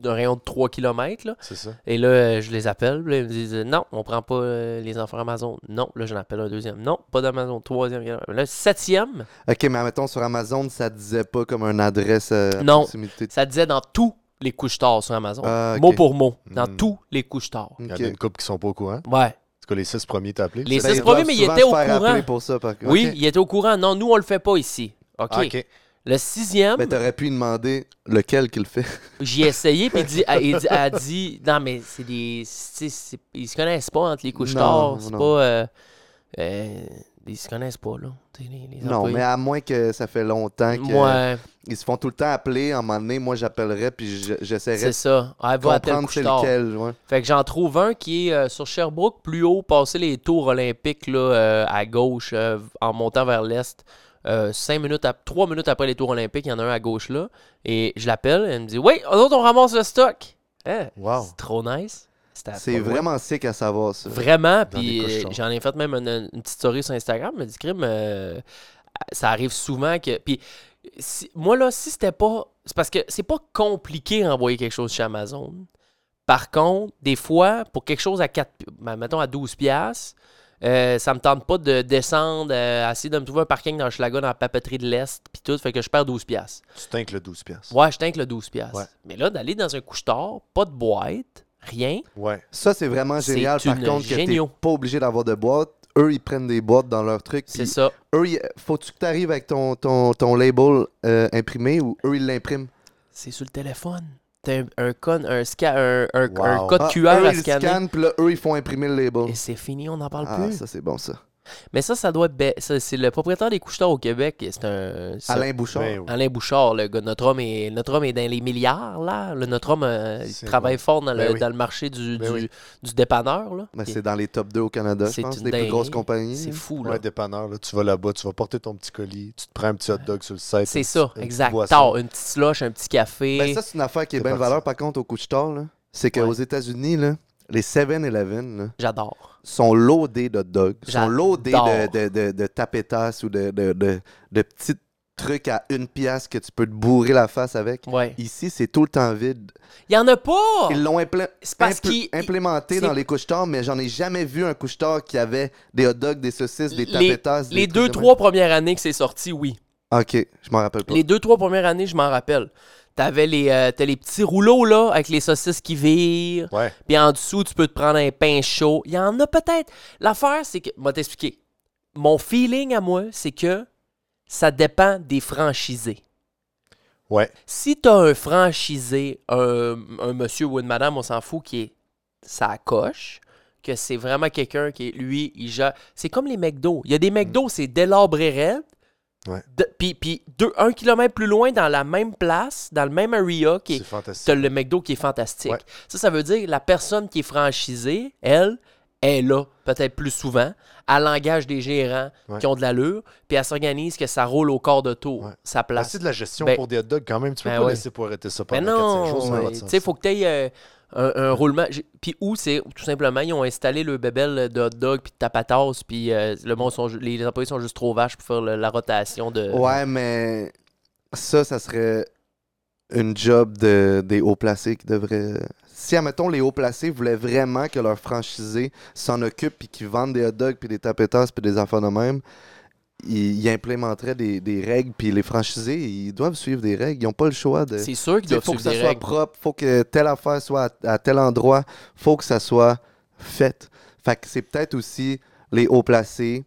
[SPEAKER 7] un rayon de 3 km. Là.
[SPEAKER 8] C'est ça.
[SPEAKER 7] Et là, euh, je les appelle. puis là, ils me disent euh, non, on prend pas euh, les enfants Amazon. Non, là, j'en appelle un deuxième. Non, pas d'Amazon. Troisième. quatrième. Là, septième,
[SPEAKER 9] Ok, mais mettons sur Amazon, ça disait pas comme une adresse à
[SPEAKER 7] Non.
[SPEAKER 9] proximité.
[SPEAKER 7] ça disait dans tous les couches tard sur Amazon.
[SPEAKER 9] Ah, ok.
[SPEAKER 7] Mot pour mot, dans
[SPEAKER 8] Hmm.
[SPEAKER 7] tous les couches tard.
[SPEAKER 8] Il y
[SPEAKER 9] Ok.
[SPEAKER 8] en a une couple qui sont pas au courant. En
[SPEAKER 7] Ouais.
[SPEAKER 8] tout cas, les six premiers t'as appelé.
[SPEAKER 7] Les
[SPEAKER 9] Ben,
[SPEAKER 7] six
[SPEAKER 9] ils doivent
[SPEAKER 7] premiers, mais ils
[SPEAKER 9] souvent
[SPEAKER 7] étaient
[SPEAKER 9] se
[SPEAKER 7] au
[SPEAKER 9] faire appeler
[SPEAKER 7] courant.
[SPEAKER 9] pour ça, par contre.
[SPEAKER 7] Oui,
[SPEAKER 9] Ok.
[SPEAKER 7] il était au courant. Non, nous, on le fait pas ici. OK.
[SPEAKER 8] Ah, OK.
[SPEAKER 7] Le sixième,
[SPEAKER 9] Mais t'aurais pu lui demander lequel qu'il fait.
[SPEAKER 7] j'y ai essayé, puis il dit- elle, elle dit- elle dit Non, mais c'est des. c'est- c'est- ils se connaissent pas entre les couches
[SPEAKER 9] Non,
[SPEAKER 7] tard. C'est
[SPEAKER 9] non.
[SPEAKER 7] pas. euh, euh, ils se connaissent pas, là. Tu sais, les- les
[SPEAKER 9] Non,
[SPEAKER 7] employés.
[SPEAKER 9] mais à moins que ça fait longtemps qu'ils
[SPEAKER 7] Moi,
[SPEAKER 9] se font tout le temps appeler. À un moment donné, moi, j'appellerais, puis je- j'essaierais
[SPEAKER 7] c'est
[SPEAKER 9] de
[SPEAKER 7] ça. Elle va Ah, à tel
[SPEAKER 9] comprendre
[SPEAKER 7] couche
[SPEAKER 9] c'est
[SPEAKER 7] tard.
[SPEAKER 9] lequel. ouais.
[SPEAKER 7] Fait que j'en trouve un qui est euh, sur Sherbrooke, plus haut, passer les tours olympiques là, euh, à gauche, euh, en montant vers l'est. Euh, cinq minutes, à, trois minutes après les tours olympiques, il y en a un à gauche là. Et je l'appelle, elle me dit Oui, nous autres, on ramasse le stock. Hein,
[SPEAKER 8] Wow.
[SPEAKER 7] C'est trop nice. C'était à
[SPEAKER 9] C'est
[SPEAKER 7] trois-
[SPEAKER 9] vraiment sick à savoir ça.
[SPEAKER 7] Vraiment,
[SPEAKER 8] Dans des
[SPEAKER 7] puis euh,
[SPEAKER 8] cochons.
[SPEAKER 7] j'en ai fait même une, une petite story sur Instagram. Elle me dit Crime, euh, ça arrive souvent que. Puis si- moi, là, si c'était pas. C'est parce que c'est pas compliqué d'envoyer quelque chose chez Amazon. Par contre, des fois, pour quelque chose à 4, ben, mettons à 12 piastres, euh, ça me tente pas de descendre, euh, essayer de me trouver un parking dans Schlaga, dans la papeterie de l'Est, puis tout, fait que je perds 12 piastres.
[SPEAKER 8] Tu tinques le 12 piastres.
[SPEAKER 7] Ouais, je que le 12 piastres.
[SPEAKER 8] Ouais.
[SPEAKER 7] Mais là, d'aller dans un couche-tard, pas de boîte, rien,
[SPEAKER 8] Ouais.
[SPEAKER 9] Ça, c'est vraiment
[SPEAKER 7] C'est
[SPEAKER 9] génial, par
[SPEAKER 7] une
[SPEAKER 9] contre, que t'es
[SPEAKER 7] génio.
[SPEAKER 9] pas obligé d'avoir de boîte. Eux, ils prennent des boîtes dans leur truc.
[SPEAKER 7] c'est
[SPEAKER 9] puis
[SPEAKER 7] ça.
[SPEAKER 9] Eux, ils- faut-tu que t'arrives avec ton, ton, ton label euh, imprimé ou eux, ils l'impriment?
[SPEAKER 7] C'est sur le téléphone. T'as un, un con- un, sca- un, un-
[SPEAKER 8] Wow.
[SPEAKER 7] un code
[SPEAKER 9] Ah,
[SPEAKER 7] QR
[SPEAKER 9] eux,
[SPEAKER 7] à
[SPEAKER 9] ils
[SPEAKER 7] scanner.
[SPEAKER 9] scannent, puis là, eux, ils font imprimer le label.
[SPEAKER 7] Et c'est fini, on n'en parle
[SPEAKER 9] Ah,
[SPEAKER 7] plus.
[SPEAKER 9] ça, c'est bon, ça.
[SPEAKER 7] Mais ça, ça doit être. ba- ça, C'est le propriétaire des couche-tard au Québec. C'est un. c'est un-
[SPEAKER 9] Alain Bouchard.
[SPEAKER 8] Ben oui.
[SPEAKER 7] Alain Bouchard, le gars, notre homme est, notre homme est dans les milliards, là. Le, notre homme euh, il
[SPEAKER 8] C'est
[SPEAKER 7] travaille fort dans le,
[SPEAKER 8] Ben oui.
[SPEAKER 7] dans le marché du,
[SPEAKER 8] Ben
[SPEAKER 7] du,
[SPEAKER 8] oui.
[SPEAKER 7] du dépanneur, là.
[SPEAKER 9] Ben,
[SPEAKER 7] Il-
[SPEAKER 9] c'est dans les top 2 au Canada, je
[SPEAKER 7] C'est
[SPEAKER 9] pense,
[SPEAKER 7] une
[SPEAKER 9] des plus
[SPEAKER 7] dinguerie.
[SPEAKER 9] grosses compagnies.
[SPEAKER 7] c'est fou, là.
[SPEAKER 8] Ouais, dépanneur, là, tu vas là-bas, tu vas porter ton petit colis, tu te prends un petit hot dog sur le site.
[SPEAKER 7] c'est
[SPEAKER 8] une
[SPEAKER 7] ça,
[SPEAKER 8] petite- une petite
[SPEAKER 7] exact.
[SPEAKER 8] boisson.
[SPEAKER 7] Tard, une petite slush, un petit café.
[SPEAKER 9] Ben, ça, c'est une affaire qui est
[SPEAKER 8] C'est
[SPEAKER 9] bien de
[SPEAKER 8] parti.
[SPEAKER 9] valeur, par contre, au couche tard. là. C'est
[SPEAKER 7] Ouais.
[SPEAKER 9] qu'aux États-Unis, là, les 7-Eleven là,
[SPEAKER 7] J'adore.
[SPEAKER 9] sont loadés de dogs, sont
[SPEAKER 7] J'adore.
[SPEAKER 9] loadés de, de, de, de tapetas ou de, de, de, de petits trucs à une pièce que tu peux te bourrer la face avec.
[SPEAKER 7] Ouais.
[SPEAKER 9] Ici, c'est tout le temps vide.
[SPEAKER 7] Il y en a pas!
[SPEAKER 9] Ils l'ont implé-
[SPEAKER 7] Oh. C'est parce
[SPEAKER 9] implé-
[SPEAKER 7] qu'ils-
[SPEAKER 9] implémenté
[SPEAKER 7] c'est-
[SPEAKER 9] dans les couche tard mais j'en ai jamais vu un couche tard qui avait des hot dogs, des saucisses, des
[SPEAKER 7] Les-
[SPEAKER 9] tapetas. des
[SPEAKER 7] les
[SPEAKER 9] trucs
[SPEAKER 7] deux,
[SPEAKER 9] de même.
[SPEAKER 7] trois premières années que c'est sorti, oui.
[SPEAKER 9] Ok, je m'en rappelle pas.
[SPEAKER 7] Les deux, trois premières années, je m'en rappelle. T'avais les, euh, t'as les petits rouleaux, là, avec les saucisses qui virent.
[SPEAKER 8] Ouais.
[SPEAKER 7] Puis en dessous, tu peux te prendre un pain chaud. Il y en a peut-être. L'affaire, c'est que. Moi, t'expliquer. Mon feeling à moi, c'est que ça dépend des franchisés.
[SPEAKER 8] Ouais.
[SPEAKER 7] Si t'as un franchisé, un, un monsieur ou une madame, on s'en fout, qui est. Ça coche. Que c'est vraiment quelqu'un qui est. Lui, il gère. C'est comme les McDo. Il y a des McDo, c'est délabre et raide.
[SPEAKER 8] Mm. Ouais.
[SPEAKER 7] De- Puis, puis deux, un kilomètre plus loin, dans la même place, dans le même area, qui est-
[SPEAKER 8] C'est fantastique.
[SPEAKER 7] t'as le McDo qui est fantastique.
[SPEAKER 8] Ouais.
[SPEAKER 7] Ça, ça veut dire que la personne qui est franchisée, elle, est là, peut-être plus souvent. Elle engage des gérants
[SPEAKER 8] Ouais.
[SPEAKER 7] qui ont de l'allure, puis elle s'organise que ça roule au corps de tour,
[SPEAKER 8] Ouais.
[SPEAKER 7] sa
[SPEAKER 8] Ah,
[SPEAKER 7] place.
[SPEAKER 8] C'est de la gestion
[SPEAKER 7] Ben-
[SPEAKER 8] pour des hot dogs quand même. Tu peux
[SPEAKER 7] Ben
[SPEAKER 8] pas
[SPEAKER 7] ouais.
[SPEAKER 8] laisser pour arrêter ça
[SPEAKER 7] Mais
[SPEAKER 8] pendant 4-5 jours.
[SPEAKER 7] non,
[SPEAKER 8] ça n'a pas de
[SPEAKER 7] tu
[SPEAKER 8] sens.
[SPEAKER 7] sais, faut que tu un, un roulement. J'ai- Puis où c'est tout simplement, ils ont installé le bébel de hot dog puis de tapatas, puis euh, le monde sont ju- les employés sont juste trop vaches pour faire le- la rotation de.
[SPEAKER 9] Ouais, mais ça, ça serait une job de, des hauts placés qui devraient. Si, admettons, les hauts placés voulaient vraiment que leurs franchisés s'en occupent puis qu'ils vendent des hot dogs puis des tapetas puis des affaires de même, ils, ils implémenteraient des, des règles puis les franchisés, ils doivent suivre des règles. Ils n'ont pas le choix de.
[SPEAKER 7] C'est sûr qu'ils
[SPEAKER 9] Il
[SPEAKER 7] doivent
[SPEAKER 9] faut que
[SPEAKER 7] suivre
[SPEAKER 9] ça
[SPEAKER 7] des
[SPEAKER 9] soit
[SPEAKER 7] règles.
[SPEAKER 9] propre, faut que telle affaire soit à, à tel endroit, faut que ça soit fait. Fait que c'est peut-être aussi les hauts placés,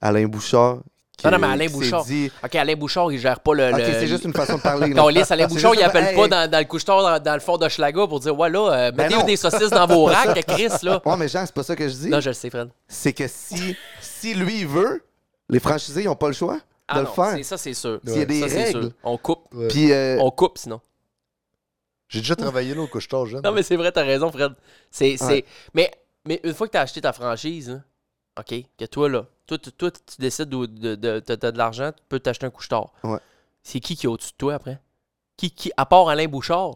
[SPEAKER 9] Alain Bouchard. Qui,
[SPEAKER 7] Non, non, mais Alain
[SPEAKER 9] qui s'est
[SPEAKER 7] Bouchard.
[SPEAKER 9] dit-
[SPEAKER 7] Ok, Alain Bouchard, il gère pas le.
[SPEAKER 9] Ok,
[SPEAKER 7] le-
[SPEAKER 9] c'est juste une façon de parler. là.
[SPEAKER 7] Quand on lit Alain
[SPEAKER 9] C'est
[SPEAKER 7] Bouchard,
[SPEAKER 9] juste
[SPEAKER 7] il
[SPEAKER 9] une-
[SPEAKER 7] appelle
[SPEAKER 9] Hey,
[SPEAKER 7] pas
[SPEAKER 9] hey.
[SPEAKER 7] dans, dans le couche-tard, dans, dans le fond de Schlaga pour dire Ouais, là, euh,
[SPEAKER 9] Ben
[SPEAKER 7] mettez
[SPEAKER 9] non.
[SPEAKER 7] des saucisses dans vos racks, Chris, là.
[SPEAKER 9] Ouais, mais Jean, c'est pas ça que je dis.
[SPEAKER 7] Non, je le sais, Fred.
[SPEAKER 9] C'est que si, si lui, il veut, les franchisés, ils n'ont pas le choix de
[SPEAKER 7] Ah
[SPEAKER 9] le
[SPEAKER 7] non,
[SPEAKER 9] faire.
[SPEAKER 7] c'est- Ça, c'est sûr.
[SPEAKER 9] S'il y a des
[SPEAKER 7] Ça, c'est
[SPEAKER 9] règles.
[SPEAKER 7] sûr. On coupe.
[SPEAKER 8] Ouais.
[SPEAKER 9] Puis, euh,
[SPEAKER 7] On coupe, sinon.
[SPEAKER 8] J'ai déjà travaillé là au couche-tard jeune.
[SPEAKER 7] Non, mais c'est vrai, t'as raison, Fred. C'est, c'est...
[SPEAKER 9] Ouais.
[SPEAKER 7] Mais, mais une fois que t'as acheté ta franchise, là, OK, que toi, là, toi, tu- toi, tu décides d'où- de, de, t'as- t'as de l'argent, tu peux t'acheter un couche-tard.
[SPEAKER 9] Ouais.
[SPEAKER 7] C'est qui qui est au-dessus de toi après? Qui, qui, à part Alain Bouchard,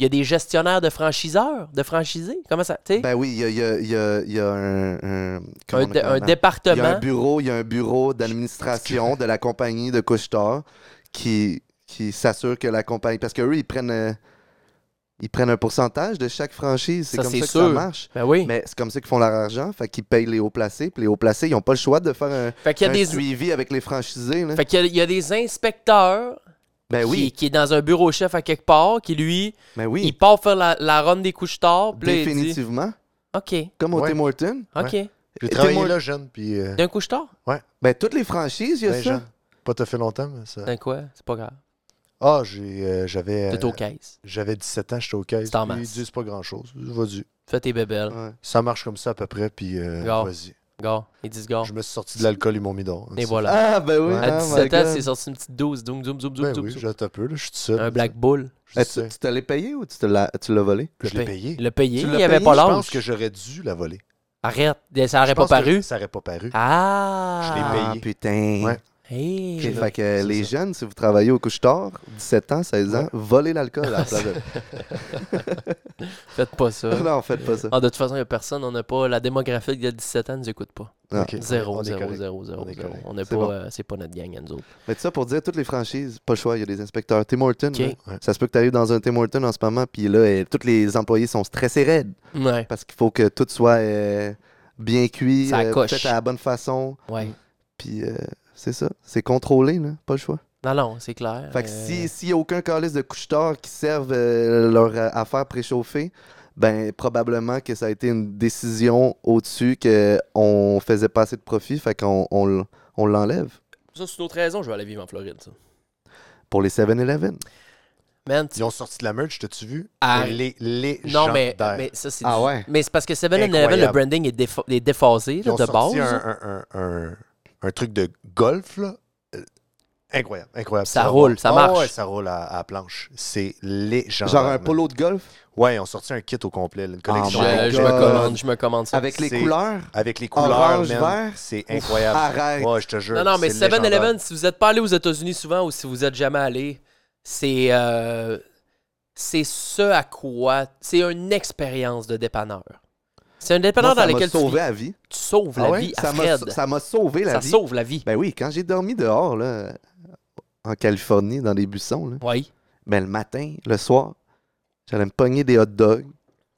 [SPEAKER 7] il y a des gestionnaires de franchiseurs, de franchisés? Comment ça? Tu sais,
[SPEAKER 9] ben oui, il y a, il y a- il y a- il y a un. Un, comment
[SPEAKER 7] un,
[SPEAKER 9] on
[SPEAKER 7] dé- un
[SPEAKER 9] appelle ça? Il y a un
[SPEAKER 7] département.
[SPEAKER 9] bureau, il y a un bureau d'administration de la compagnie de Couchetard qui, qui s'assure que la compagnie. Parce qu'eux, ils prennent. euh, Ils prennent un pourcentage de chaque franchise. C'est
[SPEAKER 7] Ça,
[SPEAKER 9] comme
[SPEAKER 7] c'est
[SPEAKER 9] ça que ça
[SPEAKER 7] sûr.
[SPEAKER 9] marche.
[SPEAKER 7] Ben oui.
[SPEAKER 9] Mais c'est comme ça qu'ils font leur argent. Fait qu'ils payent les hauts placés. Puis les hauts placés, ils n'ont pas le choix de faire un,
[SPEAKER 7] Fait qu'il y a
[SPEAKER 9] un
[SPEAKER 7] des.
[SPEAKER 9] suivi avec les franchisés. là.
[SPEAKER 7] Fait qu'il y a- il y a des inspecteurs
[SPEAKER 9] Ben
[SPEAKER 7] qui,
[SPEAKER 9] oui,
[SPEAKER 7] qui est dans un bureau chef à quelque part, qui lui,
[SPEAKER 9] ben oui.
[SPEAKER 7] il part faire la, la ronde des couches tard.
[SPEAKER 9] Définitivement.
[SPEAKER 7] OK,
[SPEAKER 9] Comme au
[SPEAKER 8] Ouais.
[SPEAKER 9] Tim Hortons.
[SPEAKER 7] OK.
[SPEAKER 8] J'ai
[SPEAKER 9] Et
[SPEAKER 8] travaillé
[SPEAKER 9] témoin-
[SPEAKER 8] là jeune, puis euh,
[SPEAKER 7] D'un couche tard?
[SPEAKER 9] Ben, toutes les franchises, il y a
[SPEAKER 8] ben,
[SPEAKER 9] ça.
[SPEAKER 8] jeune. Pas tout à fait longtemps, mais ça.
[SPEAKER 7] D'un quoi? C'est pas grave.
[SPEAKER 8] Ah, j'ai, euh, j'avais.
[SPEAKER 7] T'es
[SPEAKER 8] euh,
[SPEAKER 7] aux caisses.
[SPEAKER 8] J'avais 17 ans, j'étais au caisse.
[SPEAKER 7] C'est en
[SPEAKER 8] puis Ils
[SPEAKER 7] masse.
[SPEAKER 8] disent pas grand-chose. Vas-y.
[SPEAKER 7] Fais tes bébelles.
[SPEAKER 9] Ouais.
[SPEAKER 8] Ça marche comme ça à peu près, puis euh,
[SPEAKER 7] Gare.
[SPEAKER 8] vas-y.
[SPEAKER 7] Gars, ils disent gars.
[SPEAKER 8] Je me suis sorti de l'alcool, ils m'ont mis dehors. hein,
[SPEAKER 7] Et
[SPEAKER 8] Ça-
[SPEAKER 7] voilà.
[SPEAKER 9] Ah, ben oui.
[SPEAKER 7] À
[SPEAKER 9] oh my
[SPEAKER 7] 17 ans,
[SPEAKER 9] God.
[SPEAKER 7] c'est sorti une petite douce. Doum, doum, doum, doum,
[SPEAKER 8] Ben
[SPEAKER 7] doum,
[SPEAKER 8] oui,
[SPEAKER 7] doum.
[SPEAKER 8] j'attends un peu, là, je suis seul.
[SPEAKER 7] Un black bull.
[SPEAKER 8] Je,
[SPEAKER 9] Eh,
[SPEAKER 8] suis
[SPEAKER 9] tu,
[SPEAKER 8] seul.
[SPEAKER 9] tu te l'es payé ou tu te l'as, tu l'as volé?
[SPEAKER 8] Je l'ai payé.
[SPEAKER 7] Le payé,
[SPEAKER 9] Tu
[SPEAKER 7] il
[SPEAKER 9] l'as
[SPEAKER 7] n'y avait
[SPEAKER 9] payé,
[SPEAKER 7] pas
[SPEAKER 8] Je
[SPEAKER 7] l'âge.
[SPEAKER 8] pense que j'aurais dû la voler.
[SPEAKER 7] Arrête, ça
[SPEAKER 8] Je
[SPEAKER 7] n'aurait pas
[SPEAKER 8] pense que
[SPEAKER 7] paru.
[SPEAKER 8] Ça aurait pas paru.
[SPEAKER 7] Ah!
[SPEAKER 8] Je l'ai payé.
[SPEAKER 9] Ah, putain.
[SPEAKER 8] Ouais.
[SPEAKER 7] Hey.
[SPEAKER 9] Ok,
[SPEAKER 8] là,
[SPEAKER 9] fait que
[SPEAKER 8] c'est
[SPEAKER 9] les
[SPEAKER 8] ça.
[SPEAKER 9] jeunes, si vous travaillez au couche-tard, 17 ans, 16 ans, volez l'alcool à la place de...
[SPEAKER 7] Faites pas ça.
[SPEAKER 9] Non, faites pas ça.
[SPEAKER 7] Ah, de toute façon, il n'y a personne, on n'a pas la démographie qui a 17 ans, ne nous écoute pas.
[SPEAKER 9] Ah.
[SPEAKER 8] Ok, on
[SPEAKER 7] Zéro,
[SPEAKER 8] est
[SPEAKER 7] zéro,
[SPEAKER 8] correct.
[SPEAKER 7] zéro,
[SPEAKER 8] On
[SPEAKER 7] zéro,
[SPEAKER 8] est
[SPEAKER 7] zéro.
[SPEAKER 8] correct.
[SPEAKER 7] On n'est
[SPEAKER 9] C'est
[SPEAKER 7] pas,
[SPEAKER 9] bon.
[SPEAKER 7] euh, c'est pas notre gang, à nous autres.
[SPEAKER 9] Mais ça, pour dire, toutes les franchises, pas le choix, il y a des inspecteurs. Tim Hortons,
[SPEAKER 7] Ok.
[SPEAKER 9] là, ça se peut que tu arrives dans un Tim Hortons en ce moment, puis là, euh, tous les employés sont stressés raides
[SPEAKER 7] Ouais,
[SPEAKER 9] parce qu'il faut que tout soit euh, bien cuit,
[SPEAKER 7] Ça
[SPEAKER 9] euh,
[SPEAKER 7] coche.
[SPEAKER 9] fait à la bonne façon,
[SPEAKER 7] ouais.
[SPEAKER 8] Mm.
[SPEAKER 9] puis euh, c'est ça. C'est contrôlé, là, pas le choix.
[SPEAKER 7] Non, non, c'est clair.
[SPEAKER 9] Fait que
[SPEAKER 7] Euh,
[SPEAKER 9] si- s'il n'y a aucun calice de couche-tard qui servent euh, leur euh, affaire préchauffée, ben probablement que ça a été une décision au-dessus qu'on faisait pas assez de profit, fait qu'on on, l- on l'enlève
[SPEAKER 7] Ça, c'est une autre raison, je vais aller vivre en Floride, ça.
[SPEAKER 9] pour les 7-Eleven.
[SPEAKER 7] Man, tu-
[SPEAKER 8] Ils ont sorti de la merch, t'as-tu vu?
[SPEAKER 7] Ah.
[SPEAKER 8] Les, les
[SPEAKER 7] Non, mais, mais ça, c'est.
[SPEAKER 9] Ah
[SPEAKER 7] du-
[SPEAKER 9] ouais.
[SPEAKER 7] Mais c'est parce que 7-Eleven,
[SPEAKER 8] Incroyable.
[SPEAKER 7] le branding est, défa- est déphasé,
[SPEAKER 8] Ils
[SPEAKER 7] là,
[SPEAKER 8] ont
[SPEAKER 7] de base. hein.
[SPEAKER 8] sorti un, un, un, un, un truc de golf, là. Euh, Incroyable, incroyable.
[SPEAKER 7] Ça
[SPEAKER 8] Tu vas
[SPEAKER 7] roule,
[SPEAKER 8] voir.
[SPEAKER 7] ça
[SPEAKER 8] Ah
[SPEAKER 7] marche.
[SPEAKER 8] ouais, ça roule à, à la planche. C'est légendaire.
[SPEAKER 9] Genre un
[SPEAKER 8] man.
[SPEAKER 9] polo de golf
[SPEAKER 8] Ouais, ils ont sorti un kit au complet, là, une collection.
[SPEAKER 9] my
[SPEAKER 7] Je,
[SPEAKER 9] God.
[SPEAKER 7] je me commande, je me commande ça.
[SPEAKER 9] avec les
[SPEAKER 8] C'est-
[SPEAKER 9] couleurs.
[SPEAKER 8] Avec les couleurs,
[SPEAKER 9] Orange,
[SPEAKER 8] man,
[SPEAKER 9] vert.
[SPEAKER 8] C'est
[SPEAKER 9] Ouf,
[SPEAKER 8] incroyable.
[SPEAKER 9] arrête.
[SPEAKER 8] Ouais, je te jure.
[SPEAKER 7] Non, non, mais
[SPEAKER 8] c'est légendaire.
[SPEAKER 7] 7-Eleven, si vous n'êtes pas allé aux États-Unis souvent ou si vous êtes jamais allé, c'est. euh, c'est ce à quoi. C'est une expérience de dépanneur. C'est un dépanneur
[SPEAKER 9] Moi, ça
[SPEAKER 7] dans
[SPEAKER 9] m'a
[SPEAKER 7] lequel tu,
[SPEAKER 9] sauvé
[SPEAKER 7] vis-
[SPEAKER 9] la vie.
[SPEAKER 7] tu sauves
[SPEAKER 9] Ah
[SPEAKER 7] la
[SPEAKER 9] ouais?
[SPEAKER 7] vie à
[SPEAKER 9] ça m'a-
[SPEAKER 7] Fred.
[SPEAKER 9] ça m'a sauvé la
[SPEAKER 7] Ça
[SPEAKER 9] vie.
[SPEAKER 7] sauve la vie.
[SPEAKER 9] Ben oui, quand j'ai dormi dehors là, en Californie dans les buissons, là,
[SPEAKER 7] Oui.
[SPEAKER 9] ben, le matin, le soir, j'allais me pogner des hot dogs.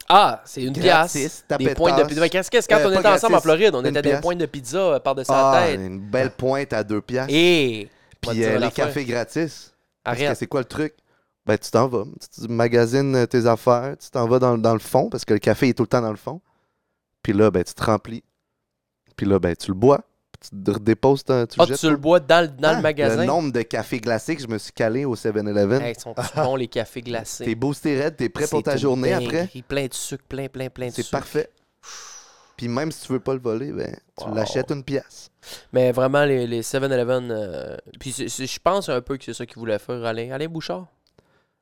[SPEAKER 7] Ah, c'est une
[SPEAKER 9] Gratis,
[SPEAKER 7] pièce. Des
[SPEAKER 9] tapetas.
[SPEAKER 7] pointes de pizza. Qu'est-ce que- Quand
[SPEAKER 9] Euh,
[SPEAKER 7] on
[SPEAKER 9] pas
[SPEAKER 7] était ensemble en
[SPEAKER 9] gratis,
[SPEAKER 7] Floride, on
[SPEAKER 9] une
[SPEAKER 7] était des
[SPEAKER 9] pièce.
[SPEAKER 7] pointes de pizza euh, par-dessus la
[SPEAKER 9] Ah,
[SPEAKER 7] tête.
[SPEAKER 9] une belle pointe à deux piastres.
[SPEAKER 7] Et te
[SPEAKER 9] Puis
[SPEAKER 7] dire
[SPEAKER 9] euh, les
[SPEAKER 7] l'affaire.
[SPEAKER 9] cafés gratis. Parce que
[SPEAKER 7] Arrête.
[SPEAKER 9] c'est quoi le truc? Ben, tu t'en vas. Tu magasines euh, tes affaires, tu t'en vas dans, dans le fond, parce que le café est tout le temps dans le fond. Puis là, ben, tu te remplis. Puis là, ben, tu le bois. Puis tu te redéposes, ton- tu
[SPEAKER 7] Ah,
[SPEAKER 9] le jettes.
[SPEAKER 7] tu le bois dans, le- dans
[SPEAKER 9] Ah,
[SPEAKER 7] le magasin.
[SPEAKER 9] Le nombre de cafés glacés que je me suis calé au 7-Eleven.
[SPEAKER 7] Hey, ils sont bons, les cafés glacés.
[SPEAKER 9] T'es boosté raide, t'es prêt pour
[SPEAKER 7] C'est
[SPEAKER 9] ta
[SPEAKER 7] une
[SPEAKER 9] journée
[SPEAKER 7] dinguerie,
[SPEAKER 9] après.
[SPEAKER 7] Plein de sucre, plein, plein, plein de sucre.
[SPEAKER 9] C'est parfait. Puis même si tu veux pas le voler, ben, tu
[SPEAKER 7] Wow.
[SPEAKER 9] l'achètes une pièce.
[SPEAKER 7] Mais vraiment, les, les 7-Eleven. euh, Puis c'est- c'est- je pense un peu que c'est ça qu'ils voulaient faire, Alain. Alain Bouchard.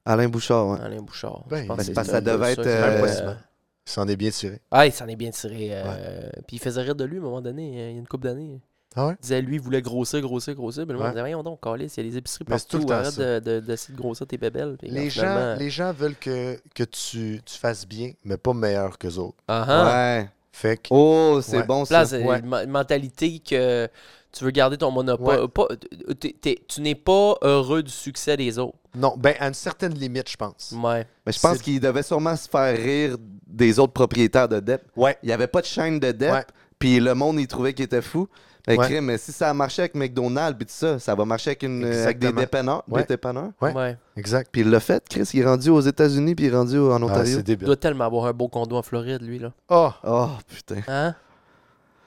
[SPEAKER 9] Alain Bouchard, ouais.
[SPEAKER 7] Alain Bouchard.
[SPEAKER 8] Ben,
[SPEAKER 7] je pense
[SPEAKER 8] ben,
[SPEAKER 7] que
[SPEAKER 9] parce
[SPEAKER 7] c'est
[SPEAKER 9] que ça
[SPEAKER 7] un peu
[SPEAKER 9] devait être,
[SPEAKER 7] qu'ils
[SPEAKER 9] euh,
[SPEAKER 7] voulaient-
[SPEAKER 8] impossible. Il s'en est bien tiré.
[SPEAKER 7] Ah, il s'en est bien tiré. euh, Puis il faisait rire de lui à un moment donné, euh, il y a une couple d'années.
[SPEAKER 8] Ah ouais?
[SPEAKER 7] Il disait, lui, il voulait grossir, grossir, grossir. Mais le monde
[SPEAKER 8] Ouais.
[SPEAKER 7] disait, voyons donc, calice, il y a les épiceries
[SPEAKER 8] Mais c'est tout le
[SPEAKER 7] partout.
[SPEAKER 8] temps
[SPEAKER 7] Arrête
[SPEAKER 8] ça.
[SPEAKER 7] de, de, d'essayer de grossir tes bébelles. Puis
[SPEAKER 8] Les
[SPEAKER 7] alors,
[SPEAKER 8] gens,
[SPEAKER 7] finalement,
[SPEAKER 8] les gens veulent que, que tu, tu fasses bien, mais pas meilleur qu'eux autres.
[SPEAKER 7] ah, ah.
[SPEAKER 9] Ouais.
[SPEAKER 8] Fait que,
[SPEAKER 9] Oh, c'est
[SPEAKER 8] Ouais.
[SPEAKER 9] bon ça.
[SPEAKER 7] Là, c'est
[SPEAKER 8] Ouais.
[SPEAKER 7] une euh, ma- mentalité que tu veux garder ton monopole.
[SPEAKER 8] Ouais.
[SPEAKER 7] Pas- euh, t'es- t'es- tu n'es pas heureux du succès des autres.
[SPEAKER 8] non, ben, à une certaine limite, je pense.
[SPEAKER 7] Ouais.
[SPEAKER 9] Mais je pense
[SPEAKER 8] c'est-
[SPEAKER 9] qu'il devait sûrement se faire rire des autres propriétaires de DEP.
[SPEAKER 8] Ouais.
[SPEAKER 9] Il n'y avait pas de chaîne de
[SPEAKER 8] Ouais. Ben,
[SPEAKER 9] DEP, puis le monde, il trouvait qu'il était fou. Mais
[SPEAKER 8] Ouais.
[SPEAKER 9] crime, mais si ça a marché avec McDonald's, puis tout ça, ça va marcher avec, une, euh, avec des
[SPEAKER 8] Exactement.
[SPEAKER 9] dépanneurs.
[SPEAKER 8] Ouais.
[SPEAKER 9] Des dépanneurs.
[SPEAKER 8] Ouais.
[SPEAKER 7] ouais.
[SPEAKER 8] Exact.
[SPEAKER 9] Puis il l'a fait, Chris. Il est rendu aux États-Unis, puis il est rendu en
[SPEAKER 8] Ah,
[SPEAKER 9] Ontario.
[SPEAKER 8] c'est
[SPEAKER 7] Il
[SPEAKER 8] débile.
[SPEAKER 7] doit tellement avoir un beau condo en Floride, lui, là.
[SPEAKER 8] Ah,
[SPEAKER 9] oh, putain.
[SPEAKER 7] Hein?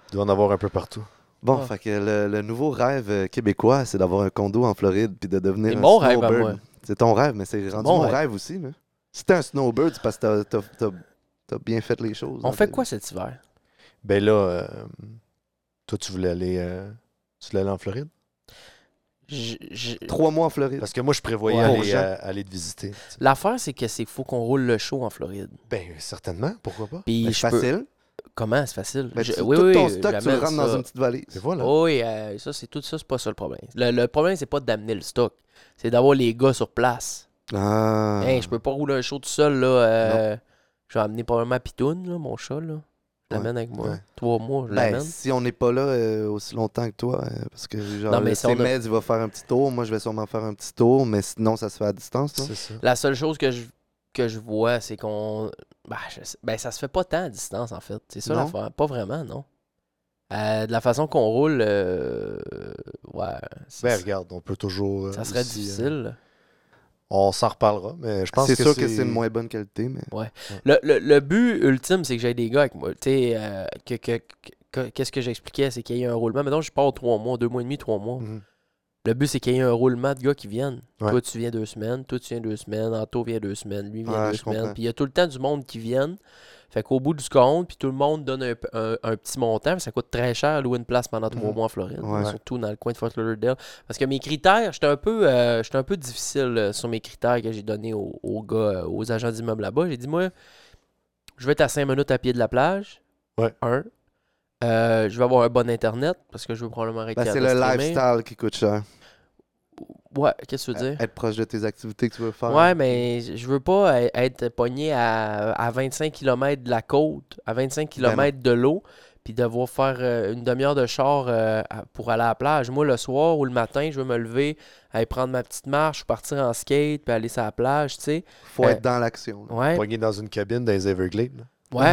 [SPEAKER 8] il doit en avoir un peu partout.
[SPEAKER 9] Bon,
[SPEAKER 7] Ah.
[SPEAKER 9] fait que le, le nouveau rêve euh, québécois, c'est d'avoir un condo en Floride, puis de devenir
[SPEAKER 7] C'est
[SPEAKER 9] un
[SPEAKER 7] mon rêve à
[SPEAKER 9] snowbird.
[SPEAKER 7] moi.
[SPEAKER 9] C'est ton rêve, mais c'est rendu
[SPEAKER 7] mon
[SPEAKER 9] mon
[SPEAKER 7] rêve.
[SPEAKER 9] rêve, aussi. Là. Si t'es un snowbird, c'est parce que t'as- t'as- t'as t'as bien fait les choses. hein,
[SPEAKER 7] On
[SPEAKER 9] dans
[SPEAKER 7] fait
[SPEAKER 9] ta
[SPEAKER 7] quoi cet hiver?
[SPEAKER 8] Ben là, euh, toi, tu voulais aller, euh, tu voulais aller en Floride?
[SPEAKER 7] Je- je-
[SPEAKER 9] vie. Trois mois en Floride.
[SPEAKER 8] Parce que moi, je prévoyais
[SPEAKER 9] Ouais.
[SPEAKER 8] aller,
[SPEAKER 9] Pour Jean.
[SPEAKER 8] euh, aller te visiter. tu sais.
[SPEAKER 7] L'affaire, c'est que c'est faut qu'on roule le show en Floride.
[SPEAKER 8] Ben, certainement, pourquoi pas?
[SPEAKER 7] Puis
[SPEAKER 9] Ben,
[SPEAKER 7] je
[SPEAKER 9] c'est
[SPEAKER 7] peux-
[SPEAKER 9] facile.
[SPEAKER 7] Comment? C'est facile.
[SPEAKER 9] Ben,
[SPEAKER 7] Je-
[SPEAKER 9] tu-
[SPEAKER 7] oui,
[SPEAKER 9] tout
[SPEAKER 7] oui,
[SPEAKER 9] ton stock, tu le
[SPEAKER 7] j'amène
[SPEAKER 9] rentres dans
[SPEAKER 7] ça.
[SPEAKER 9] une petite valise.
[SPEAKER 8] Et voilà.
[SPEAKER 7] Oui, euh, ça, c'est tout ça, c'est pas ça le problème. Le, le problème, c'est pas d'amener le stock. C'est d'avoir les gars sur place.
[SPEAKER 9] Ah.
[SPEAKER 7] Hey, je peux pas rouler un show tout seul, là. euh, je vais amener probablement Pitoun, là, mon chat, là. Je l'amène avec moi.
[SPEAKER 9] ouais.
[SPEAKER 7] Trois mois, je
[SPEAKER 9] Ben,
[SPEAKER 7] l'amène.
[SPEAKER 9] si on n'est pas là euh, aussi longtemps que toi, euh, parce que genre,
[SPEAKER 7] Non, mais
[SPEAKER 9] le
[SPEAKER 7] si on a-
[SPEAKER 9] CMED, il va faire un petit tour, moi je vais sûrement faire un petit tour, mais sinon ça se fait à distance. là.
[SPEAKER 8] C'est ça.
[SPEAKER 7] La seule chose que je, que je vois, c'est qu'on. Ben, je sais- ben, ça se fait pas tant à distance, en fait. C'est ça
[SPEAKER 9] Non?
[SPEAKER 7] l'affaire. Pas vraiment, non. Euh, de la façon qu'on roule, euh, ouais. c'est-
[SPEAKER 8] Ben, regarde, on peut toujours. euh,
[SPEAKER 7] ça serait
[SPEAKER 8] aussi, euh,
[SPEAKER 7] difficile.
[SPEAKER 8] on s'en reparlera, mais je pense
[SPEAKER 9] C'est
[SPEAKER 8] que
[SPEAKER 9] sûr que c'est une moins bonne qualité, mais
[SPEAKER 7] Le, le- le but ultime, c'est que j'ai des gars avec moi. Tu sais, euh, que- que- que- qu'est-ce que j'expliquais, c'est qu'il y ait un roulement. Maintenant, je pars trois mois, deux mois et demi, trois mois.
[SPEAKER 8] Mhm.
[SPEAKER 7] Le but, c'est qu'il y ait un roulement de gars qui viennent.
[SPEAKER 8] Ouais.
[SPEAKER 7] Toi, tu viens deux semaines, toi, tu viens deux semaines, Anto vient deux semaines, lui vient
[SPEAKER 9] Ouais,
[SPEAKER 7] deux
[SPEAKER 9] je comprends.
[SPEAKER 7] semaines. Puis il y a tout le temps du monde qui viennent. Fait qu'au bout du compte, puis tout le monde donne un, p- un- un petit montant. Ça coûte très cher louer une place pendant trois
[SPEAKER 9] Mhm.
[SPEAKER 7] mois en Floride,
[SPEAKER 9] Ouais.
[SPEAKER 7] surtout dans le coin de Fort Lauderdale. Parce que mes critères, j'étais un peu, euh, j'étais un peu difficile euh, sur mes critères que j'ai donnés aux, aux gars, euh, aux agents d'immeubles là-bas. J'ai dit, moi, je vais être à cinq minutes à pied de la plage.
[SPEAKER 8] Ouais.
[SPEAKER 7] Un. Euh, je vais avoir un bon internet parce que je veux probablement
[SPEAKER 9] Ben,
[SPEAKER 7] récupérer.
[SPEAKER 9] c'est le lifestyle qui coûte cher.
[SPEAKER 7] Ouais, qu'est-ce que tu veux dire?
[SPEAKER 9] Être proche de tes activités que tu veux faire.
[SPEAKER 7] Ouais, mais je je veux pas e- être pogné à, à 25 km de la côte, à 25
[SPEAKER 9] Ben, non.
[SPEAKER 7] km de l'eau, puis devoir faire euh, une demi-heure de char euh, à- pour aller à la plage. Moi, le soir ou le matin, je veux me lever, aller prendre ma petite marche, ou partir en skate, puis aller sur la plage, tu sais.
[SPEAKER 9] Faut
[SPEAKER 7] Euh,
[SPEAKER 9] être dans l'action. là.
[SPEAKER 7] Ouais,
[SPEAKER 8] Pogné dans une cabine dans les Everglades. là.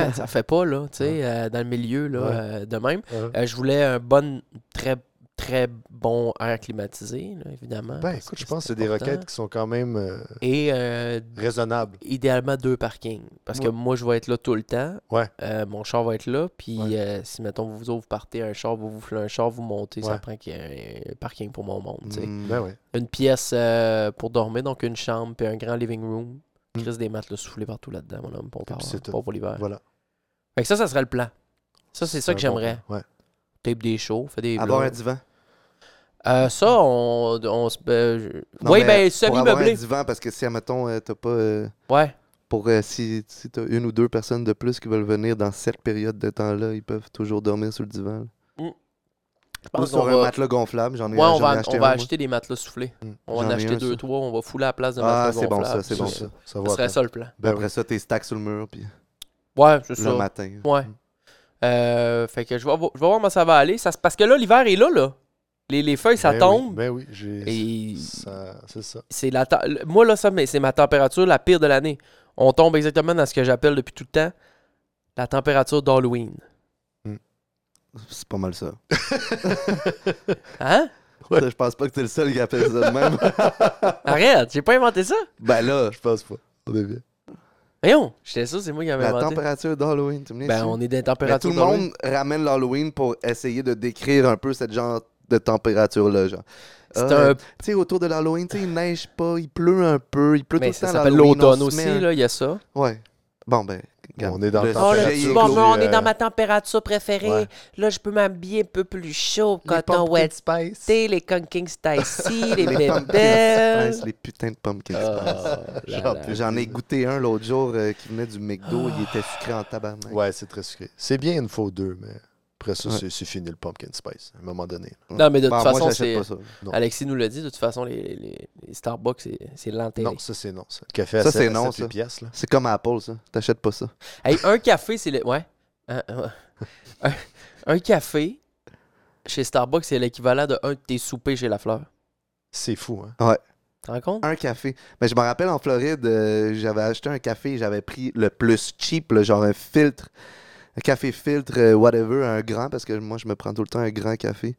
[SPEAKER 7] ouais, ça fait pas, là, tu sais, euh, dans le milieu, là,
[SPEAKER 8] Ouais.
[SPEAKER 7] euh, de même.
[SPEAKER 8] Ouais.
[SPEAKER 7] Euh, je voulais un bon, très, très bon air climatisé, là, évidemment.
[SPEAKER 8] Ben,
[SPEAKER 7] parce
[SPEAKER 8] écoute, je pense que c'est des
[SPEAKER 7] important.
[SPEAKER 8] requêtes qui sont quand même euh,
[SPEAKER 7] Et euh,
[SPEAKER 8] raisonnables.
[SPEAKER 7] Idéalement deux parkings. Parce que
[SPEAKER 8] Ouais.
[SPEAKER 7] moi, je vais être là tout le temps.
[SPEAKER 8] Ouais.
[SPEAKER 7] Euh, mon char va être là. Puis
[SPEAKER 8] Ouais.
[SPEAKER 7] euh, si, mettons, vous autres, vous partez un char, vous vous foulez un char, vous montez, ça
[SPEAKER 8] Ouais.
[SPEAKER 7] prend qu'il y ait un parking pour mon monde. tu sais.
[SPEAKER 9] Mm.
[SPEAKER 8] Ben ouais.
[SPEAKER 7] Une pièce euh, pour dormir, donc une chambre, puis un grand living room. Crise des matelas soufflés partout là-dedans, mon homme, pour,
[SPEAKER 8] Mm. puis
[SPEAKER 7] tard,
[SPEAKER 8] c'est
[SPEAKER 7] hein,
[SPEAKER 8] tout.
[SPEAKER 7] pas pour l'hiver.
[SPEAKER 8] Voilà.
[SPEAKER 7] Fait que ça, ça serait le plan. Ça, c'est ça
[SPEAKER 8] un
[SPEAKER 7] que
[SPEAKER 8] bon
[SPEAKER 7] j'aimerais.
[SPEAKER 8] plan. Ouais.
[SPEAKER 7] Tape des shows, fais des
[SPEAKER 9] Avoir un
[SPEAKER 7] vlogs.
[SPEAKER 9] divan.
[SPEAKER 7] Euh, ça, on, on se. euh, je-
[SPEAKER 9] Non,
[SPEAKER 7] oui,
[SPEAKER 9] mais
[SPEAKER 7] ben,
[SPEAKER 9] pour avoir un
[SPEAKER 7] semi-meublé.
[SPEAKER 9] divan, parce que si, admettons, euh, t'as pas. euh,
[SPEAKER 7] Ouais.
[SPEAKER 9] pour euh, si, si t'as une ou deux personnes de plus qui veulent venir dans cette période de temps-là, ils peuvent toujours dormir sur le divan. là.
[SPEAKER 7] Je
[SPEAKER 9] Ou
[SPEAKER 7] pense
[SPEAKER 9] sur
[SPEAKER 7] qu'on
[SPEAKER 9] un
[SPEAKER 7] va.
[SPEAKER 9] matelas gonflable, j'en ai,
[SPEAKER 7] Ouais, on
[SPEAKER 9] j'en ai
[SPEAKER 7] va,
[SPEAKER 9] acheté
[SPEAKER 7] on
[SPEAKER 9] un,
[SPEAKER 7] va
[SPEAKER 9] moi. Hmm.
[SPEAKER 7] acheter des matelas soufflés.
[SPEAKER 8] Mm.
[SPEAKER 7] On va en
[SPEAKER 9] J'en ai
[SPEAKER 7] acheter
[SPEAKER 9] un,
[SPEAKER 7] deux,
[SPEAKER 9] ça.
[SPEAKER 7] trois, on va fouler à la place de matelas
[SPEAKER 9] Ah, c'est bon ça,
[SPEAKER 7] gonflables,
[SPEAKER 9] c'est
[SPEAKER 7] puis
[SPEAKER 9] bon
[SPEAKER 7] Ce
[SPEAKER 9] ça.
[SPEAKER 8] Ça va.
[SPEAKER 7] serait
[SPEAKER 8] attends.
[SPEAKER 7] ça le plan.
[SPEAKER 8] Ben
[SPEAKER 9] Après
[SPEAKER 8] oui.
[SPEAKER 9] ça, t'es stack sur le mur, puis
[SPEAKER 7] Ouais, c'est
[SPEAKER 9] le Hmm.
[SPEAKER 7] ça.
[SPEAKER 9] matin.
[SPEAKER 7] Ouais. Euh, fait que je vais, vo- je vais voir comment ça va aller. Ça, se- parce que là, l'hiver est là, là. Les, les feuilles, ça
[SPEAKER 8] Ben oui,
[SPEAKER 7] tombe.
[SPEAKER 8] Ben oui, j'ai.
[SPEAKER 7] Et
[SPEAKER 8] ça- C'est ça.
[SPEAKER 7] c'est la te- le- Moi, là, ça, mais c'est ma température la pire de l'année. On tombe exactement dans ce que j'appelle depuis tout le temps la température d'Halloween.
[SPEAKER 9] C'est pas mal ça.
[SPEAKER 7] Hein?
[SPEAKER 9] Ça, Je pense pas que t'es le seul qui appelle ça de même.
[SPEAKER 7] Arrête, j'ai pas inventé ça.
[SPEAKER 9] ben là,
[SPEAKER 8] Je pense pas. On est bien.
[SPEAKER 7] Voyons, j'étais sûr, c'est moi qui avais
[SPEAKER 9] la
[SPEAKER 7] inventé.
[SPEAKER 9] température d'Halloween, tu me
[SPEAKER 7] Ben,
[SPEAKER 9] dis-
[SPEAKER 7] on est des
[SPEAKER 9] Mais
[SPEAKER 7] températures.
[SPEAKER 9] tout le monde ramène l'Halloween pour essayer de décrire un peu cette genre de température-là. genre.
[SPEAKER 7] C'est
[SPEAKER 9] Ah,
[SPEAKER 7] un-
[SPEAKER 9] Tu sais, autour de l'Halloween, tu sais, il neige pas, il pleut un peu, il pleut
[SPEAKER 7] Mais
[SPEAKER 9] tout le temps.
[SPEAKER 7] ça s'appelle
[SPEAKER 9] l'Halloween,
[SPEAKER 7] l'automne
[SPEAKER 9] on se met
[SPEAKER 7] aussi,
[SPEAKER 9] un-
[SPEAKER 7] là, il y a ça.
[SPEAKER 9] Ouais. Bon, ben, regarde,
[SPEAKER 8] On est dans
[SPEAKER 9] le
[SPEAKER 7] Oh,
[SPEAKER 8] le
[SPEAKER 9] sujet
[SPEAKER 8] température.
[SPEAKER 9] est
[SPEAKER 8] Bon,
[SPEAKER 9] clos.
[SPEAKER 8] ben, on est dans ma
[SPEAKER 7] température préférée.
[SPEAKER 8] Ouais.
[SPEAKER 7] Là, je peux m'habiller un peu plus chaud.
[SPEAKER 8] Spice.
[SPEAKER 7] les Conking Stacy,
[SPEAKER 9] Les pumpkins spice, les putains de
[SPEAKER 7] Oh,
[SPEAKER 9] pumpkins spice.
[SPEAKER 8] J'en
[SPEAKER 7] Ah.
[SPEAKER 8] peux
[SPEAKER 9] J'en ai
[SPEAKER 8] plus.
[SPEAKER 9] goûté un l'autre jour euh, qui venait du McDo, il était sucré en tabarnak.
[SPEAKER 8] Ouais, c'est très sucré. C'est bien une fois ou deux, mais après ça,
[SPEAKER 9] Ouais.
[SPEAKER 8] c'est- c'est fini le pumpkin spice, à un moment donné.
[SPEAKER 7] Non, mais de
[SPEAKER 9] Bah,
[SPEAKER 7] toute
[SPEAKER 9] moi,
[SPEAKER 7] façon,
[SPEAKER 9] j'achète
[SPEAKER 7] c'est.
[SPEAKER 9] pas ça.
[SPEAKER 8] Non.
[SPEAKER 7] Alexis nous l'a dit, de toute façon, les, les- les Starbucks, c'est- c'est l'enterré.
[SPEAKER 8] Non, ça, c'est non. Ça. Le café
[SPEAKER 9] Ça,
[SPEAKER 8] à
[SPEAKER 9] c'est
[SPEAKER 8] 7,
[SPEAKER 9] non, ça.
[SPEAKER 8] piastres, là.
[SPEAKER 9] C'est comme Apple, ça. T'achètes pas ça.
[SPEAKER 7] Hey, un café, c'est le. Ouais. Un, un- un- un café chez Starbucks, c'est l'équivalent de un de tes soupers chez La Fleur.
[SPEAKER 8] C'est fou, hein?
[SPEAKER 7] Tu te rends compte?
[SPEAKER 9] un café. Mais je me rappelle en Floride, euh, j'avais acheté un café, j'avais pris le plus cheap, là, genre un filtre, un café filtre, euh, whatever, un grand, parce que moi je me prends tout le temps un grand café.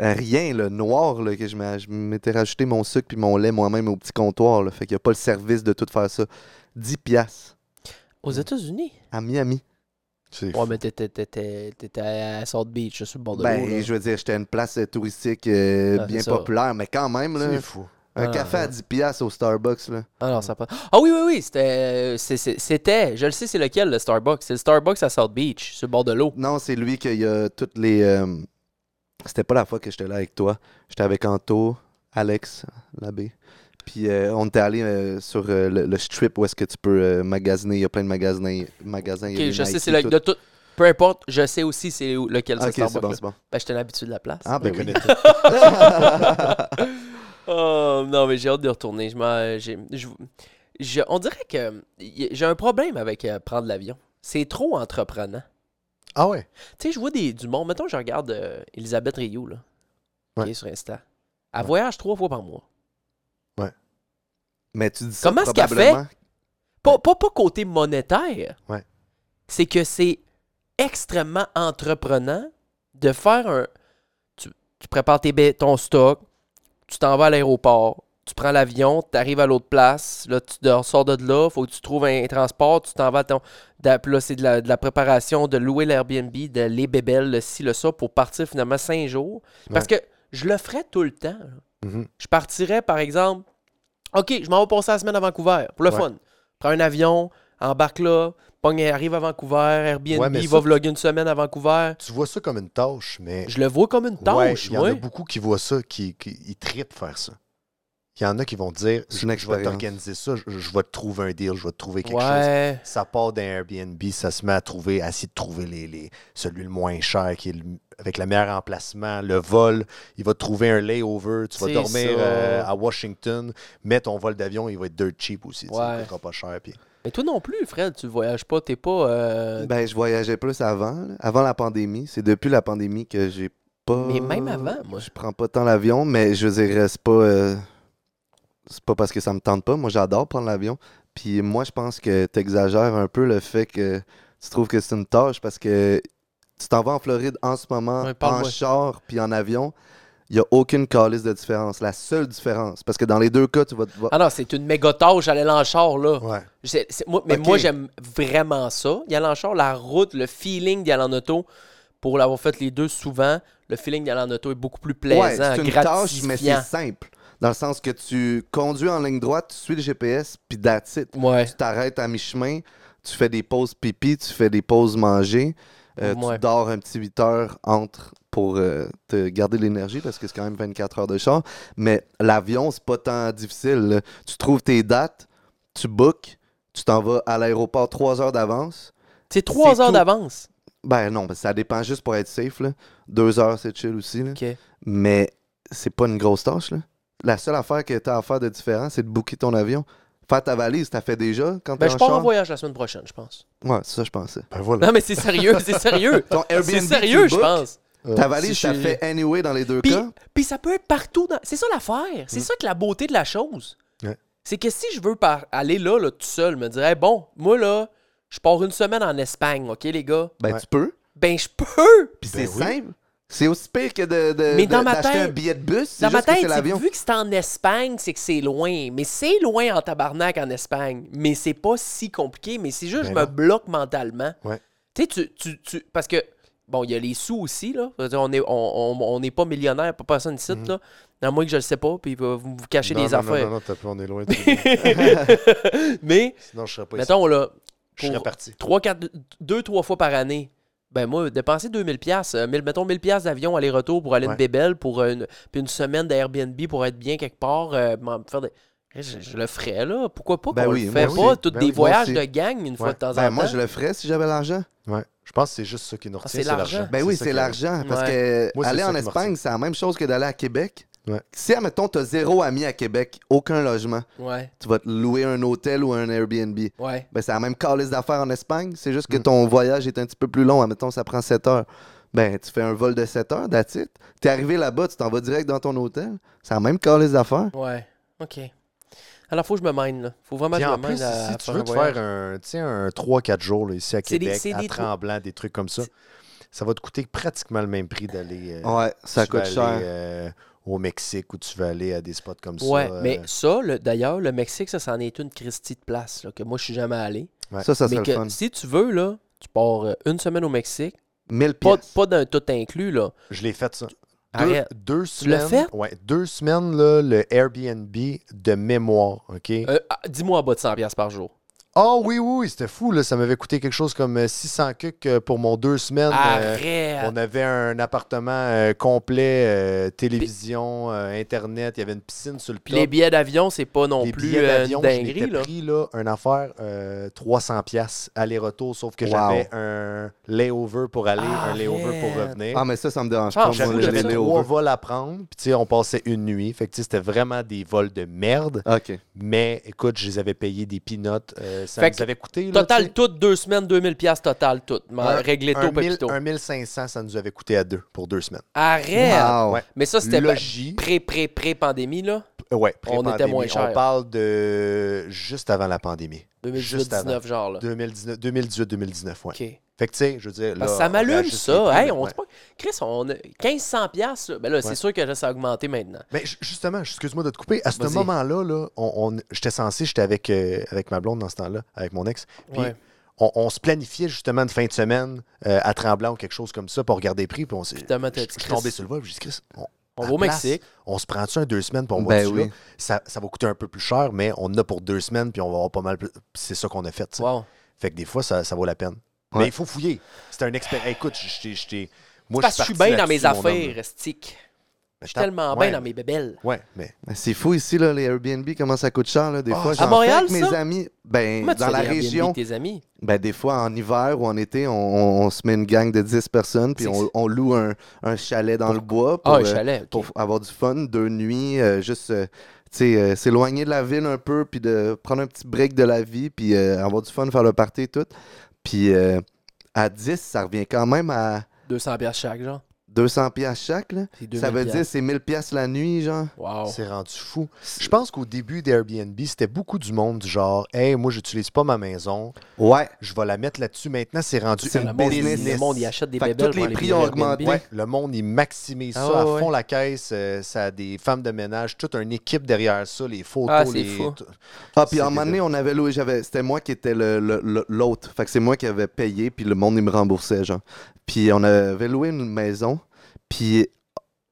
[SPEAKER 9] Euh, Rien, le noir, là, que je m'a- je m'étais rajouté mon sucre puis mon lait moi-même au petit comptoir. Là, fait qu'il n'y a pas le service de tout faire ça. 10 piastres
[SPEAKER 7] Aux États-Unis?
[SPEAKER 9] à Miami.
[SPEAKER 8] C'est fou.
[SPEAKER 7] Ouais, mais t'étais- t'étais t'étais à South Beach, là, sur le bord de l'eau.
[SPEAKER 9] Ben,
[SPEAKER 7] là.
[SPEAKER 9] je veux dire, j'étais à une place euh, touristique euh,
[SPEAKER 7] Ah, c'est
[SPEAKER 9] bien
[SPEAKER 7] ça.
[SPEAKER 9] populaire, mais quand même, là,
[SPEAKER 8] C'est fou.
[SPEAKER 9] un
[SPEAKER 7] Ah,
[SPEAKER 9] café à
[SPEAKER 7] ouais.
[SPEAKER 9] 10 piastres au Starbucks, là.
[SPEAKER 7] Ah non, ça a pas. Ah oui, oui, oui, c'était. euh, c'est- c'est- C'était. Je le sais, c'est lequel, le Starbucks. C'est le Starbucks à South Beach, sur le bord de l'eau.
[SPEAKER 9] Non, c'est lui qui a toutes les. euh, C'était pas la fois que j'étais là avec toi. J'étais avec Anto, Alex, l'abbé. Puis euh, on était allé euh, sur euh, le, le strip où est-ce que tu peux euh, magasiner. Il y a plein de magasins. magasins il y a
[SPEAKER 7] Ok,
[SPEAKER 9] des
[SPEAKER 7] je sais,
[SPEAKER 9] Nike,
[SPEAKER 7] c'est le.
[SPEAKER 9] tout.
[SPEAKER 7] De tout... Peu importe, je sais aussi c'est où- lequel
[SPEAKER 9] Ah,
[SPEAKER 7] c'est
[SPEAKER 9] Ok, c'est
[SPEAKER 7] Starbucks.
[SPEAKER 9] bon,
[SPEAKER 7] là.
[SPEAKER 9] c'est bon.
[SPEAKER 7] Ben, j'étais l'habitude de la place.
[SPEAKER 9] Ah, ben oui.
[SPEAKER 7] Oh, non, mais j'ai hâte de retourner. Je m'en- j'ai- je- je- on dirait que y- j'ai un problème avec euh, prendre l'avion. C'est trop entreprenant.
[SPEAKER 8] Ah ouais?
[SPEAKER 7] Tu sais, je vois des, du monde. Mettons, je regarde euh, Elisabeth Rioux, là, qui
[SPEAKER 8] Ouais.
[SPEAKER 7] est sur Insta. Elle voyage trois fois par mois.
[SPEAKER 9] Mais tu dis ça
[SPEAKER 7] Comment est-ce qu'elle
[SPEAKER 9] probablement.
[SPEAKER 7] Pas, pas, pas côté monétaire.
[SPEAKER 8] Ouais.
[SPEAKER 7] C'est que c'est extrêmement entreprenant de faire un. Tu, tu prépares tes baies- ton stock, tu t'en vas à l'aéroport, tu prends l'avion, tu arrives à l'autre place, là, tu dors- sors de là, faut que tu trouves un transport, tu t'en vas à ton. d'a- puis Là, c'est de la, de la préparation, de louer l'Airbnb, de les bébelles, le ci, le ça, pour partir finalement cinq jours. Parce que je le ferais tout le temps. hein. là.
[SPEAKER 8] Mhm.
[SPEAKER 7] Je partirais, par exemple, OK, je m'en vais passer la semaine à Vancouver, pour le
[SPEAKER 8] Ouais.
[SPEAKER 7] fun. Prends un avion, embarque là, pogne, arrive à Vancouver, Airbnb,
[SPEAKER 8] Ouais, mais
[SPEAKER 7] va
[SPEAKER 8] ça-
[SPEAKER 7] vlogger une semaine à Vancouver.
[SPEAKER 8] Tu vois ça comme une tâche, mais.
[SPEAKER 7] Je le vois comme une
[SPEAKER 8] Ouais,
[SPEAKER 7] tâche,
[SPEAKER 8] Il y en
[SPEAKER 7] moi.
[SPEAKER 8] a beaucoup qui voient ça, qui, qui ils trippent faire ça. Il y en a qui vont dire
[SPEAKER 9] C'est une
[SPEAKER 8] je, je vais
[SPEAKER 9] expérience.
[SPEAKER 8] t'organiser ça, je, je vais te trouver un deal, je vais te trouver quelque chose.
[SPEAKER 7] Ouais.
[SPEAKER 8] Ça part d'un Airbnb, ça se met à trouver, à essayer de trouver les, les- celui le moins cher, qui est le- avec le meilleur emplacement, le vol. Il va te trouver un layover, tu vas
[SPEAKER 7] C'est
[SPEAKER 8] dormir
[SPEAKER 7] ça.
[SPEAKER 8] euh, à Washington, mais ton vol d'avion, il va être dirt cheap aussi. tu sais,
[SPEAKER 7] Ouais.
[SPEAKER 8] Il ne coûtera pas cher. puis-
[SPEAKER 7] Mais toi non plus, Fred, tu voyages pas, t'es pas. euh,
[SPEAKER 9] Ben, je voyageais plus avant, là, avant la pandémie. C'est depuis la pandémie que j'ai pas.
[SPEAKER 7] Mais même avant, moi.
[SPEAKER 9] Je prends pas tant l'avion, mais je veux dire, c'est pas. euh, c'est pas parce que ça me tente pas. Moi, j'adore prendre l'avion. Puis moi, je pense que t'exagères un peu le fait que tu trouves que c'est une tâche parce que tu t'en vas en Floride en ce moment,
[SPEAKER 7] Ouais,
[SPEAKER 9] en
[SPEAKER 7] parle-moi.
[SPEAKER 9] char puis en avion. Il n'y a aucune calice de différence. La seule différence, parce que dans les deux cas, tu vas. te voir-
[SPEAKER 7] Ah non, c'est une méga tâche, aller en char, là.
[SPEAKER 8] Ouais.
[SPEAKER 7] C'est- c'est- moi- mais
[SPEAKER 9] Ok.
[SPEAKER 7] moi, j'aime vraiment ça. Y aller en char, la route, le feeling d'y aller en auto, pour l'avoir fait les deux souvent, le feeling d'y aller en auto est beaucoup plus plaisant,
[SPEAKER 9] Ouais, c'est une tâche, mais c'est
[SPEAKER 7] gratifiant.
[SPEAKER 9] simple. Dans le sens que tu conduis en ligne droite, tu suis le GPS, puis that's it.
[SPEAKER 7] ouais.
[SPEAKER 9] tu t'arrêtes à mi-chemin, tu fais des pauses pipi, tu fais des pauses manger, euh,
[SPEAKER 7] Ouais.
[SPEAKER 9] tu dors un petit 8 heures entre pour euh, te garder de l'énergie parce que c'est quand même 24 heures de char. Mais l'avion, c'est pas tant difficile. là. Tu trouves tes dates, tu bookes, tu t'en vas à l'aéroport 3 heures d'avance.
[SPEAKER 7] C'est trois
[SPEAKER 9] c'est
[SPEAKER 7] heures
[SPEAKER 9] tout.
[SPEAKER 7] d'avance.
[SPEAKER 9] Ben non, ben ça dépend juste pour être safe. Là. Deux heures, c'est chill aussi. là.
[SPEAKER 7] OK.
[SPEAKER 9] Mais c'est pas une grosse tâche. Là. La seule affaire que t'as à faire de différent, c'est de booker ton avion. Faire ta valise, t'as fait déjà quand
[SPEAKER 7] Ben,
[SPEAKER 9] t'es
[SPEAKER 7] je
[SPEAKER 9] en
[SPEAKER 7] pars en
[SPEAKER 9] char?
[SPEAKER 7] voyage la semaine prochaine, je pense.
[SPEAKER 9] Ouais, c'est ça, que je pensais.
[SPEAKER 8] Ben voilà.
[SPEAKER 7] Non, mais c'est sérieux, c'est sérieux.
[SPEAKER 9] Ton
[SPEAKER 7] C'est
[SPEAKER 9] Airbnb, tu
[SPEAKER 7] sérieux, je
[SPEAKER 9] bookes,
[SPEAKER 7] pense.
[SPEAKER 9] Ta valise,
[SPEAKER 7] Si
[SPEAKER 9] ça
[SPEAKER 7] je-
[SPEAKER 9] fait anyway dans les deux
[SPEAKER 7] Puis,
[SPEAKER 9] cas. Hmm.
[SPEAKER 7] puis ça peut être partout. Dans... C'est ça l'affaire. C'est ça que la beauté de la chose.
[SPEAKER 8] Ouais.
[SPEAKER 7] C'est que si je veux par- aller là, là, tout seul, me dire, Hey, bon, moi là, je pars une semaine en Espagne, OK, les gars?
[SPEAKER 9] Ben,
[SPEAKER 8] Ouais.
[SPEAKER 9] tu peux.
[SPEAKER 7] Ben, je peux!
[SPEAKER 9] Puis c'est
[SPEAKER 8] Ben oui.
[SPEAKER 9] simple. C'est aussi pire que de, de-
[SPEAKER 7] Mais dans
[SPEAKER 9] de-
[SPEAKER 7] ma
[SPEAKER 9] d'acheter
[SPEAKER 7] tête-
[SPEAKER 9] un billet de bus. C'est
[SPEAKER 7] Dans ma
[SPEAKER 9] juste que
[SPEAKER 7] tête,
[SPEAKER 9] c'est
[SPEAKER 7] c'est
[SPEAKER 9] l'avion.
[SPEAKER 7] que vu que c'est en Espagne, c'est que c'est loin. Mais c'est loin en tabarnak en Espagne. Mais c'est pas si compliqué. Mais c'est juste,
[SPEAKER 8] Ben
[SPEAKER 7] je me
[SPEAKER 8] non.
[SPEAKER 7] bloque mentalement.
[SPEAKER 8] Ouais.
[SPEAKER 7] Tu sais, tu, tu, tu- Parce que, bon, il y a les sous aussi, là. Je veux dire, On n'est on, on, on n'est pas millionnaire, pas personne ici, là. À moins que je le sais pas, puis vous vous cachez
[SPEAKER 8] Mm. Non,
[SPEAKER 7] des
[SPEAKER 8] non, non,
[SPEAKER 7] affaires.
[SPEAKER 8] Non, non, t'as plus, on est loin.
[SPEAKER 7] mais,
[SPEAKER 8] Sinon, je serais pas ici.
[SPEAKER 7] mettons, là,
[SPEAKER 8] Je serais
[SPEAKER 7] pour-
[SPEAKER 8] parti.
[SPEAKER 7] 3, 4, 2, 3 fois par année. Ben moi, dépenser 2000 pièces, euh, mettons 1000 pièces d'avion aller-retour pour aller
[SPEAKER 8] Ouais.
[SPEAKER 7] une bébelle pour euh, une, puis une semaine d'Airbnb pour être bien quelque part, euh, m'en faire des- je, je le ferais là, pourquoi pas
[SPEAKER 9] Ben
[SPEAKER 7] qu'on
[SPEAKER 9] oui,
[SPEAKER 7] le fait
[SPEAKER 9] moi
[SPEAKER 7] pas
[SPEAKER 9] aussi.
[SPEAKER 7] tous
[SPEAKER 8] Ben
[SPEAKER 7] des
[SPEAKER 8] oui, moi
[SPEAKER 7] voyages
[SPEAKER 9] aussi.
[SPEAKER 7] de gang une fois
[SPEAKER 8] Ouais.
[SPEAKER 7] de temps en
[SPEAKER 9] Ben,
[SPEAKER 7] temps.
[SPEAKER 9] moi, je le ferais si j'avais l'argent.
[SPEAKER 8] Ouais. Je pense que c'est juste ça qui nous retient,
[SPEAKER 7] Ah, c'est
[SPEAKER 8] c'est
[SPEAKER 7] l'argent.
[SPEAKER 8] l'argent.
[SPEAKER 9] Ben oui,
[SPEAKER 8] ça
[SPEAKER 9] c'est
[SPEAKER 8] que-
[SPEAKER 9] l'argent. Parce que
[SPEAKER 8] Moi, c'est
[SPEAKER 9] aller
[SPEAKER 8] ça
[SPEAKER 9] en
[SPEAKER 8] qui me
[SPEAKER 9] Espagne,
[SPEAKER 8] retient.
[SPEAKER 9] c'est la même chose que d'aller à Québec.
[SPEAKER 8] Ouais.
[SPEAKER 9] Si, admettons, t'as zéro ami à Québec, aucun logement,
[SPEAKER 7] Ouais,
[SPEAKER 9] tu vas te louer un hôtel ou un Airbnb.
[SPEAKER 7] ouais.
[SPEAKER 9] Ben, c'est la même calice d'affaires en Espagne. C'est
[SPEAKER 8] Mm.
[SPEAKER 9] juste que ton voyage est un petit peu plus long. Admettons, ça prend 7 heures. Ben, tu fais un vol de 7 heures, that's it. T'es arrivé là-bas, tu t'en vas direct dans ton hôtel. C'est la même calice d'affaires.
[SPEAKER 7] Ouais. OK. Alors faut que je me mine là. Faut vraiment
[SPEAKER 8] Puis
[SPEAKER 7] que je
[SPEAKER 8] en
[SPEAKER 7] me
[SPEAKER 8] plus,
[SPEAKER 7] mine à
[SPEAKER 8] si tu
[SPEAKER 7] faire
[SPEAKER 8] veux
[SPEAKER 7] un
[SPEAKER 8] te
[SPEAKER 7] voyage.
[SPEAKER 8] faire un, tu sais, un 3-4 jours là, ici à
[SPEAKER 7] C'est des-
[SPEAKER 8] Québec,
[SPEAKER 7] c'est
[SPEAKER 8] à
[SPEAKER 7] des trois-
[SPEAKER 8] Tremblant, des trucs comme ça, ça va te coûter pratiquement le même prix d'aller euh,
[SPEAKER 9] Ouais, ça
[SPEAKER 8] tu vas
[SPEAKER 9] coûte cher.
[SPEAKER 8] aller, euh, au Mexique ou tu vas aller à des spots comme
[SPEAKER 7] Ouais,
[SPEAKER 8] ça. euh,
[SPEAKER 7] mais ça, le- d'ailleurs, le Mexique, ça, c'en est une Christie de place là, que moi, je suis jamais allé.
[SPEAKER 8] ouais.
[SPEAKER 9] Ça, ça
[SPEAKER 7] Mais
[SPEAKER 9] serait le
[SPEAKER 7] que
[SPEAKER 9] fun.
[SPEAKER 7] si tu veux, là, tu pars euh, une semaine au Mexique,
[SPEAKER 9] 1000
[SPEAKER 7] pas,
[SPEAKER 9] pièces.
[SPEAKER 7] pas d'un tout inclus, là.
[SPEAKER 8] Je l'ai fait ça. Deux,
[SPEAKER 7] Arrête.
[SPEAKER 8] deux
[SPEAKER 7] Tu l'as
[SPEAKER 8] semaines.
[SPEAKER 7] fait?
[SPEAKER 8] Ouais, deux semaines, là, le Airbnb de mémoire, OK?
[SPEAKER 7] Euh, ah, Dis-moi en bas de 100$ piastres par jour.
[SPEAKER 8] Oh oui, oui, oui, c'était fou, là. Ça m'avait coûté quelque chose comme euh, 600 cucs euh, pour mon deux semaines. euh,
[SPEAKER 7] Arrête!
[SPEAKER 8] On avait un appartement euh, complet, euh, télévision, euh, internet, il y avait une piscine sur le
[SPEAKER 7] Puis les
[SPEAKER 8] top.
[SPEAKER 7] billets d'avion, c'est pas non
[SPEAKER 8] Les
[SPEAKER 7] plus
[SPEAKER 8] billets
[SPEAKER 7] euh,
[SPEAKER 8] d'avion,
[SPEAKER 7] une
[SPEAKER 8] je
[SPEAKER 7] dinguerie,
[SPEAKER 8] m'étais
[SPEAKER 7] là.
[SPEAKER 8] pris là, une affaire euh, 300 pièces aller-retour, sauf que
[SPEAKER 9] Wow.
[SPEAKER 8] j'avais un layover pour aller, un layover pour
[SPEAKER 7] Arrête.
[SPEAKER 8] revenir.
[SPEAKER 9] Ah, mais ça, ça me dérange
[SPEAKER 7] Ah,
[SPEAKER 9] pas.
[SPEAKER 7] j'avoue,
[SPEAKER 9] Moi,
[SPEAKER 8] J'avais
[SPEAKER 9] les
[SPEAKER 7] j'avais
[SPEAKER 8] j'avais
[SPEAKER 7] ça.
[SPEAKER 8] trois
[SPEAKER 9] layovers.
[SPEAKER 8] vols à prendre, puis tu sais, on passait une nuit. Fait que tu sais, c'était vraiment des vols de merde.
[SPEAKER 9] Ok.
[SPEAKER 8] Mais écoute, je les avais payés des peanuts. euh, ça
[SPEAKER 7] Fait
[SPEAKER 8] nous
[SPEAKER 7] que
[SPEAKER 8] avait coûté. là, tu
[SPEAKER 7] Total,
[SPEAKER 8] sais,
[SPEAKER 7] tout, deux semaines, 2000$ piastres total, tout.
[SPEAKER 8] un-
[SPEAKER 7] Réglé
[SPEAKER 8] un
[SPEAKER 7] tôt,
[SPEAKER 8] mille-
[SPEAKER 7] pépito.
[SPEAKER 8] un 1500, ça nous avait coûté à deux pour deux semaines.
[SPEAKER 7] Arrête!
[SPEAKER 9] Wow.
[SPEAKER 8] Ouais.
[SPEAKER 7] Mais ça, c'était pas-
[SPEAKER 8] Logis.
[SPEAKER 7] pré, pré, pré pandémie, là.
[SPEAKER 8] Euh, Ouais,
[SPEAKER 7] On
[SPEAKER 8] pré-pandémie.
[SPEAKER 7] était moins cher.
[SPEAKER 8] On parle de juste avant la pandémie. Juste avant.
[SPEAKER 7] 2018-19, genre, là.
[SPEAKER 8] 2019 2018-2019, ouais.
[SPEAKER 7] OK.
[SPEAKER 8] Fait que tu sais, je veux dire.
[SPEAKER 7] Parce
[SPEAKER 8] là,
[SPEAKER 7] que ça
[SPEAKER 8] on
[SPEAKER 7] m'allume,
[SPEAKER 8] réajuste les
[SPEAKER 7] ça.
[SPEAKER 8] prix,
[SPEAKER 7] Hey, on
[SPEAKER 8] ouais.
[SPEAKER 7] se pas- Chris, on a 1500$. piastres, là. Ben là, c'est
[SPEAKER 8] Ouais.
[SPEAKER 7] sûr que là, ça a augmenté maintenant.
[SPEAKER 8] Mais ju- justement, excuse-moi de te couper. À ce
[SPEAKER 7] Vas-y.
[SPEAKER 8] moment-là, là, on, on- j'étais censé, j'étais avec, euh, avec ma blonde dans ce temps-là, avec mon ex. Puis
[SPEAKER 7] Ouais.
[SPEAKER 8] on, on se planifiait justement une fin de semaine euh, à Tremblant ou quelque chose comme ça pour regarder les prix. Puis on s'est.
[SPEAKER 7] Finalement,
[SPEAKER 8] Je
[SPEAKER 7] t'as
[SPEAKER 8] je
[SPEAKER 7] dit,
[SPEAKER 8] suis
[SPEAKER 7] Chris,
[SPEAKER 8] tombé sur le vol. puis J'ai dit, Chris, on,
[SPEAKER 7] On
[SPEAKER 8] à
[SPEAKER 7] va au
[SPEAKER 8] place,
[SPEAKER 7] Mexique.
[SPEAKER 8] On se prend-tu un deux semaines pour on
[SPEAKER 9] Ben
[SPEAKER 8] va
[SPEAKER 9] oui.
[SPEAKER 8] là? Ça, ça va coûter un peu plus cher, mais on en a pour deux semaines, puis on va avoir pas mal. plus- puis C'est ça qu'on a fait. tu sais.
[SPEAKER 7] Wow.
[SPEAKER 8] Fait que des fois, ça, ça vaut la peine.
[SPEAKER 9] Ouais.
[SPEAKER 8] Mais il faut fouiller. C'est un expert. Écoute, je- je t'ai- je t'ai- Moi,
[SPEAKER 7] Parce que je suis
[SPEAKER 8] parti
[SPEAKER 7] bien dans mes
[SPEAKER 8] là-dessus, mon homme.
[SPEAKER 7] affaires, stick. Je suis tellement
[SPEAKER 8] Ouais.
[SPEAKER 7] bien dans mes bébelles.
[SPEAKER 8] Ouais, mais.
[SPEAKER 9] Ben, C'est fou ici, là, les Airbnb, comment ça coûte cher. Là. Des
[SPEAKER 8] Ah,
[SPEAKER 9] fois,
[SPEAKER 8] à
[SPEAKER 9] j'en fais
[SPEAKER 7] Montréal,
[SPEAKER 9] avec mes
[SPEAKER 7] ça?
[SPEAKER 9] amis. Ben,
[SPEAKER 7] Comment tu
[SPEAKER 9] dans
[SPEAKER 7] fais
[SPEAKER 9] la
[SPEAKER 7] des Airbnb
[SPEAKER 9] région,
[SPEAKER 7] avec tes amis?
[SPEAKER 9] ben, des fois, en hiver ou en été, on, on- on se met une gang de 10 personnes, puis
[SPEAKER 7] C'est-
[SPEAKER 9] on, on loue un, un chalet dans le bois pour,
[SPEAKER 7] Ah, un
[SPEAKER 9] euh,
[SPEAKER 7] chalet. ok.
[SPEAKER 9] pour avoir du fun, deux nuits, euh, juste euh, tu sais, euh, s'éloigner de la ville un peu, puis de prendre un petit break de la vie, puis euh, avoir du fun, faire le party et tout. Puis euh, à 10, ça revient quand même à
[SPEAKER 7] 200 pièces chaque, genre.
[SPEAKER 9] 200 pièces chaque. Là.
[SPEAKER 7] C'est 2000
[SPEAKER 9] Ça veut dire c'est 1000 pièces la nuit, genre.
[SPEAKER 7] Wow.
[SPEAKER 8] C'est rendu fou. Je pense qu'au début d'Airbnb, c'était beaucoup du monde du genre Hey, moi, j'utilise pas ma maison,
[SPEAKER 9] Ouais.
[SPEAKER 8] je vais la mettre là-dessus. Maintenant, c'est rendu
[SPEAKER 9] C'est
[SPEAKER 8] une
[SPEAKER 7] le monde, il-
[SPEAKER 8] business.
[SPEAKER 7] Le monde, il achète des
[SPEAKER 9] Fait que
[SPEAKER 7] bébelles.
[SPEAKER 9] tous les
[SPEAKER 7] pour aller
[SPEAKER 9] prix
[SPEAKER 7] vivre
[SPEAKER 9] ont
[SPEAKER 7] Airbnb.
[SPEAKER 9] augmenté.
[SPEAKER 8] Ouais, le monde, il maximise ça
[SPEAKER 7] Ah,
[SPEAKER 8] à
[SPEAKER 7] ouais,
[SPEAKER 8] fond la caisse. euh, ça a des femmes de ménage, toute une équipe derrière ça, les photos,
[SPEAKER 7] Ah, c'est
[SPEAKER 8] les.
[SPEAKER 7] fou.
[SPEAKER 8] tout-
[SPEAKER 9] Ah, puis
[SPEAKER 8] C'est
[SPEAKER 9] à un moment donné, on avait loué, j'avais, c'était moi qui était le- le- le- l'hôte. Fait que c'est moi qui avais payé, puis le monde, il me remboursait, genre. Puis on avait loué une maison, puis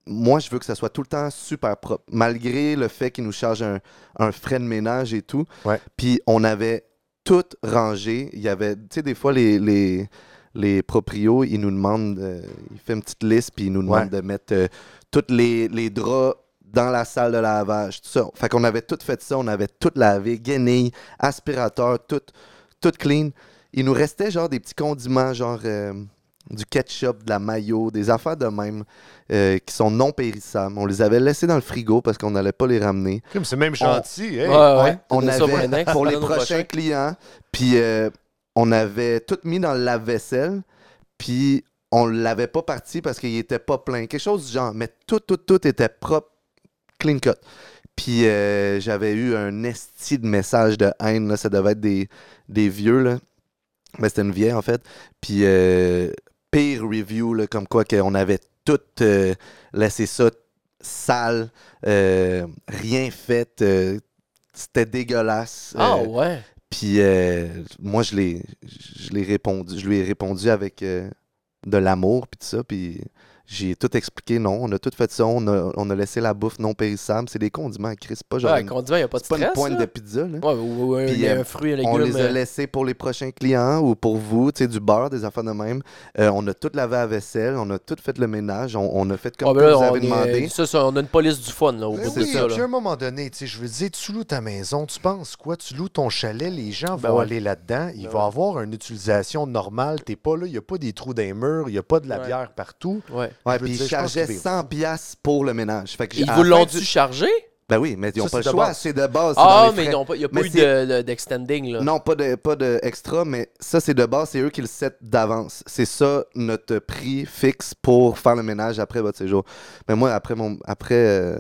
[SPEAKER 9] moi, je veux que ça soit tout le temps super propre, malgré le fait qu'ils nous chargent un, un frais de ménage et tout.
[SPEAKER 8] Ouais.
[SPEAKER 9] Puis on avait tout rangé. Il y avait, tu sais, des fois, les, les, les proprios, ils nous demandent, euh, ils font une petite liste, puis ils nous demandent de mettre euh, tous les, les draps dans la salle de lavage, tout ça. Fait qu'on avait tout fait ça, on avait tout lavé, guenilles, aspirateur, tout, tout clean. Il nous restait genre des petits condiments, genre euh, du ketchup, de la mayo, des affaires de même euh, qui sont non périssables. On les avait laissés dans le frigo parce qu'on n'allait pas les ramener.
[SPEAKER 8] Crime, C'est même gentil. hey.
[SPEAKER 7] Ouais, ouais.
[SPEAKER 9] On
[SPEAKER 7] Donne ça pour
[SPEAKER 9] avait
[SPEAKER 7] les next,
[SPEAKER 9] pour les
[SPEAKER 7] donne au
[SPEAKER 9] prochains
[SPEAKER 7] prochain.
[SPEAKER 9] clients, puis euh, on avait tout mis dans le lave-vaisselle, puis on l'avait pas parti parce qu'il était pas plein. Quelque chose du genre, mais tout, tout, tout était propre, clean cut. Puis euh, j'avais eu un esti de message de haine, là. ça devait être des, des vieux, là. Ben, Mais c'était une vieille, en fait. Puis euh, pire review, là, comme quoi qu'on avait tout euh, laissé ça sale, euh, rien fait. euh, C'était dégueulasse.
[SPEAKER 7] Ah
[SPEAKER 9] euh,
[SPEAKER 7] ouais.
[SPEAKER 9] Puis euh, moi, je l'ai, je l'ai répondu, je lui ai répondu avec euh, de l'amour, puis tout ça, puis j'ai tout expliqué. Non, on a tout fait ça, on a, on a laissé la bouffe non périssable. C'est des condiments, Chris, pas genre
[SPEAKER 7] Ouais,
[SPEAKER 9] une-
[SPEAKER 7] condiment, y a pas de
[SPEAKER 9] c'est pas une
[SPEAKER 7] stress,
[SPEAKER 9] pointe
[SPEAKER 7] là.
[SPEAKER 9] de pizza. Là.
[SPEAKER 7] Ouais, ou- ou un-
[SPEAKER 9] Puis,
[SPEAKER 7] un
[SPEAKER 9] euh,
[SPEAKER 7] fruit, un légume.
[SPEAKER 9] on les a
[SPEAKER 7] euh,
[SPEAKER 9] laissés pour les prochains clients ou pour vous, tu sais, du beurre, des affaires de même. Euh, on a tout lavé à vaisselle, on a tout fait le ménage, on, on a fait comme
[SPEAKER 7] ah, ben
[SPEAKER 9] que
[SPEAKER 7] là,
[SPEAKER 9] vous
[SPEAKER 7] on
[SPEAKER 9] avez
[SPEAKER 7] est-
[SPEAKER 9] demandé.
[SPEAKER 7] ça, ça, on a une police du fun, là, au
[SPEAKER 8] Ben
[SPEAKER 7] bout de
[SPEAKER 8] oui,
[SPEAKER 7] ça.
[SPEAKER 8] puis
[SPEAKER 7] là.
[SPEAKER 8] à un moment donné, tu sais, je veux dire, tu loues ta maison, tu penses quoi? Tu loues ton chalet, les gens
[SPEAKER 7] Ben
[SPEAKER 8] vont
[SPEAKER 7] ouais.
[SPEAKER 8] aller là-dedans, ils vont avoir une utilisation normale, t'es pas là, il n'y a pas des trous dans les murs, il n'y a pas de la
[SPEAKER 7] Ouais.
[SPEAKER 8] bière partout.
[SPEAKER 7] Ouais.
[SPEAKER 9] Ouais,
[SPEAKER 8] je veux
[SPEAKER 9] puis
[SPEAKER 8] dire,
[SPEAKER 9] ils
[SPEAKER 8] je pense
[SPEAKER 9] chargeaient
[SPEAKER 8] que-
[SPEAKER 9] 100 piastres pour le ménage. Fait que j'ai-
[SPEAKER 7] Ils
[SPEAKER 9] à
[SPEAKER 7] vous
[SPEAKER 9] la fin
[SPEAKER 7] l'ont-tu
[SPEAKER 9] du-
[SPEAKER 7] chargé?
[SPEAKER 9] Ben oui, mais ils n'ont
[SPEAKER 8] Ça,
[SPEAKER 9] pas le
[SPEAKER 8] c'est de
[SPEAKER 9] choix,
[SPEAKER 8] base.
[SPEAKER 9] c'est de base. c'est dans
[SPEAKER 7] Ah,
[SPEAKER 9] les
[SPEAKER 7] mais
[SPEAKER 9] frais.
[SPEAKER 7] ils n'ont pas- il n'y a pas
[SPEAKER 9] Mais
[SPEAKER 7] eu
[SPEAKER 9] c'est-
[SPEAKER 7] de- de- d'extending, là.
[SPEAKER 9] Non, pas de, pas de extra, mais ça, c'est de base, c'est eux qui le set d'avance. C'est ça notre prix fixe pour faire le ménage après votre séjour. Mais moi, après mon, après, euh,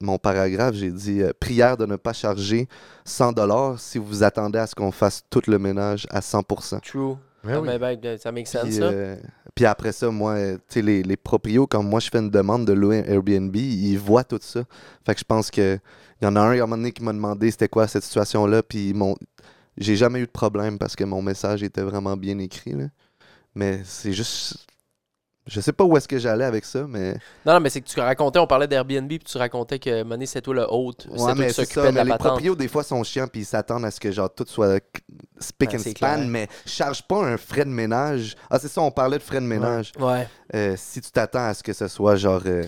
[SPEAKER 9] mon paragraphe, j'ai dit euh, prière de ne pas charger 100 si vous attendez à ce qu'on fasse tout le ménage à 100
[SPEAKER 7] True.
[SPEAKER 8] Ben
[SPEAKER 7] Ah,
[SPEAKER 8] oui.
[SPEAKER 7] ben, ben, ça make sense,
[SPEAKER 9] puis,
[SPEAKER 7] ça.
[SPEAKER 9] euh, puis après ça, moi, euh, tu sais, les, les proprios, quand moi je fais une demande de louer un Airbnb, ils voient tout ça. Fait que je pense que il y en a un, il y a un moment donné, qui m'a demandé c'était quoi cette situation-là, puis mon... j'ai jamais eu de problème parce que mon message était vraiment bien écrit. là. Mais c'est juste. Je sais pas où est-ce que j'allais avec ça, mais.
[SPEAKER 7] Non, non, mais c'est que tu racontais, on parlait d'Airbnb, puis tu racontais que Mané, c'est toi le hôte.
[SPEAKER 9] Ouais,
[SPEAKER 7] c'est toi
[SPEAKER 9] mais
[SPEAKER 7] qui
[SPEAKER 9] c'est
[SPEAKER 7] s'occupais
[SPEAKER 9] ça.
[SPEAKER 7] de la
[SPEAKER 9] Mais les
[SPEAKER 7] patente.
[SPEAKER 9] proprios, des fois, sont chiants, puis ils s'attendent à ce que, genre, tout soit c- spick
[SPEAKER 7] Ouais,
[SPEAKER 9] and
[SPEAKER 7] c'est
[SPEAKER 9] span,
[SPEAKER 7] clair.
[SPEAKER 9] mais charge pas un frais de ménage. Ah, c'est ça, on parlait de frais de ménage.
[SPEAKER 7] Ouais.
[SPEAKER 9] Euh, si tu t'attends à ce que ce soit genre euh,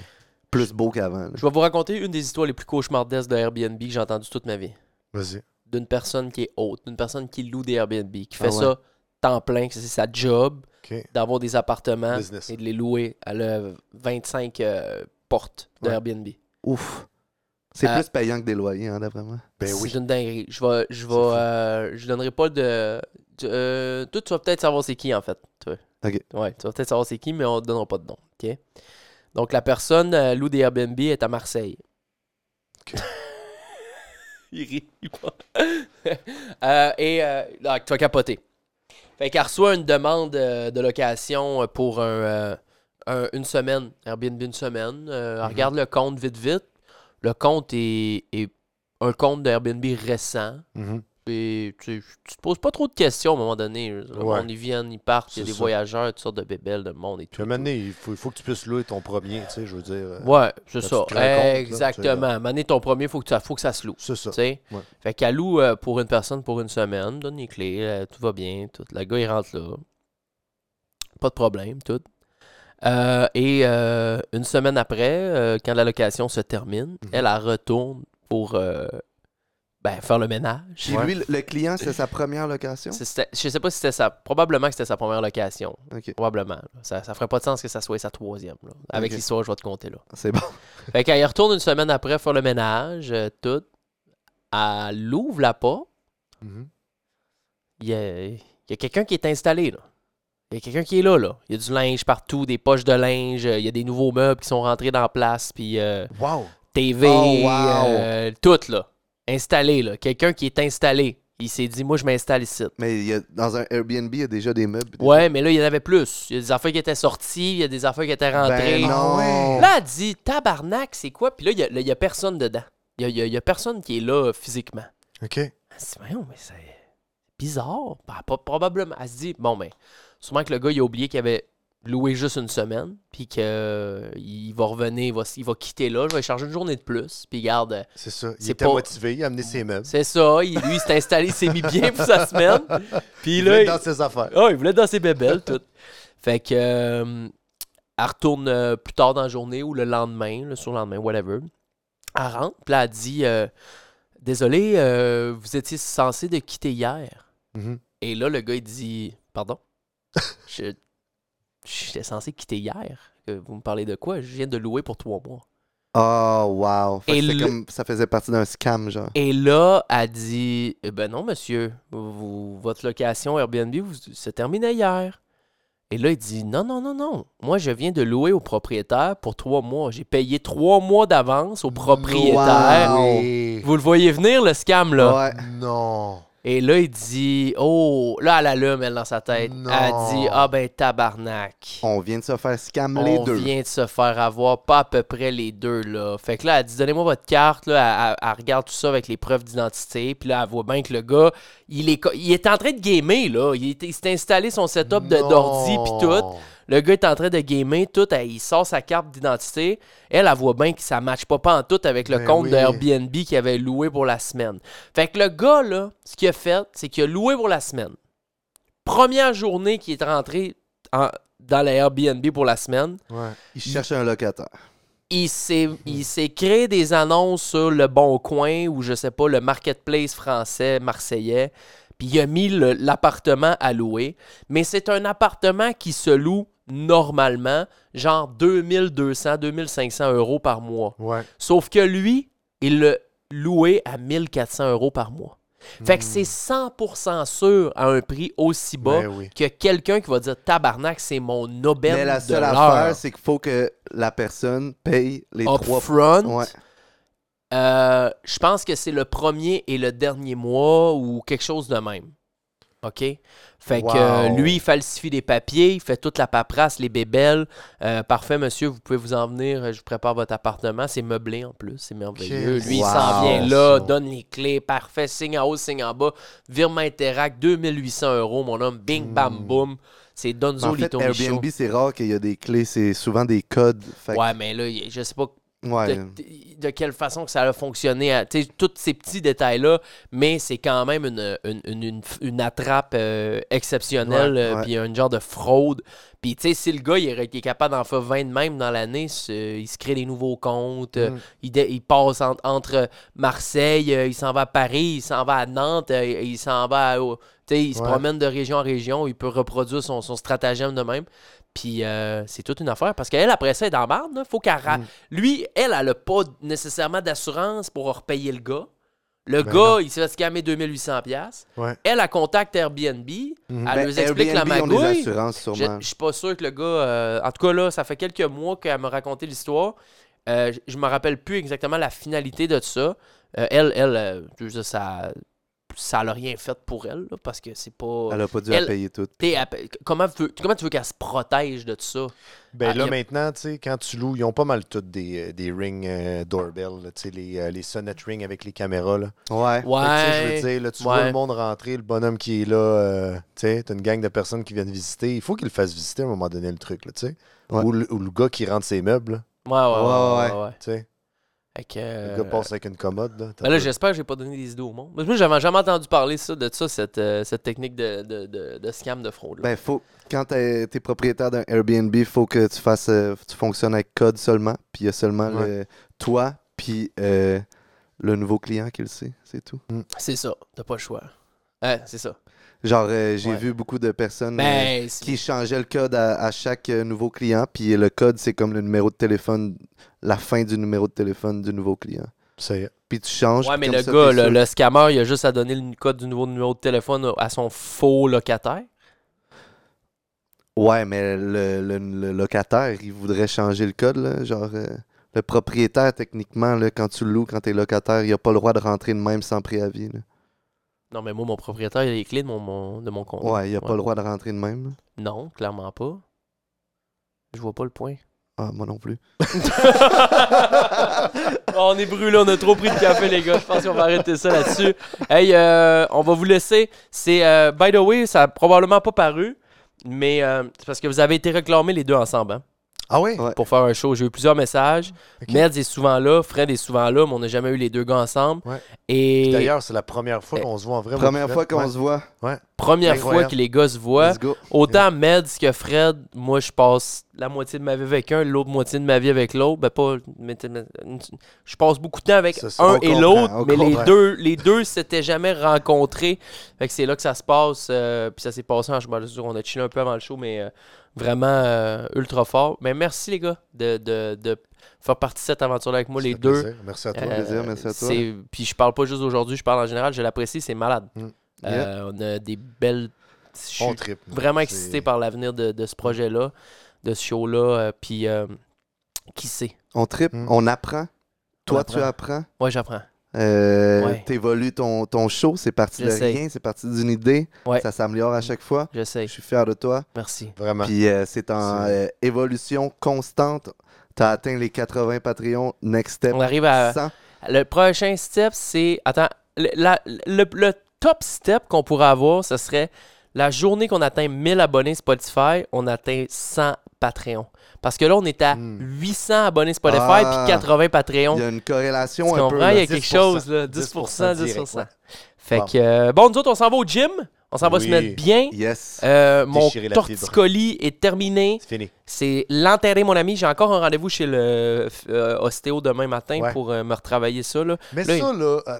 [SPEAKER 9] plus beau qu'avant. là.
[SPEAKER 7] Je vais vous raconter une des histoires les plus cauchemardesques de Airbnb que j'ai entendues toute ma vie.
[SPEAKER 8] Vas-y.
[SPEAKER 7] D'une personne qui est hôte, d'une personne qui loue des Airbnb, qui fait
[SPEAKER 9] Ah ouais.
[SPEAKER 7] ça temps plein, que c'est sa job
[SPEAKER 8] OK.
[SPEAKER 7] d'avoir des appartements
[SPEAKER 8] Business.
[SPEAKER 7] et de les louer. Elle a 25 euh, portes de
[SPEAKER 9] Ouais.
[SPEAKER 7] Airbnb.
[SPEAKER 9] Ouf. C'est
[SPEAKER 7] Euh,
[SPEAKER 9] plus payant que des loyers, hein, d'après moi.
[SPEAKER 8] Ben oui.
[SPEAKER 7] C'est une dinguerie. Je vais, je vais, euh, je donnerai pas de. de- euh, toi, tu vas peut-être savoir c'est qui en fait. toi.
[SPEAKER 9] Ok.
[SPEAKER 7] Ouais, tu vas peut-être savoir c'est qui, mais on te donnera pas de nom. Ok. Donc la personne euh, loue des Airbnb est à Marseille.
[SPEAKER 8] Ok.
[SPEAKER 7] Il rit. il part. Euh, et euh, là, tu vas capoter. Fait qu'elle reçoit une demande euh, de location euh, pour un, euh, un- une semaine, Airbnb une semaine. Euh, Elle regarde le compte vite vite. Le compte est, est un compte d'Airbnb récent.
[SPEAKER 8] Mhm.
[SPEAKER 7] Et tu, sais, tu te poses pas trop de questions à un moment donné.
[SPEAKER 8] Ouais.
[SPEAKER 7] On y vient, ils partent, il y a
[SPEAKER 8] C'est
[SPEAKER 7] des
[SPEAKER 8] ça.
[SPEAKER 7] voyageurs, toutes sortes de bébelles, de monde et
[SPEAKER 8] Puis
[SPEAKER 7] tout.
[SPEAKER 8] à un moment donné, il faut, il faut que tu puisses louer ton premier, tu sais, je veux dire. euh,
[SPEAKER 7] Ouais, c'est ça.
[SPEAKER 8] Quand tu te rends compte, là, tu sais,
[SPEAKER 7] Exactement.
[SPEAKER 8] là.
[SPEAKER 7] À un moment donné, ton premier, faut que, tu, faut que ça se loue.
[SPEAKER 8] C'est ça.
[SPEAKER 7] Tu sais?
[SPEAKER 8] Ouais.
[SPEAKER 7] Fait qu'elle loue euh, pour une personne pour une semaine, donne les clés, euh, tout va bien, tout. Le gars, il rentre là. Pas de problème, tout. Euh, et euh, une semaine après, euh, quand la location se termine,
[SPEAKER 8] Mm-hmm.
[SPEAKER 7] elle, elle retourne pour euh, ben, faire le ménage.
[SPEAKER 9] Puis lui, le- le client, c'est sa première location.
[SPEAKER 7] C'était- Je sais pas si c'était sa. Probablement que c'était sa première location.
[SPEAKER 9] Ok,
[SPEAKER 7] Probablement. là. Ça, ça ferait pas de sens que ça soit sa troisième. là. Avec
[SPEAKER 9] Ok.
[SPEAKER 7] l'histoire, que je vais te compter là.
[SPEAKER 9] c'est bon.
[SPEAKER 7] Fait qu'elle y retourne une semaine après faire le ménage, euh, tout. Elle ouvre la porte.
[SPEAKER 9] Mm-hmm.
[SPEAKER 8] Mhm.
[SPEAKER 7] Il y a, il y a quelqu'un qui est installé, là. Il y a quelqu'un qui est là, là. Il y a du linge partout, des poches de linge, euh, il y a des nouveaux meubles qui sont rentrés dans la place, puis euh,
[SPEAKER 8] Wow!
[SPEAKER 7] TV,
[SPEAKER 9] Oh, wow.
[SPEAKER 7] euh, tout, là. Installé, là. Quelqu'un qui est installé. Il s'est dit, moi, je m'installe ici.
[SPEAKER 9] Mais il y a- dans un Airbnb, il y a déjà des meubles. des-
[SPEAKER 7] Ouais, mais là, il y en avait plus. Il y a des affaires qui étaient sorties, il y a des affaires qui étaient rentrées.
[SPEAKER 9] Ben non.
[SPEAKER 7] Là, elle dit tabarnak, c'est quoi? Puis là, il y a- là, il y a, personne dedans. Il y a, il y a- il y a personne qui est là euh, physiquement.
[SPEAKER 8] OK.
[SPEAKER 7] Elle se dit, voyons, mais c'est bizarre. Bah, pas- probablement. Elle se dit, bon, ben, sûrement que le gars, il a oublié qu'il avait loué juste une semaine, puis que euh, il va revenir, il va, s- il va quitter là, je vais charger une journée de plus, puis garde. euh,
[SPEAKER 8] C'est ça. Il
[SPEAKER 7] C'est
[SPEAKER 8] était
[SPEAKER 7] pas-
[SPEAKER 8] motivé, il a amené ses meubles.
[SPEAKER 7] C'est ça, il- lui, il s'est installé, il s'est mis bien pour sa semaine. Puis
[SPEAKER 8] Il
[SPEAKER 7] là,
[SPEAKER 8] est
[SPEAKER 7] il-
[SPEAKER 8] dans ses affaires.
[SPEAKER 7] ah, il voulait danser bébelle, tout. Fait que. euh, elle retourne euh, plus tard dans la journée ou le lendemain, le surlendemain, whatever. Elle rentre, puis là, elle dit euh, Désolé, euh, vous étiez censé de quitter hier.
[SPEAKER 8] Mhm.
[SPEAKER 7] Et là, le gars, il dit Pardon Je- J'étais censé quitter hier. Euh, Vous me parlez de quoi Je viens de louer pour trois mois.
[SPEAKER 9] Oh, wow. Fait que
[SPEAKER 7] Et
[SPEAKER 9] c'est
[SPEAKER 7] le-
[SPEAKER 9] comme- ça faisait partie d'un scam, genre.
[SPEAKER 7] Et là, elle dit Eh Ben non, monsieur, vous- votre location Airbnb vous- se terminait hier. Et là, il dit Non, non, non, non. Moi, je viens de louer au propriétaire pour trois mois. J'ai payé trois mois d'avance au propriétaire.
[SPEAKER 9] Wow.
[SPEAKER 8] Oui.
[SPEAKER 7] Vous le voyez venir, le scam, là.
[SPEAKER 9] Ouais.
[SPEAKER 8] Non.
[SPEAKER 7] Et là, il dit Oh, là, elle allume, elle, dans sa tête.
[SPEAKER 9] Non.
[SPEAKER 7] Elle dit Ah, ben, tabarnak.
[SPEAKER 9] On vient de se faire scam les
[SPEAKER 7] On
[SPEAKER 9] deux.
[SPEAKER 7] vient de se faire avoir pas à peu près les deux, là. Fait que là, elle dit Donnez-moi votre carte, là. Elle, elle- elle regarde tout ça avec les preuves d'identité. Puis là, elle voit bien que le gars, il est, co- il est en train de gamer, là. Il, est- il s'est installé son setup de- d'ordi, puis tout. Le gars est en train de gamer, tout. elle- il sort sa carte d'identité. Elle, elle voit bien que ça matche pas, pas en tout avec le
[SPEAKER 8] Ben
[SPEAKER 7] compte
[SPEAKER 8] oui.
[SPEAKER 7] de Airbnb qu'il avait loué pour la semaine. Fait que le gars, là, ce qu'il a fait, c'est qu'il a loué pour la semaine. Première journée qu'il est rentré en- dans la Airbnb pour la semaine,
[SPEAKER 8] Ouais.
[SPEAKER 9] Il cherche un locataire.
[SPEAKER 7] il s'est il s'est créé des annonces sur le Bon Coin ou je sais pas, le marketplace français, marseillais. Puis il a mis le- l'appartement à louer. Mais c'est un appartement qui se loue normalement, genre 2200, 2500 euros par mois.
[SPEAKER 8] Ouais.
[SPEAKER 7] Sauf que lui, il l'a loué à 1400 euros par mois. Fait
[SPEAKER 9] Hmm.
[SPEAKER 7] que c'est 100% sûr à un prix aussi bas
[SPEAKER 8] Ben oui.
[SPEAKER 7] que quelqu'un qui va dire tabarnak, c'est mon aubaine
[SPEAKER 9] Mais la
[SPEAKER 7] de
[SPEAKER 9] seule
[SPEAKER 7] l'heure.
[SPEAKER 9] affaire, c'est qu'il faut que la personne paye les trois
[SPEAKER 7] Upfront,
[SPEAKER 9] Ouais.
[SPEAKER 7] euh, je pense que c'est le premier et le dernier mois ou quelque chose de même. OK? Fait
[SPEAKER 8] Wow.
[SPEAKER 7] que euh, lui, il falsifie des papiers, il fait toute la paperasse, les bébelles. Euh, parfait, monsieur, vous pouvez vous en venir. euh, Je vous prépare votre appartement. C'est meublé en plus. C'est merveilleux.
[SPEAKER 8] Qu'est-ce
[SPEAKER 7] Lui, il
[SPEAKER 9] que
[SPEAKER 7] s'en
[SPEAKER 9] c'est
[SPEAKER 7] vient là,
[SPEAKER 8] ça?
[SPEAKER 7] donne les clés. Parfait, signe en haut, signe en bas. Virement Interact, 2800 euros, mon homme. Bing, bam, boum. C'est
[SPEAKER 9] Hmm. Mais
[SPEAKER 7] Donzo
[SPEAKER 9] En fait,
[SPEAKER 7] Lito
[SPEAKER 9] Airbnb, c'est rare qu'il y a des clés, c'est souvent des codes. Fait que-
[SPEAKER 7] Ouais, mais là, il- je sais pas
[SPEAKER 9] ouais.
[SPEAKER 7] de, de quelle façon que ça a fonctionné, à- tu sais, tous ces petits détails-là, mais c'est quand même une, une, une- une- une attrape euh, exceptionnelle,
[SPEAKER 9] Ouais,
[SPEAKER 7] euh,
[SPEAKER 9] ouais.
[SPEAKER 7] puis un genre de fraude. Puis, tu sais, si le gars, il est, il est capable d'en faire 20 de même dans l'année, c'est- il se crée des nouveaux comptes, euh,
[SPEAKER 9] Mm.
[SPEAKER 7] il, dé- il passe en- entre Marseille, euh, il s'en va à Paris, il s'en va à Nantes, euh, il s'en va à- au- tu sais, il se
[SPEAKER 8] Ouais.
[SPEAKER 7] promène de région en région, il peut reproduire son, son stratagème de même. Puis euh, c'est toute une affaire parce qu'elle, après ça, elle est dans la marde, là. Faut qu'elle. ra- Lui, elle, elle n'a pas nécessairement d'assurance pour repayer le gars. Le
[SPEAKER 8] Ben
[SPEAKER 7] gars,
[SPEAKER 8] non.
[SPEAKER 7] il s'est fait scammer 2800$. piastres.
[SPEAKER 8] Ouais. Mhm.
[SPEAKER 7] Elle, elle contacte Airbnb. Elle
[SPEAKER 9] Ben,
[SPEAKER 7] nous explique
[SPEAKER 9] Airbnb
[SPEAKER 7] la
[SPEAKER 9] ont des
[SPEAKER 7] magouille.
[SPEAKER 9] assurances,
[SPEAKER 7] Je
[SPEAKER 9] sûrement.
[SPEAKER 7] je suis pas sûr que le gars. euh, en tout cas, là, ça fait quelques mois qu'elle m'a raconté l'histoire. Euh, je- je me rappelle plus exactement la finalité de ça. Euh, elle, elle, euh, je veux dire, ça. Ça n'a rien fait pour elle, là, parce que c'est pas.
[SPEAKER 9] Elle a pas dû
[SPEAKER 7] Elle-
[SPEAKER 9] la payer toute.
[SPEAKER 7] T'es à- comment, tu veux, comment tu veux qu'elle se protège de tout ça?
[SPEAKER 8] Ben
[SPEAKER 7] Ah,
[SPEAKER 8] là,
[SPEAKER 7] y a-
[SPEAKER 8] maintenant, tu sais, quand tu loues, ils ont pas mal toutes des, euh, des ring euh, doorbell, là, tu sais, les, euh, les sonnet ring avec les caméras, là.
[SPEAKER 9] Ouais.
[SPEAKER 8] Fait que, Ben, tu sais,
[SPEAKER 7] Ouais.
[SPEAKER 8] je veux dire, là, tu
[SPEAKER 7] Ouais.
[SPEAKER 8] vois le monde rentrer, le bonhomme qui est là, euh, tu sais, t'as une gang de personnes qui viennent visiter. Il faut qu'il le fasse visiter à un moment donné, le truc, là, tu sais.
[SPEAKER 9] Ouais.
[SPEAKER 8] Ou, le, ou le gars qui rentre ses meubles, là,
[SPEAKER 7] Ouais, ouais, ouais. ouais,
[SPEAKER 9] Ouais,
[SPEAKER 7] ouais,
[SPEAKER 8] tu sais.
[SPEAKER 7] Fait que,
[SPEAKER 8] Le
[SPEAKER 7] euh,
[SPEAKER 8] gars passe avec une commode, là. t'as
[SPEAKER 7] ben là,
[SPEAKER 8] peu.
[SPEAKER 7] j'espère que j'ai pas donné des idées au monde. Moi, j'avais jamais entendu parler ça, de ça, cette, euh, cette technique de, de, de, de scam de fraude. là.
[SPEAKER 9] Ben, faut, quand t'es t'es propriétaire d'un Airbnb, il faut que tu fasses, euh, tu fonctionnes avec code seulement, puis il y a seulement
[SPEAKER 8] Ouais.
[SPEAKER 9] le- toi, puis euh, le nouveau client qui le sait, c'est tout.
[SPEAKER 8] Hmm,
[SPEAKER 7] C'est ça, t'as pas le choix. Ouais, c'est ça.
[SPEAKER 9] Genre, euh, j'ai
[SPEAKER 7] Ouais.
[SPEAKER 9] vu beaucoup de personnes euh,
[SPEAKER 7] Ben, c'est-
[SPEAKER 9] qui changeaient le code à, à chaque euh, nouveau client, puis le code, c'est comme le numéro de téléphone, la fin du numéro de téléphone du nouveau client.
[SPEAKER 8] Ça y est.
[SPEAKER 9] Puis tu changes.
[SPEAKER 7] ouais,
[SPEAKER 9] puis
[SPEAKER 7] mais
[SPEAKER 9] comme
[SPEAKER 7] le
[SPEAKER 9] ça,
[SPEAKER 7] gars,
[SPEAKER 9] t'es
[SPEAKER 7] le,
[SPEAKER 9] sûr.
[SPEAKER 7] le scammer, il a juste à donner le code du nouveau numéro de téléphone à son faux locataire.
[SPEAKER 9] Ouais, mais le, le- le locataire, il voudrait changer le code, là. Genre, euh, le propriétaire, techniquement, là, quand tu loues, quand t'es locataire, il a pas le droit de rentrer de même sans préavis, là.
[SPEAKER 7] Non, mais moi, mon propriétaire, il a les clés de mon, mon- de mon compte.
[SPEAKER 9] Ouais, il a pas
[SPEAKER 7] Ouais.
[SPEAKER 9] le droit de rentrer de même, là.
[SPEAKER 7] Non, clairement pas. Je vois pas le point.
[SPEAKER 9] Ah, moi non plus.
[SPEAKER 7] on est brûlé, on a trop pris de café, les gars. Je pense qu'on va arrêter ça là-dessus. Hey, euh, on va vous laisser. C'est, euh, by the way, ça a probablement pas paru, mais euh, c'est parce que vous avez été réclamés les deux ensemble hein,
[SPEAKER 8] Ah ouais?
[SPEAKER 9] Ouais.
[SPEAKER 7] pour faire un show. J'ai eu plusieurs messages.
[SPEAKER 8] Ok.
[SPEAKER 7] Merde est souvent là, Fred est souvent là, mais on n'a jamais eu les deux gars ensemble.
[SPEAKER 8] Ouais. Puis
[SPEAKER 7] Et Eh,
[SPEAKER 8] D'ailleurs, c'est la première fois qu'on se voit en vrai.
[SPEAKER 9] Première
[SPEAKER 8] moi,
[SPEAKER 9] fois
[SPEAKER 8] Fred.
[SPEAKER 9] qu'on se voit,
[SPEAKER 7] première fois
[SPEAKER 8] Incroyable.
[SPEAKER 7] que les gars se voient.
[SPEAKER 9] let's go.
[SPEAKER 7] Autant Meds que Fred, moi je passe la moitié de ma vie avec un, l'autre moitié de ma vie avec l'autre. Ben pas. mais- mais- Je passe beaucoup de temps avec
[SPEAKER 8] Ça, ça,
[SPEAKER 7] un
[SPEAKER 9] on
[SPEAKER 7] et
[SPEAKER 9] comprend,
[SPEAKER 7] l'autre,
[SPEAKER 9] on
[SPEAKER 7] mais les
[SPEAKER 9] comprend.
[SPEAKER 7] deux, les deux s'étaient jamais rencontrés. Fait que c'est là que ça se passe. euh, puis ça s'est passé en je me souviens, On a chillé un peu avant le show, mais euh, vraiment euh, ultra fort. Mais merci les gars de, de, de faire partie de cette aventure avec moi,
[SPEAKER 8] Ça
[SPEAKER 7] les
[SPEAKER 8] fait
[SPEAKER 7] deux. euh,
[SPEAKER 8] plaisir. Merci à toi.
[SPEAKER 9] fait plaisir, merci à toi.
[SPEAKER 7] c'est- Puis je parle pas juste d'aujourd'hui, je parle en général, je l'apprécie, c'est malade.
[SPEAKER 8] Mm.
[SPEAKER 7] Euh, on a des belles. je suis
[SPEAKER 8] On tripe.
[SPEAKER 7] vraiment
[SPEAKER 8] C'est-
[SPEAKER 7] excité par l'avenir de, de ce projet-là, de ce show-là. euh, puis, euh, qui sait?
[SPEAKER 9] On tripe,
[SPEAKER 8] Mm.
[SPEAKER 9] Hmm. on apprend. Toi, tu
[SPEAKER 8] apprend.
[SPEAKER 9] apprends.
[SPEAKER 7] Ouais, j'apprends.
[SPEAKER 9] Euh,
[SPEAKER 7] Ouais.
[SPEAKER 9] T'évolues ton, ton show, c'est parti de
[SPEAKER 7] J'essaie.
[SPEAKER 9] rien, c'est parti d'une idée.
[SPEAKER 7] Ouais.
[SPEAKER 9] Ça s'améliore à chaque fois.
[SPEAKER 7] Je sais.
[SPEAKER 9] Je suis fier de toi.
[SPEAKER 7] Merci.
[SPEAKER 8] Vraiment.
[SPEAKER 9] Puis euh, c'est en euh, évolution constante. T'as atteint les 80 Patreons. Next step.
[SPEAKER 7] On arrive à-
[SPEAKER 9] 100.
[SPEAKER 7] Le prochain step, c'est. Attends, le, la- le- le top step qu'on pourrait avoir, ce serait la journée qu'on atteint 1000 abonnés Spotify, on atteint 100 Patreon. Parce que là, on est à 800 abonnés Spotify
[SPEAKER 9] Hmm. Ah.
[SPEAKER 7] puis 80 Patreon.
[SPEAKER 9] Il y a une corrélation
[SPEAKER 7] Tu
[SPEAKER 9] un peu.
[SPEAKER 7] comprends? Il y
[SPEAKER 9] là.
[SPEAKER 7] a quelque
[SPEAKER 8] 10%,
[SPEAKER 7] chose, là. 10 10%.
[SPEAKER 8] 10%, direct, ouais.
[SPEAKER 7] Fait
[SPEAKER 8] Wow.
[SPEAKER 7] que, euh, bon, nous autres, on s'en va au gym. On s'en va se
[SPEAKER 8] Oui.
[SPEAKER 7] mettre bien.
[SPEAKER 9] Yes.
[SPEAKER 7] Euh, mon
[SPEAKER 8] Déchirer la
[SPEAKER 7] torticolis est terminé.
[SPEAKER 8] C'est fini.
[SPEAKER 7] C'est l'enterrer, mon ami. J'ai encore un rendez-vous chez le euh, ostéo demain matin
[SPEAKER 8] Ouais.
[SPEAKER 7] pour euh, me retravailler ça. Là.
[SPEAKER 8] Mais
[SPEAKER 7] Là,
[SPEAKER 8] ça, là, euh,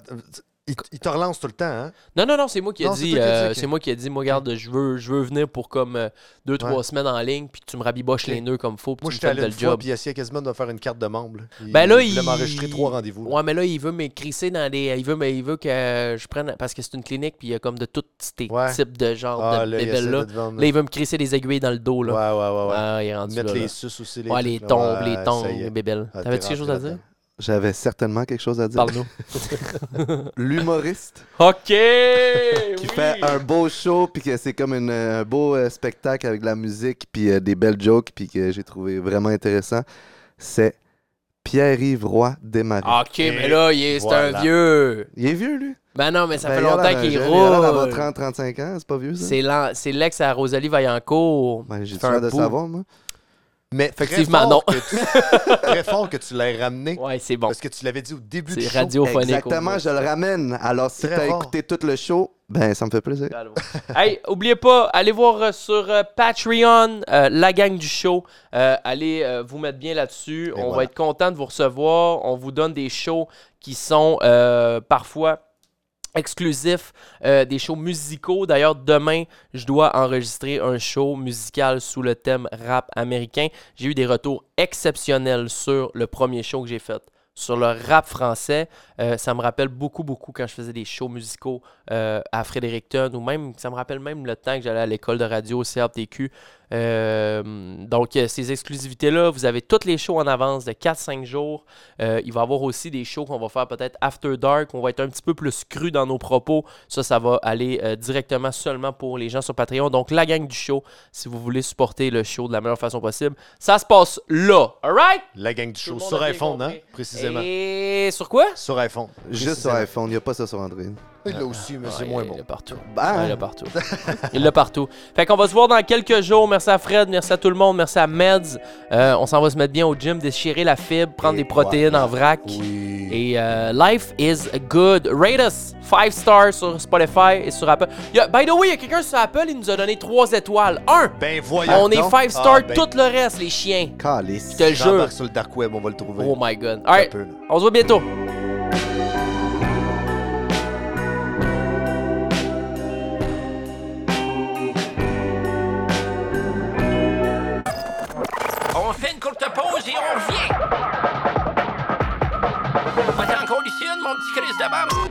[SPEAKER 8] il, il te relance tout le temps, hein?
[SPEAKER 7] Non, non, non, c'est moi qui ai
[SPEAKER 8] Non, c'est
[SPEAKER 7] dit.
[SPEAKER 8] toi qui as
[SPEAKER 7] euh,
[SPEAKER 8] dit, ok.
[SPEAKER 7] C'est moi qui ai dit, moi, regarde, je veux, je veux venir pour comme euh, deux, trois
[SPEAKER 8] Ouais.
[SPEAKER 7] semaines en ligne, puis tu me rabiboches
[SPEAKER 8] Ok.
[SPEAKER 7] les nœuds comme faut, puis
[SPEAKER 8] Moi,
[SPEAKER 7] tu me
[SPEAKER 8] j'étais
[SPEAKER 7] fais
[SPEAKER 8] allé
[SPEAKER 7] le
[SPEAKER 8] une fois,
[SPEAKER 7] job.
[SPEAKER 8] puis il essayait quasiment de me faire une carte de membre. là. Il,
[SPEAKER 7] Ben là,
[SPEAKER 8] il voulait
[SPEAKER 7] il-
[SPEAKER 8] m'enregistrer trois rendez-vous. là.
[SPEAKER 7] Ouais, mais là, il veut m'écrisser dans des. Il veut, me- il veut que euh, je prenne. Parce que c'est une clinique, puis il y a comme de tous tes
[SPEAKER 8] Ouais.
[SPEAKER 7] types de genre
[SPEAKER 8] Ah,
[SPEAKER 7] de
[SPEAKER 8] là, il
[SPEAKER 7] bébelles,
[SPEAKER 8] essaie
[SPEAKER 7] là.
[SPEAKER 8] de te vendre.
[SPEAKER 7] Là, il veut me crisser des aiguilles dans le dos,
[SPEAKER 8] Ouais,
[SPEAKER 7] là.
[SPEAKER 8] ouais, ouais. ouais.
[SPEAKER 7] Ah, il est rendu
[SPEAKER 8] Mettre
[SPEAKER 7] là,
[SPEAKER 8] les
[SPEAKER 7] là.
[SPEAKER 8] sus aussi.
[SPEAKER 7] Ouais, les tombes, les
[SPEAKER 9] euh,
[SPEAKER 8] Ouais,
[SPEAKER 7] tombes,
[SPEAKER 8] ça y est.
[SPEAKER 7] les bébelles.
[SPEAKER 8] Ah, t'es
[SPEAKER 7] T'avais-tu quelque
[SPEAKER 8] rentré
[SPEAKER 7] chose à dire?
[SPEAKER 8] là-dedans.
[SPEAKER 9] J'avais certainement quelque chose à dire.
[SPEAKER 7] Parle-nous.
[SPEAKER 9] L'humoriste
[SPEAKER 7] OK!
[SPEAKER 9] qui fait un beau show, puis que c'est comme une, euh, un beau euh, spectacle avec de la musique, puis euh, des belles jokes, puis que j'ai trouvé vraiment intéressant, c'est Pierre-Yves Roy Desmarais.
[SPEAKER 7] OK, mais là, il est- c'est
[SPEAKER 8] Voilà.
[SPEAKER 7] un vieux.
[SPEAKER 9] Il est vieux, lui.
[SPEAKER 7] Ben non, mais ça
[SPEAKER 9] Ben,
[SPEAKER 7] fait
[SPEAKER 9] il a l'air
[SPEAKER 7] longtemps
[SPEAKER 9] d'un
[SPEAKER 7] qu'il
[SPEAKER 9] jeune, Il a l'air d'avoir
[SPEAKER 7] roule.
[SPEAKER 9] 30, 35 ans, c'est pas vieux, ça?
[SPEAKER 7] C'est l'an- c'est l'ex à Rosalie Vaillancourt.
[SPEAKER 9] Ben, j'ai
[SPEAKER 7] fait un
[SPEAKER 9] peur de
[SPEAKER 7] bout.
[SPEAKER 9] savoir, moi.
[SPEAKER 8] Mais très
[SPEAKER 7] Effectivement,
[SPEAKER 8] fort
[SPEAKER 7] non.
[SPEAKER 8] que tu- très fort que tu l'aies ramené.
[SPEAKER 7] Ouais, c'est bon.
[SPEAKER 8] Parce que tu l'avais dit au début du
[SPEAKER 7] C'est
[SPEAKER 8] show.
[SPEAKER 7] radiophonique. au
[SPEAKER 9] Exactement,
[SPEAKER 7] moins.
[SPEAKER 9] je le ramène. Alors, si
[SPEAKER 8] Très
[SPEAKER 9] t'as
[SPEAKER 8] fort.
[SPEAKER 9] écouté tout le show, ben, ça me fait plaisir.
[SPEAKER 7] hey, oubliez pas, allez voir euh, sur euh, Patreon euh, la gang du show. Euh, allez euh, vous mettre bien là-dessus. On va
[SPEAKER 8] voilà.
[SPEAKER 7] être content de vous recevoir. On vous donne des shows qui sont euh, parfois exclusifs, euh, des shows musicaux. D'ailleurs, demain, je dois enregistrer un show musical sous le thème rap américain. J'ai eu des retours exceptionnels sur le premier show que j'ai fait. Sur le rap français, Euh, ça me rappelle beaucoup, beaucoup quand je faisais des shows musicaux euh, à Fredericton, ou même, ça me rappelle même le temps que j'allais à l'école de radio au CRTQ. Euh, donc, euh, ces exclusivités-là, vous avez toutes les shows en avance de 4-5 jours. Euh, il va y avoir aussi des shows qu'on va faire peut-être after dark, on va être un petit peu plus cru dans nos propos. Ça, ça va aller euh, directement seulement pour les gens sur Patreon. Donc, la gang du show, si vous voulez supporter le show de la meilleure façon possible, ça se passe là. All right?
[SPEAKER 8] La gang du
[SPEAKER 7] Tout le
[SPEAKER 8] show
[SPEAKER 7] monde
[SPEAKER 8] sur
[SPEAKER 7] a bien
[SPEAKER 8] iPhone, hein,
[SPEAKER 7] compris.
[SPEAKER 8] précisément.
[SPEAKER 7] Et sur quoi?
[SPEAKER 8] Sur iPhone.
[SPEAKER 9] Juste sur
[SPEAKER 8] précisément.
[SPEAKER 9] iPhone, il n'y a pas ça sur Android.
[SPEAKER 8] Il l'a aussi, mais c'est
[SPEAKER 7] Ouais,
[SPEAKER 8] moins
[SPEAKER 7] Ah, il
[SPEAKER 8] bon. Bah.
[SPEAKER 7] l'a partout.
[SPEAKER 9] Ben.
[SPEAKER 7] Ouais, il l'a partout. il l'a partout. Fait qu'on va se voir dans quelques jours. Merci à Fred, merci à tout le monde, merci à Meds. Euh, on s'en va se mettre bien au gym, déchirer la fibre, prendre des protéines en vrac. Et euh, life is good. Rate us 5 stars sur Spotify et sur Apple. Il y a- by the way, il y a quelqu'un sur Apple, il nous a donné 3 étoiles. 1!
[SPEAKER 8] Ben voyons.
[SPEAKER 7] On est
[SPEAKER 8] donc.
[SPEAKER 7] 5 stars,
[SPEAKER 8] Ah, ben,
[SPEAKER 7] tout le reste, les chiens.
[SPEAKER 9] Calice.
[SPEAKER 7] Je te le jure.
[SPEAKER 8] J'embarque sur le dark web, on va le trouver.
[SPEAKER 7] Oh my god.
[SPEAKER 8] Un
[SPEAKER 7] Alright,
[SPEAKER 8] peu, là.
[SPEAKER 7] on se voit bientôt.
[SPEAKER 5] On fait une courte pause et on revient. Va t'en conditionne, mon petit Chris de Bob.